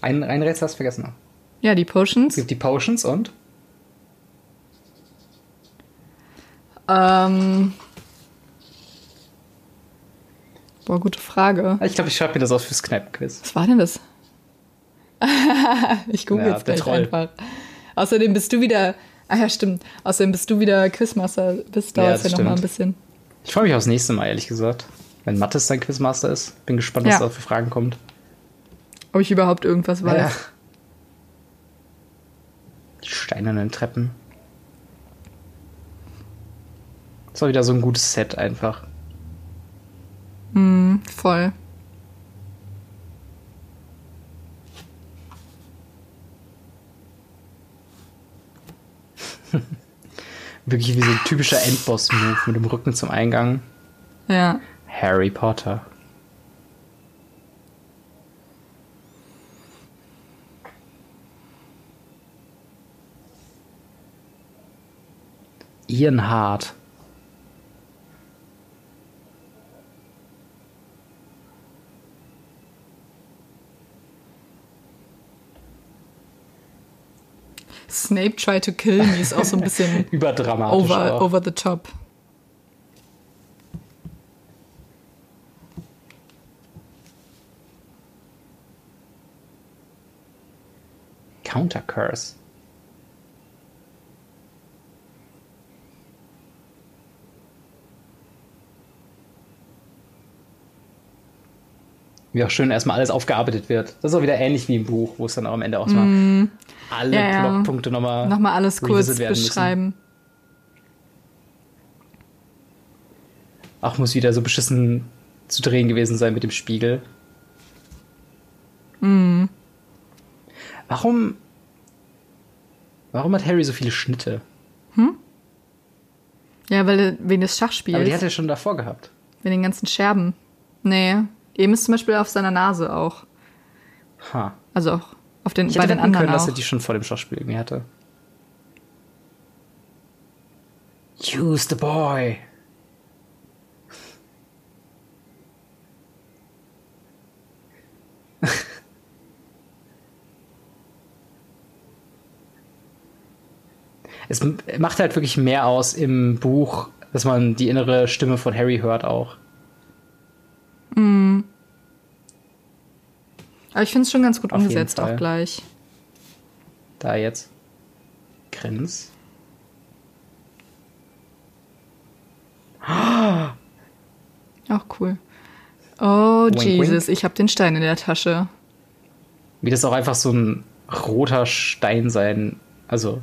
Speaker 1: Ein, ein Rätsel hast du vergessen. Noch.
Speaker 2: Ja, die Potions.
Speaker 1: Es gibt die Potions und?
Speaker 2: Ähm. Boah, gute Frage.
Speaker 1: Ah, Ich glaube, ich schreibe mir das aus fürs Kneipenquiz.
Speaker 2: Was war denn das? [laughs] ich google ja, jetzt gleich Troll. einfach. Außerdem bist du wieder. Ah ja, stimmt. Außerdem bist du wieder Quizmaster. Bist da ja, jetzt ja nochmal ein bisschen.
Speaker 1: Ich freue mich aufs nächste Mal, ehrlich gesagt. Wenn Mattes sein Quizmaster ist. Bin gespannt, was ja. da für Fragen kommt.
Speaker 2: Ob ich überhaupt irgendwas weiß. Ja.
Speaker 1: Die steinernen Treppen. Das war wieder so ein gutes Set einfach.
Speaker 2: Mm, voll.
Speaker 1: Wirklich wie so ein typischer Endboss-Move mit dem Rücken zum Eingang.
Speaker 2: Ja.
Speaker 1: Harry Potter. Ian Hart.
Speaker 2: Snape try to kill me ist auch so
Speaker 1: [laughs]
Speaker 2: ein bisschen
Speaker 1: überdramatisch.
Speaker 2: Over,
Speaker 1: auch.
Speaker 2: over the top.
Speaker 1: Counter Curse. Wie auch schön erstmal alles aufgearbeitet wird. Das ist auch wieder ähnlich wie im Buch, wo es dann auch am Ende auch mal mm alle ja, ja. Blockpunkte nochmal
Speaker 2: nochmal alles kurz beschreiben. Müssen.
Speaker 1: Ach, muss wieder so beschissen zu drehen gewesen sein mit dem Spiegel. Mm.
Speaker 2: Mhm.
Speaker 1: Warum. Warum hat Harry so viele Schnitte?
Speaker 2: Hm? Ja, weil wegen des Schachspiels.
Speaker 1: Aber die hat er schon davor gehabt.
Speaker 2: Wegen den ganzen Scherben. Nee. Eben ist zum Beispiel auf seiner Nase auch.
Speaker 1: Ha.
Speaker 2: Also auch auf den,
Speaker 1: Ich
Speaker 2: bei
Speaker 1: hätte
Speaker 2: den
Speaker 1: wetten
Speaker 2: anderen
Speaker 1: können, dass
Speaker 2: auch.
Speaker 1: er die schon vor dem Schachspiel irgendwie hatte. Use the boy. es m- macht halt wirklich mehr aus im Buch, dass man die innere Stimme von Harry hört auch.
Speaker 2: Aber ich finde es schon ganz gut
Speaker 1: Auf jeden
Speaker 2: umgesetzt
Speaker 1: Fall.
Speaker 2: auch gleich.
Speaker 1: Da jetzt. Grins.
Speaker 2: Auch cool. Oh,
Speaker 1: Wink,
Speaker 2: Jesus, ich habe den Stein in der Tasche.
Speaker 1: Wie das auch einfach so ein roter Stein sein. Also.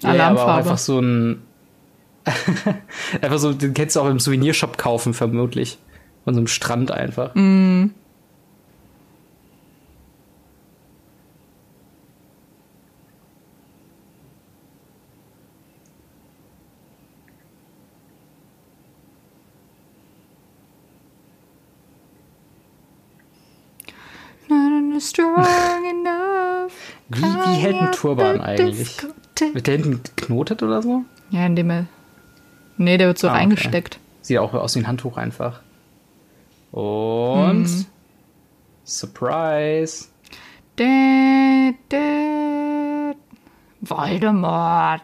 Speaker 1: Ja, ja, aber auch
Speaker 2: Alarmfarbe.
Speaker 1: einfach so ein. [laughs] einfach so, den kennst du auch im Souvenirshop kaufen, vermutlich. Von so einem Strand einfach.
Speaker 2: Mhm. Not strong enough.
Speaker 1: [laughs] Wie, wie hält ein Turban eigentlich? Wird der hinten geknotet oder so?
Speaker 2: Ja, indem er. Nee, der wird so
Speaker 1: Ah, okay.
Speaker 2: reingesteckt.
Speaker 1: Sieht auch aus wie ein Handtuch einfach. Und.
Speaker 2: Mhm.
Speaker 1: Surprise!
Speaker 2: Dä, dä. Voldemort.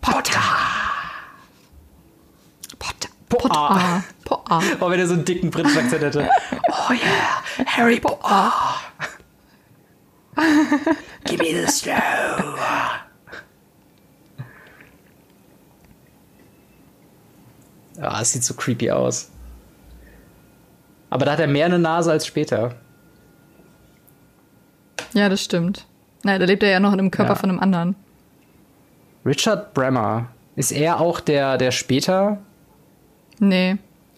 Speaker 2: Potter. Potter. Potter. Potter.
Speaker 1: Oh, wenn er so einen dicken britischen Akzent hätte.
Speaker 2: Oh yeah. Harry Oh. Potter.
Speaker 1: Give me the snow! Ah, es sieht so creepy aus. Aber da hat er mehr eine Nase als später.
Speaker 2: Ja, das stimmt. Nein, da lebt er ja noch in einem Körper
Speaker 1: Ja.
Speaker 2: von einem anderen.
Speaker 1: Richard Bremer. Ist er auch der, der später?
Speaker 2: Nee.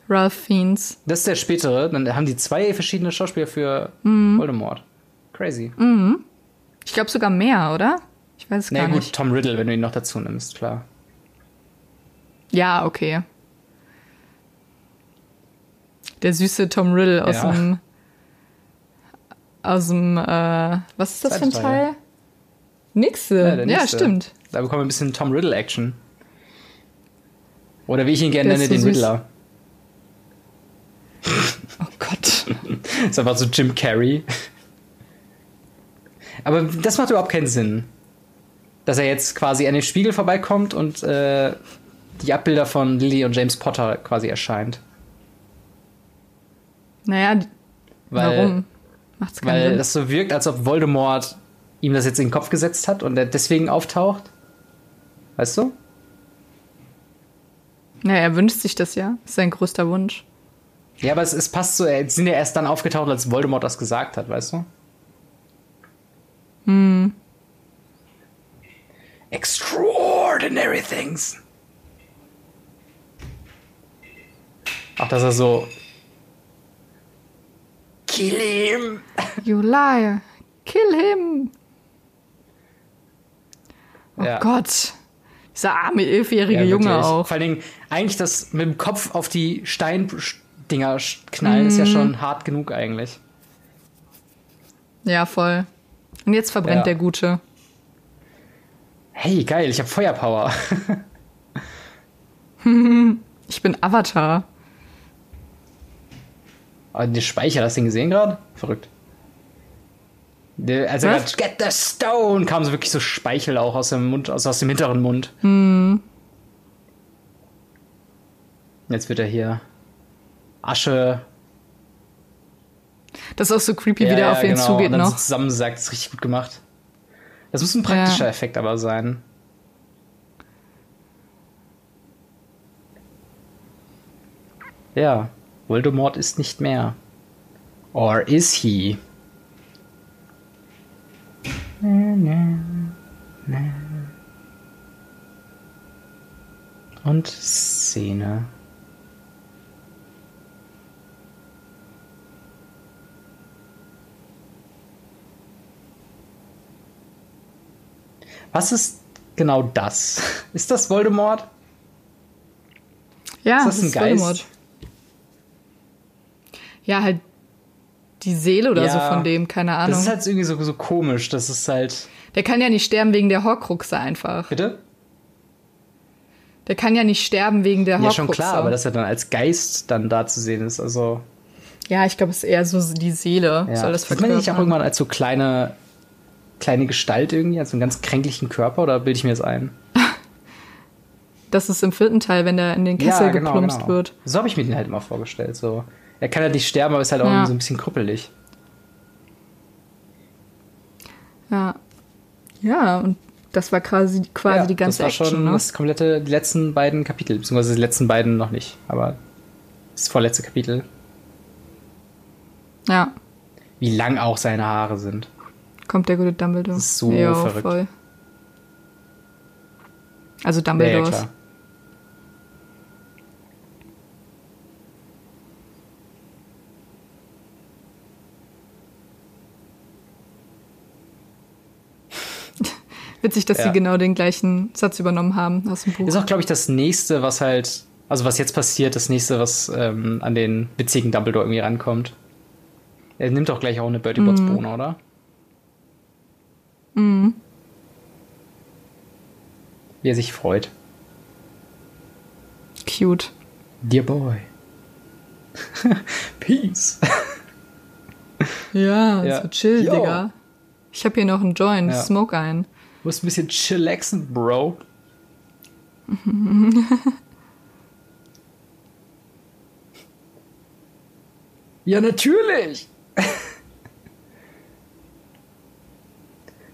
Speaker 2: Ralph Fiennes.
Speaker 1: Das ist der spätere. Dann haben die zwei verschiedene Schauspieler für
Speaker 2: Mhm.
Speaker 1: Voldemort. Crazy.
Speaker 2: Ich glaube sogar mehr, oder? Ich weiß es
Speaker 1: Na
Speaker 2: Mhm. gar
Speaker 1: gut,
Speaker 2: nicht.
Speaker 1: Tom Riddle, wenn du ihn noch dazu nimmst, klar.
Speaker 2: Ja, okay. Der süße Tom Riddle aus
Speaker 1: Ja.
Speaker 2: dem. Aus dem. Äh, was ist das für ein
Speaker 1: Zweite Teil.
Speaker 2: Teil? Nixe. Ja,
Speaker 1: der nächste.
Speaker 2: stimmt.
Speaker 1: Da bekommen wir ein bisschen Tom Riddle-Action. Oder wie ich ihn gerne
Speaker 2: Der
Speaker 1: nenne,
Speaker 2: ist
Speaker 1: den
Speaker 2: so süß.
Speaker 1: Riddler.
Speaker 2: Oh Gott.
Speaker 1: [laughs] Ist einfach so Jim Carrey. [laughs] Aber das macht überhaupt keinen Sinn. Dass er jetzt quasi an den Spiegel vorbeikommt und äh, die Abbilder von Lily und James Potter quasi erscheint.
Speaker 2: Naja, die-
Speaker 1: Weil,
Speaker 2: warum? Macht's keinen
Speaker 1: Weil
Speaker 2: Sinn.
Speaker 1: das so wirkt, als ob Voldemort ihm das jetzt in den Kopf gesetzt hat und er deswegen auftaucht. Weißt du?
Speaker 2: naja, er wünscht sich das ja. Ist sein größter Wunsch.
Speaker 1: Ja, aber es, es passt so, äh, sie sind ja erst dann aufgetaucht, als Voldemort das gesagt hat, weißt du? Hm.
Speaker 2: Hm.
Speaker 1: Extraordinary things. Ach, dass er so. Kill him!
Speaker 2: You liar. Kill him. Oh
Speaker 1: Ja.
Speaker 2: Gott. Dieser arme elfjährige
Speaker 1: Ja,
Speaker 2: Junge
Speaker 1: wirklich.
Speaker 2: auch.
Speaker 1: Vor allen Dingen, eigentlich das mit dem Kopf auf die Steindinger sch- knallen,
Speaker 2: Mhm.
Speaker 1: ist ja schon hart genug eigentlich.
Speaker 2: Ja, voll. Und jetzt verbrennt
Speaker 1: Ja.
Speaker 2: der Gute.
Speaker 1: Hey, geil, ich habe Feuerpower.
Speaker 2: Ich bin Avatar.
Speaker 1: Aber Ah, den Speicher, hast du den gesehen gerade? Verrückt. Der, als er
Speaker 2: Was?
Speaker 1: grad, get the stone, kam so wirklich so Speichel auch aus dem Mund, also aus dem hinteren Mund. Jetzt wird er hier Asche.
Speaker 2: Das ist auch so creepy,
Speaker 1: Ja,
Speaker 2: wie der
Speaker 1: ja,
Speaker 2: auf ihn
Speaker 1: genau,
Speaker 2: zugeht
Speaker 1: und dann So
Speaker 2: noch.
Speaker 1: zusammensackt, ist richtig gut gemacht. Das muss ein praktischer Effekt aber sein. Ja, Voldemort ist nicht mehr. Or is he? Und Szene. Was ist genau das. Ist das Voldemort?
Speaker 2: Ja, Ah,
Speaker 1: Ist das ein Geist?
Speaker 2: Ja, halt die Seele oder
Speaker 1: Ja.
Speaker 2: so von dem, keine Ahnung.
Speaker 1: Das ist halt irgendwie so, so komisch. Das ist halt.
Speaker 2: der kann ja nicht sterben wegen der Horcruxe einfach.
Speaker 1: Bitte?
Speaker 2: Der kann ja nicht sterben wegen der
Speaker 1: Ja,
Speaker 2: Horcruxe.
Speaker 1: schon klar, aber dass er dann als Geist dann da zu sehen ist. Also,
Speaker 2: ja, ich glaube, es ist eher so die Seele.
Speaker 1: ja.
Speaker 2: Soll das
Speaker 1: Sieht man ihn nicht auch
Speaker 2: verkörpern.
Speaker 1: irgendwann als so kleine, kleine Gestalt irgendwie, als so einen ganz kränklichen Körper oder bilde ich mir das ein?
Speaker 2: Das ist im vierten Teil, wenn er in den Kessel geplumpst wird.
Speaker 1: genau, So habe ich mir den halt immer vorgestellt. So. Er kann halt nicht sterben, aber ist halt auch
Speaker 2: Ja.
Speaker 1: irgendwie so ein bisschen krüppelig.
Speaker 2: Ja. Ja, und das war quasi, quasi
Speaker 1: Ja,
Speaker 2: die ganze
Speaker 1: das war
Speaker 2: Action,
Speaker 1: schon
Speaker 2: ne?
Speaker 1: das komplette, die letzten beiden Kapitel, beziehungsweise die letzten beiden noch nicht, aber das vorletzte Kapitel.
Speaker 2: Ja,
Speaker 1: Wie lang auch seine Haare sind.
Speaker 2: kommt der gute Dumbledore.
Speaker 1: Das ist so
Speaker 2: Jo,
Speaker 1: verrückt.
Speaker 2: Also
Speaker 1: Ja, ja,
Speaker 2: Dumbledores.
Speaker 1: klar.
Speaker 2: Witzig, dass
Speaker 1: Ja.
Speaker 2: sie genau den gleichen Satz übernommen haben aus dem Buch.
Speaker 1: Ist auch, glaube ich, das nächste, was halt, also was jetzt passiert, das nächste, was ähm, an den witzigen Dumbledore irgendwie rankommt. Er nimmt doch gleich auch eine Bertie Bots Bohne, oder? Wie er sich freut.
Speaker 2: Cute.
Speaker 1: Dear boy. [laughs] Peace.
Speaker 2: Ja,
Speaker 1: Ja.
Speaker 2: so chill,
Speaker 1: Jo.
Speaker 2: Digga. Ich habe hier noch einen Joint,
Speaker 1: Ja.
Speaker 2: smoke ein.
Speaker 1: Muss ein bisschen chillaxen, Bro. [laughs] ja, natürlich.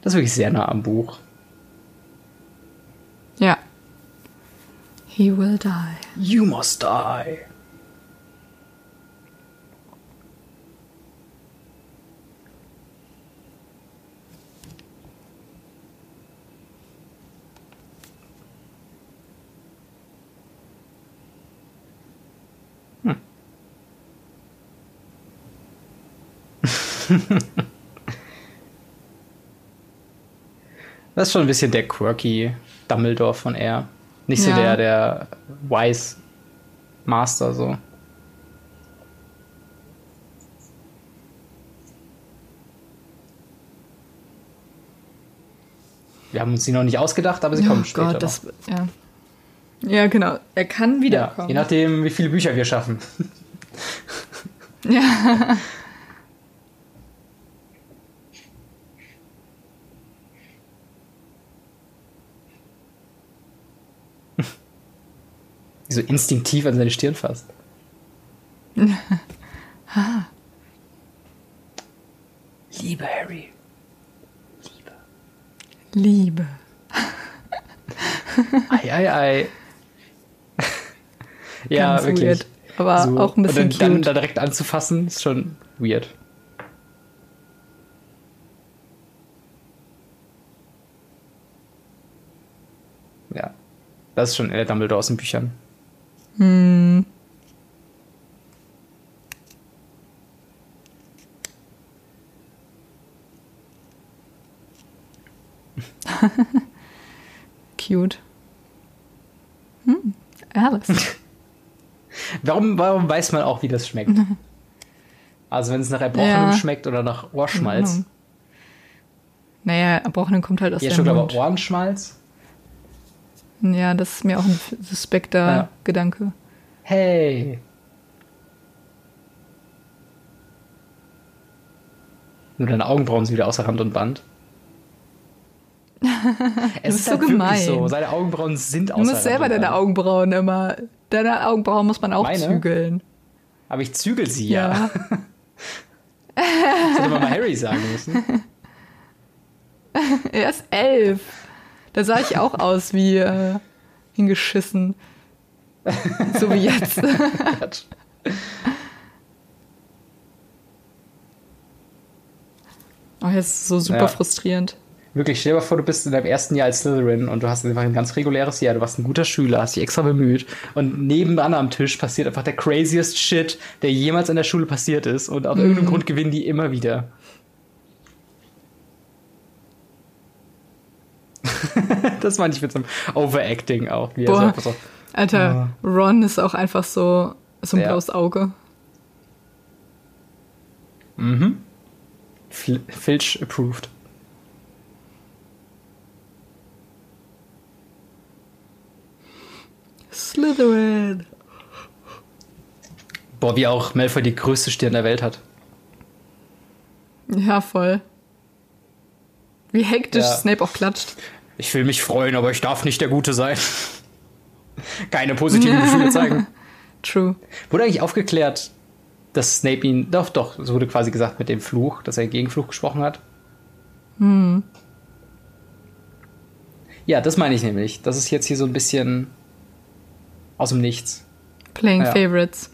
Speaker 1: Das ist wirklich sehr nah am Buch.
Speaker 2: Ja. He will die.
Speaker 1: You must die. Das ist schon ein bisschen der quirky Dumbledore von R. Nicht so
Speaker 2: Ja.
Speaker 1: der, der wise Master so. Wir haben uns die noch nicht ausgedacht, aber sie kommen
Speaker 2: oh
Speaker 1: später
Speaker 2: Gott, das. Ja. ja, genau. Er
Speaker 1: noch.
Speaker 2: kann
Speaker 1: Ja, je
Speaker 2: wiederkommen.
Speaker 1: nachdem, wie viele Bücher wir schaffen.
Speaker 2: ja.
Speaker 1: Die So instinktiv an seine Stirn fasst. Liebe Harry. Liebe.
Speaker 2: Liebe.
Speaker 1: Ei, ei, ei. [laughs] ja,
Speaker 2: Ganz
Speaker 1: wirklich.
Speaker 2: weird, aber Ah, auch ein bisschen
Speaker 1: und dann, dann
Speaker 2: cute.
Speaker 1: da direkt anzufassen, ist schon weird. Ja. Das ist schon der Dumbledore aus den Büchern.
Speaker 2: Cute. Hm,
Speaker 1: [laughs]
Speaker 2: Alice.
Speaker 1: Warum, warum weiß man auch, wie das
Speaker 2: [laughs]
Speaker 1: schmeckt? Also wenn es nach Erbrochenem
Speaker 2: Ja. Genau.
Speaker 1: schmeckt oder nach Ohrschmalz.
Speaker 2: Keine naja, Erbrochenen kommt halt aus
Speaker 1: Ja,
Speaker 2: dem
Speaker 1: schon,
Speaker 2: Mund.
Speaker 1: aber Ohrenschmalz?
Speaker 2: Ja, das ist mir auch ein suspekter
Speaker 1: Ja.
Speaker 2: Gedanke.
Speaker 1: Hey. Nur deine Augenbrauen sind wieder außer Rand und
Speaker 2: [laughs]
Speaker 1: Band. es
Speaker 2: bist so
Speaker 1: wirklich
Speaker 2: gemein.
Speaker 1: So. Seine Augenbrauen sind
Speaker 2: Du
Speaker 1: außer
Speaker 2: musst
Speaker 1: Rand
Speaker 2: selber
Speaker 1: und
Speaker 2: deine
Speaker 1: Band.
Speaker 2: Augenbrauen immer. Deine Augenbrauen muss man auch
Speaker 1: Meine?
Speaker 2: zügeln.
Speaker 1: Aber ich zügel sie ja. Das hätte man mal Harry sagen
Speaker 2: [laughs]
Speaker 1: müssen.
Speaker 2: Er ist elf. Da sah ich auch aus wie äh,
Speaker 1: [laughs]
Speaker 2: hingeschissen. So wie jetzt.
Speaker 1: Quatsch.
Speaker 2: Oh, jetzt ist es so super
Speaker 1: Ja.
Speaker 2: frustrierend.
Speaker 1: Wirklich, stell dir mal vor, du bist in deinem ersten Jahr als Slytherin und du hast einfach ein ganz reguläres Jahr. Du warst ein guter Schüler, hast dich extra bemüht. Und nebenan am Tisch passiert einfach der craziest Shit, der jemals in der Schule passiert ist. Und aus irgendeinem Grund gewinnen die immer wieder. [laughs] das meine ich mit so einem Overacting auch. Wie er
Speaker 2: Boah.
Speaker 1: sagt, so,
Speaker 2: Alter, Ron ist auch einfach so, so ein
Speaker 1: Ja.
Speaker 2: blaues Auge.
Speaker 1: Fil- Filch approved.
Speaker 2: Slytherin.
Speaker 1: Boah, wie auch Malfoy die größte Stirn der Welt hat.
Speaker 2: Ja, voll. Wie hektisch
Speaker 1: Ja.
Speaker 2: Snape auch klatscht.
Speaker 1: Ich will mich freuen, aber ich darf nicht der Gute sein. [laughs] Keine positiven Gefühle zeigen.
Speaker 2: True.
Speaker 1: Wurde eigentlich aufgeklärt, dass Snape ihn. Doch, doch, es wurde quasi gesagt mit dem Fluch, dass er gegen Fluch gesprochen hat. Hm.
Speaker 2: Hm.
Speaker 1: Ja, das meine ich nämlich. Das ist jetzt hier so ein bisschen aus dem Nichts.
Speaker 2: Playing
Speaker 1: Ja.
Speaker 2: favorites.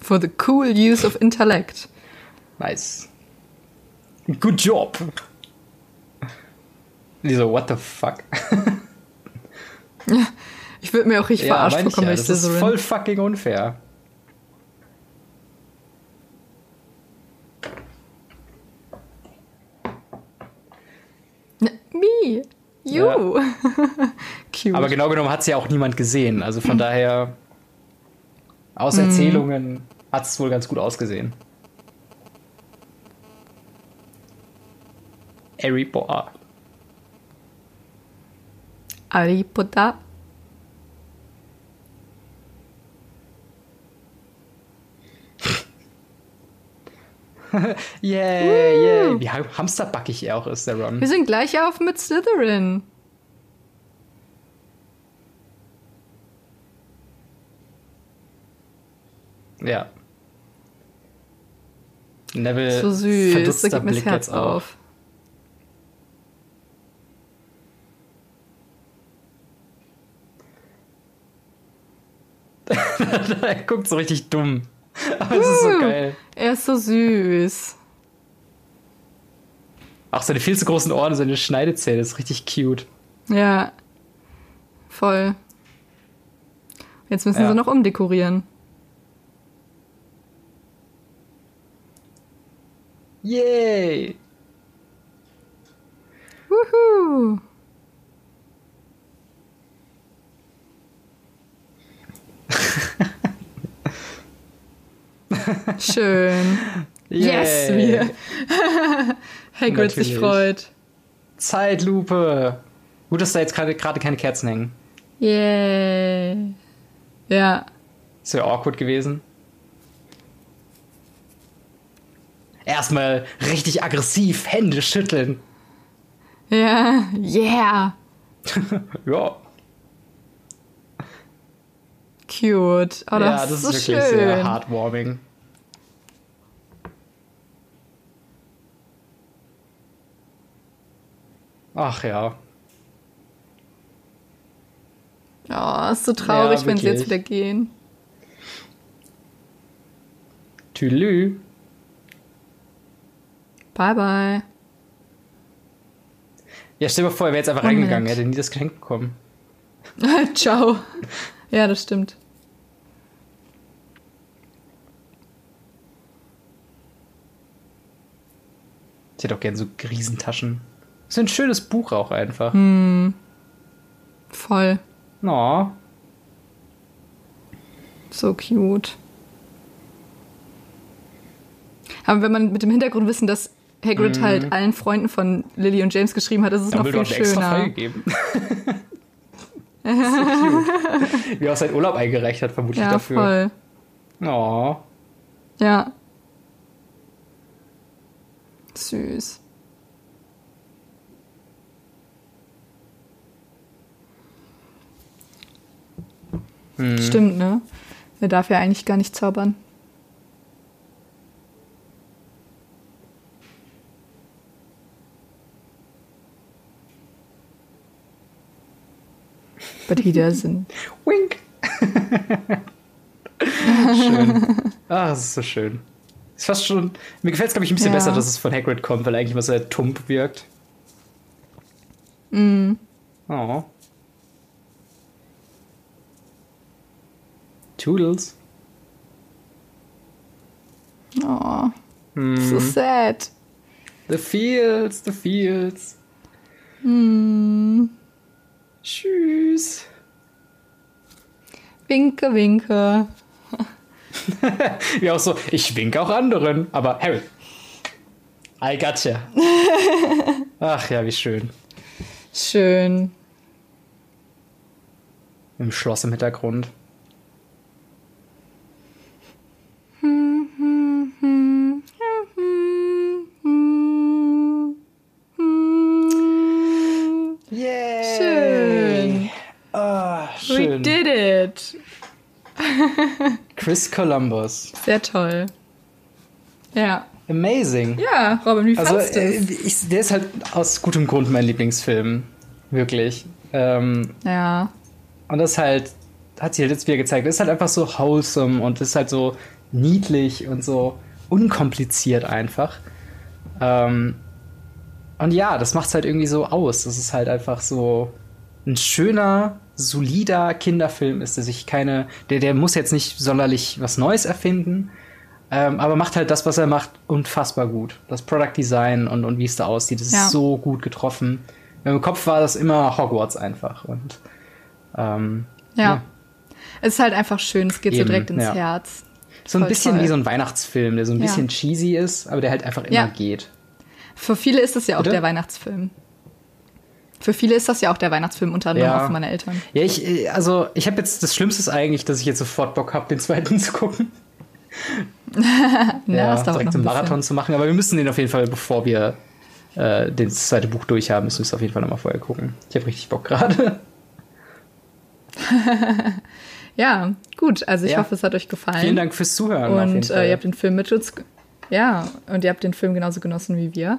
Speaker 2: For the cool use of intellect.
Speaker 1: Nice. Good job. Die so, what the fuck?
Speaker 2: Ich würde mir auch richtig verarscht
Speaker 1: meine ich
Speaker 2: bekommen,
Speaker 1: ja.
Speaker 2: wenn ich
Speaker 1: Das ist
Speaker 2: Slytherin.
Speaker 1: voll fucking unfair.
Speaker 2: Me. You. [laughs] Cute.
Speaker 1: Aber genau genommen hat es ja auch niemand gesehen. Also von daher, aus
Speaker 2: Mhm.
Speaker 1: Erzählungen hat es wohl ganz gut ausgesehen. Harry Potter.
Speaker 2: Aripota.
Speaker 1: Yay, yay. Wie ha- hamsterbackig er auch ist, der Ron.
Speaker 2: Wir sind gleich auf mit Slytherin.
Speaker 1: Ja. Neville
Speaker 2: So süß. Da
Speaker 1: Äh, verdutzter
Speaker 2: geht mir das
Speaker 1: Blick
Speaker 2: Herz
Speaker 1: jetzt auch.
Speaker 2: auf.
Speaker 1: [laughs] er guckt so richtig dumm. [laughs] Aber es ist so
Speaker 2: Woo.
Speaker 1: geil.
Speaker 2: Er ist so süß.
Speaker 1: Auch seine viel zu großen Ohren, seine Schneidezähne, ist richtig cute.
Speaker 2: Ja. Voll. Jetzt müssen
Speaker 1: Ja.
Speaker 2: sie noch umdekorieren.
Speaker 1: Yay!
Speaker 2: Wuhu. [laughs] Schön. Yes,
Speaker 1: Yay.
Speaker 2: wir.
Speaker 1: [laughs]
Speaker 2: Hagrid
Speaker 1: Natürlich.
Speaker 2: sich freut.
Speaker 1: Zeitlupe. Gut, dass da jetzt gerade gerade keine Kerzen hängen.
Speaker 2: Yay. Ja.
Speaker 1: Ist ja awkward gewesen. Erstmal richtig aggressiv Hände schütteln.
Speaker 2: Ja. Yeah.
Speaker 1: Ja.
Speaker 2: Cute. Oh, das,
Speaker 1: ja,
Speaker 2: ist,
Speaker 1: das
Speaker 2: so
Speaker 1: ist
Speaker 2: schön.
Speaker 1: wirklich sehr heartwarming. Ach ja.
Speaker 2: Oh, ist so traurig,
Speaker 1: Ja,
Speaker 2: wenn sie jetzt
Speaker 1: wirklich.
Speaker 2: wieder gehen.
Speaker 1: Tülü.
Speaker 2: Bye, bye. [laughs]
Speaker 1: Ja, stell dir mal vor, er wäre jetzt einfach
Speaker 2: Oh, Moment.
Speaker 1: reingegangen, er hätte nie das Geschenk bekommen. [laughs]
Speaker 2: Ciao. Ja, das stimmt.
Speaker 1: Ich hätte auch gern so Riesentaschen. Ist ein schönes Buch auch einfach.
Speaker 2: Hm. Voll.
Speaker 1: Oh.
Speaker 2: So cute. Aber wenn man mit dem Hintergrund wissen, dass Hagrid halt allen Freunden von Lily und James geschrieben hat, ist es noch viel schöner.
Speaker 1: freigegeben. [laughs] so cute. Wie er auch seinen halt Urlaub eingereicht hat, vermutlich
Speaker 2: Ja,
Speaker 1: dafür.
Speaker 2: voll.
Speaker 1: Oh.
Speaker 2: Ja. Süß. Stimmt, ne? Er darf ja eigentlich gar nicht zaubern. But he doesn't.
Speaker 1: Wink. [laughs] schön. Ah, das ist so schön. Ist fast schon. Mir gefällt es, glaube ich, ein bisschen
Speaker 2: Ja.
Speaker 1: besser, dass es von Hagrid kommt, weil er eigentlich immer so der Tump wirkt. Mm. Oh. Toodles.
Speaker 2: Oh, so sad.
Speaker 1: The Fields, the Fields.
Speaker 2: Hm.
Speaker 1: Tschüss.
Speaker 2: Winke, winke.
Speaker 1: Wie auch so, ich winke auch anderen, aber Harry. I
Speaker 2: [laughs]
Speaker 1: gotcha. Ach ja, wie schön.
Speaker 2: Schön.
Speaker 1: Im Schloss im Hintergrund. Yay.
Speaker 2: Schön.
Speaker 1: Ah,
Speaker 2: We
Speaker 1: schön.
Speaker 2: did it.
Speaker 1: Chris Columbus.
Speaker 2: Sehr toll. Ja.
Speaker 1: Amazing.
Speaker 2: Ja, Robin, wie
Speaker 1: Also,
Speaker 2: fandst du
Speaker 1: äh,
Speaker 2: es?
Speaker 1: ich, der ist halt aus gutem Grund mein Lieblingsfilm. Wirklich. Ähm,
Speaker 2: Ja.
Speaker 1: und das ist halt, hat sich halt jetzt wieder gezeigt, ist halt einfach so wholesome und ist halt so niedlich und so unkompliziert einfach. Ähm, und ja, das macht's halt irgendwie so aus. Das ist halt einfach so ein schöner, solider Kinderfilm ist, der sich keine, der, der muss jetzt nicht sonderlich was Neues erfinden, ähm, aber macht halt das, was er macht, unfassbar gut. Das Product Design und, und wie es da aussieht, das
Speaker 2: Ja.
Speaker 1: ist so gut getroffen. Im Kopf war das immer Hogwarts einfach und ähm,
Speaker 2: ja. Es ist halt einfach schön, es geht so
Speaker 1: Eben,
Speaker 2: direkt ins
Speaker 1: ja.
Speaker 2: Herz.
Speaker 1: so ein
Speaker 2: Voll
Speaker 1: bisschen
Speaker 2: toll.
Speaker 1: wie so ein Weihnachtsfilm, der so ein
Speaker 2: Ja.
Speaker 1: bisschen cheesy ist, aber der halt einfach immer
Speaker 2: Ja.
Speaker 1: geht.
Speaker 2: Für viele ist das ja auch
Speaker 1: Bitte?
Speaker 2: der Weihnachtsfilm. Für viele ist das ja auch der Weihnachtsfilm, unter anderem
Speaker 1: Ja.
Speaker 2: auch für meine Eltern.
Speaker 1: Ja, ich, äh, also ich habe jetzt, das Schlimmste ist eigentlich, dass ich jetzt sofort Bock habe, den zweiten [laughs] zu gucken.
Speaker 2: Na, das
Speaker 1: direkt
Speaker 2: dauert noch
Speaker 1: einen
Speaker 2: ein
Speaker 1: Marathon zu machen, aber wir müssen den auf jeden Fall, bevor wir äh, das zweite Buch durch haben, müssen wir es auf jeden Fall nochmal vorher gucken. Ich habe richtig Bock gerade. [laughs]
Speaker 2: bisschen. Ja, gut. Also ich
Speaker 1: Ja.
Speaker 2: hoffe, es hat euch gefallen.
Speaker 1: Vielen Dank fürs Zuhören. auf jeden
Speaker 2: Und
Speaker 1: Fall.
Speaker 2: äh, ihr habt den Film mit uns, ge- ja, und ihr habt den Film genauso genossen wie wir.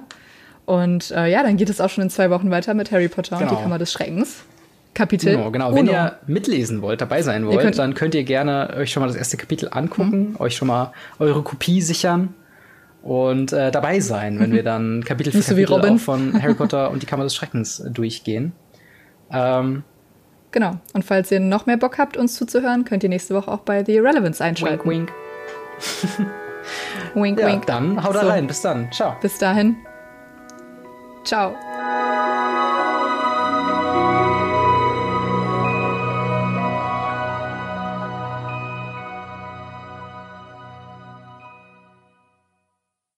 Speaker 2: Und äh, ja, dann geht es auch schon in zwei Wochen weiter mit Harry Potter und
Speaker 1: Genau.
Speaker 2: die Kammer des Schreckens. Kapitel.
Speaker 1: genau, genau. Wenn
Speaker 2: Uno.
Speaker 1: ihr mitlesen wollt, dabei sein wollt,
Speaker 2: könnt- Mhm.
Speaker 1: dann könnt ihr gerne euch schon mal das erste Kapitel angucken, euch schon mal eure Kopie sichern und äh, dabei sein, wenn wir dann Kapitel für
Speaker 2: Mhm. Nicht so wie
Speaker 1: Kapitel
Speaker 2: Robin.
Speaker 1: auch von Harry Potter und die Kammer des Schreckens durchgehen. Ähm,
Speaker 2: Genau. Und falls ihr noch mehr Bock habt, uns zuzuhören, könnt ihr nächste Woche auch bei The Irrelevance einschalten.
Speaker 1: wink, wink.
Speaker 2: Wink,
Speaker 1: Ja,
Speaker 2: wink.
Speaker 1: dann haut
Speaker 2: So.
Speaker 1: rein. Bis dann. Ciao.
Speaker 2: Bis dahin. Ciao.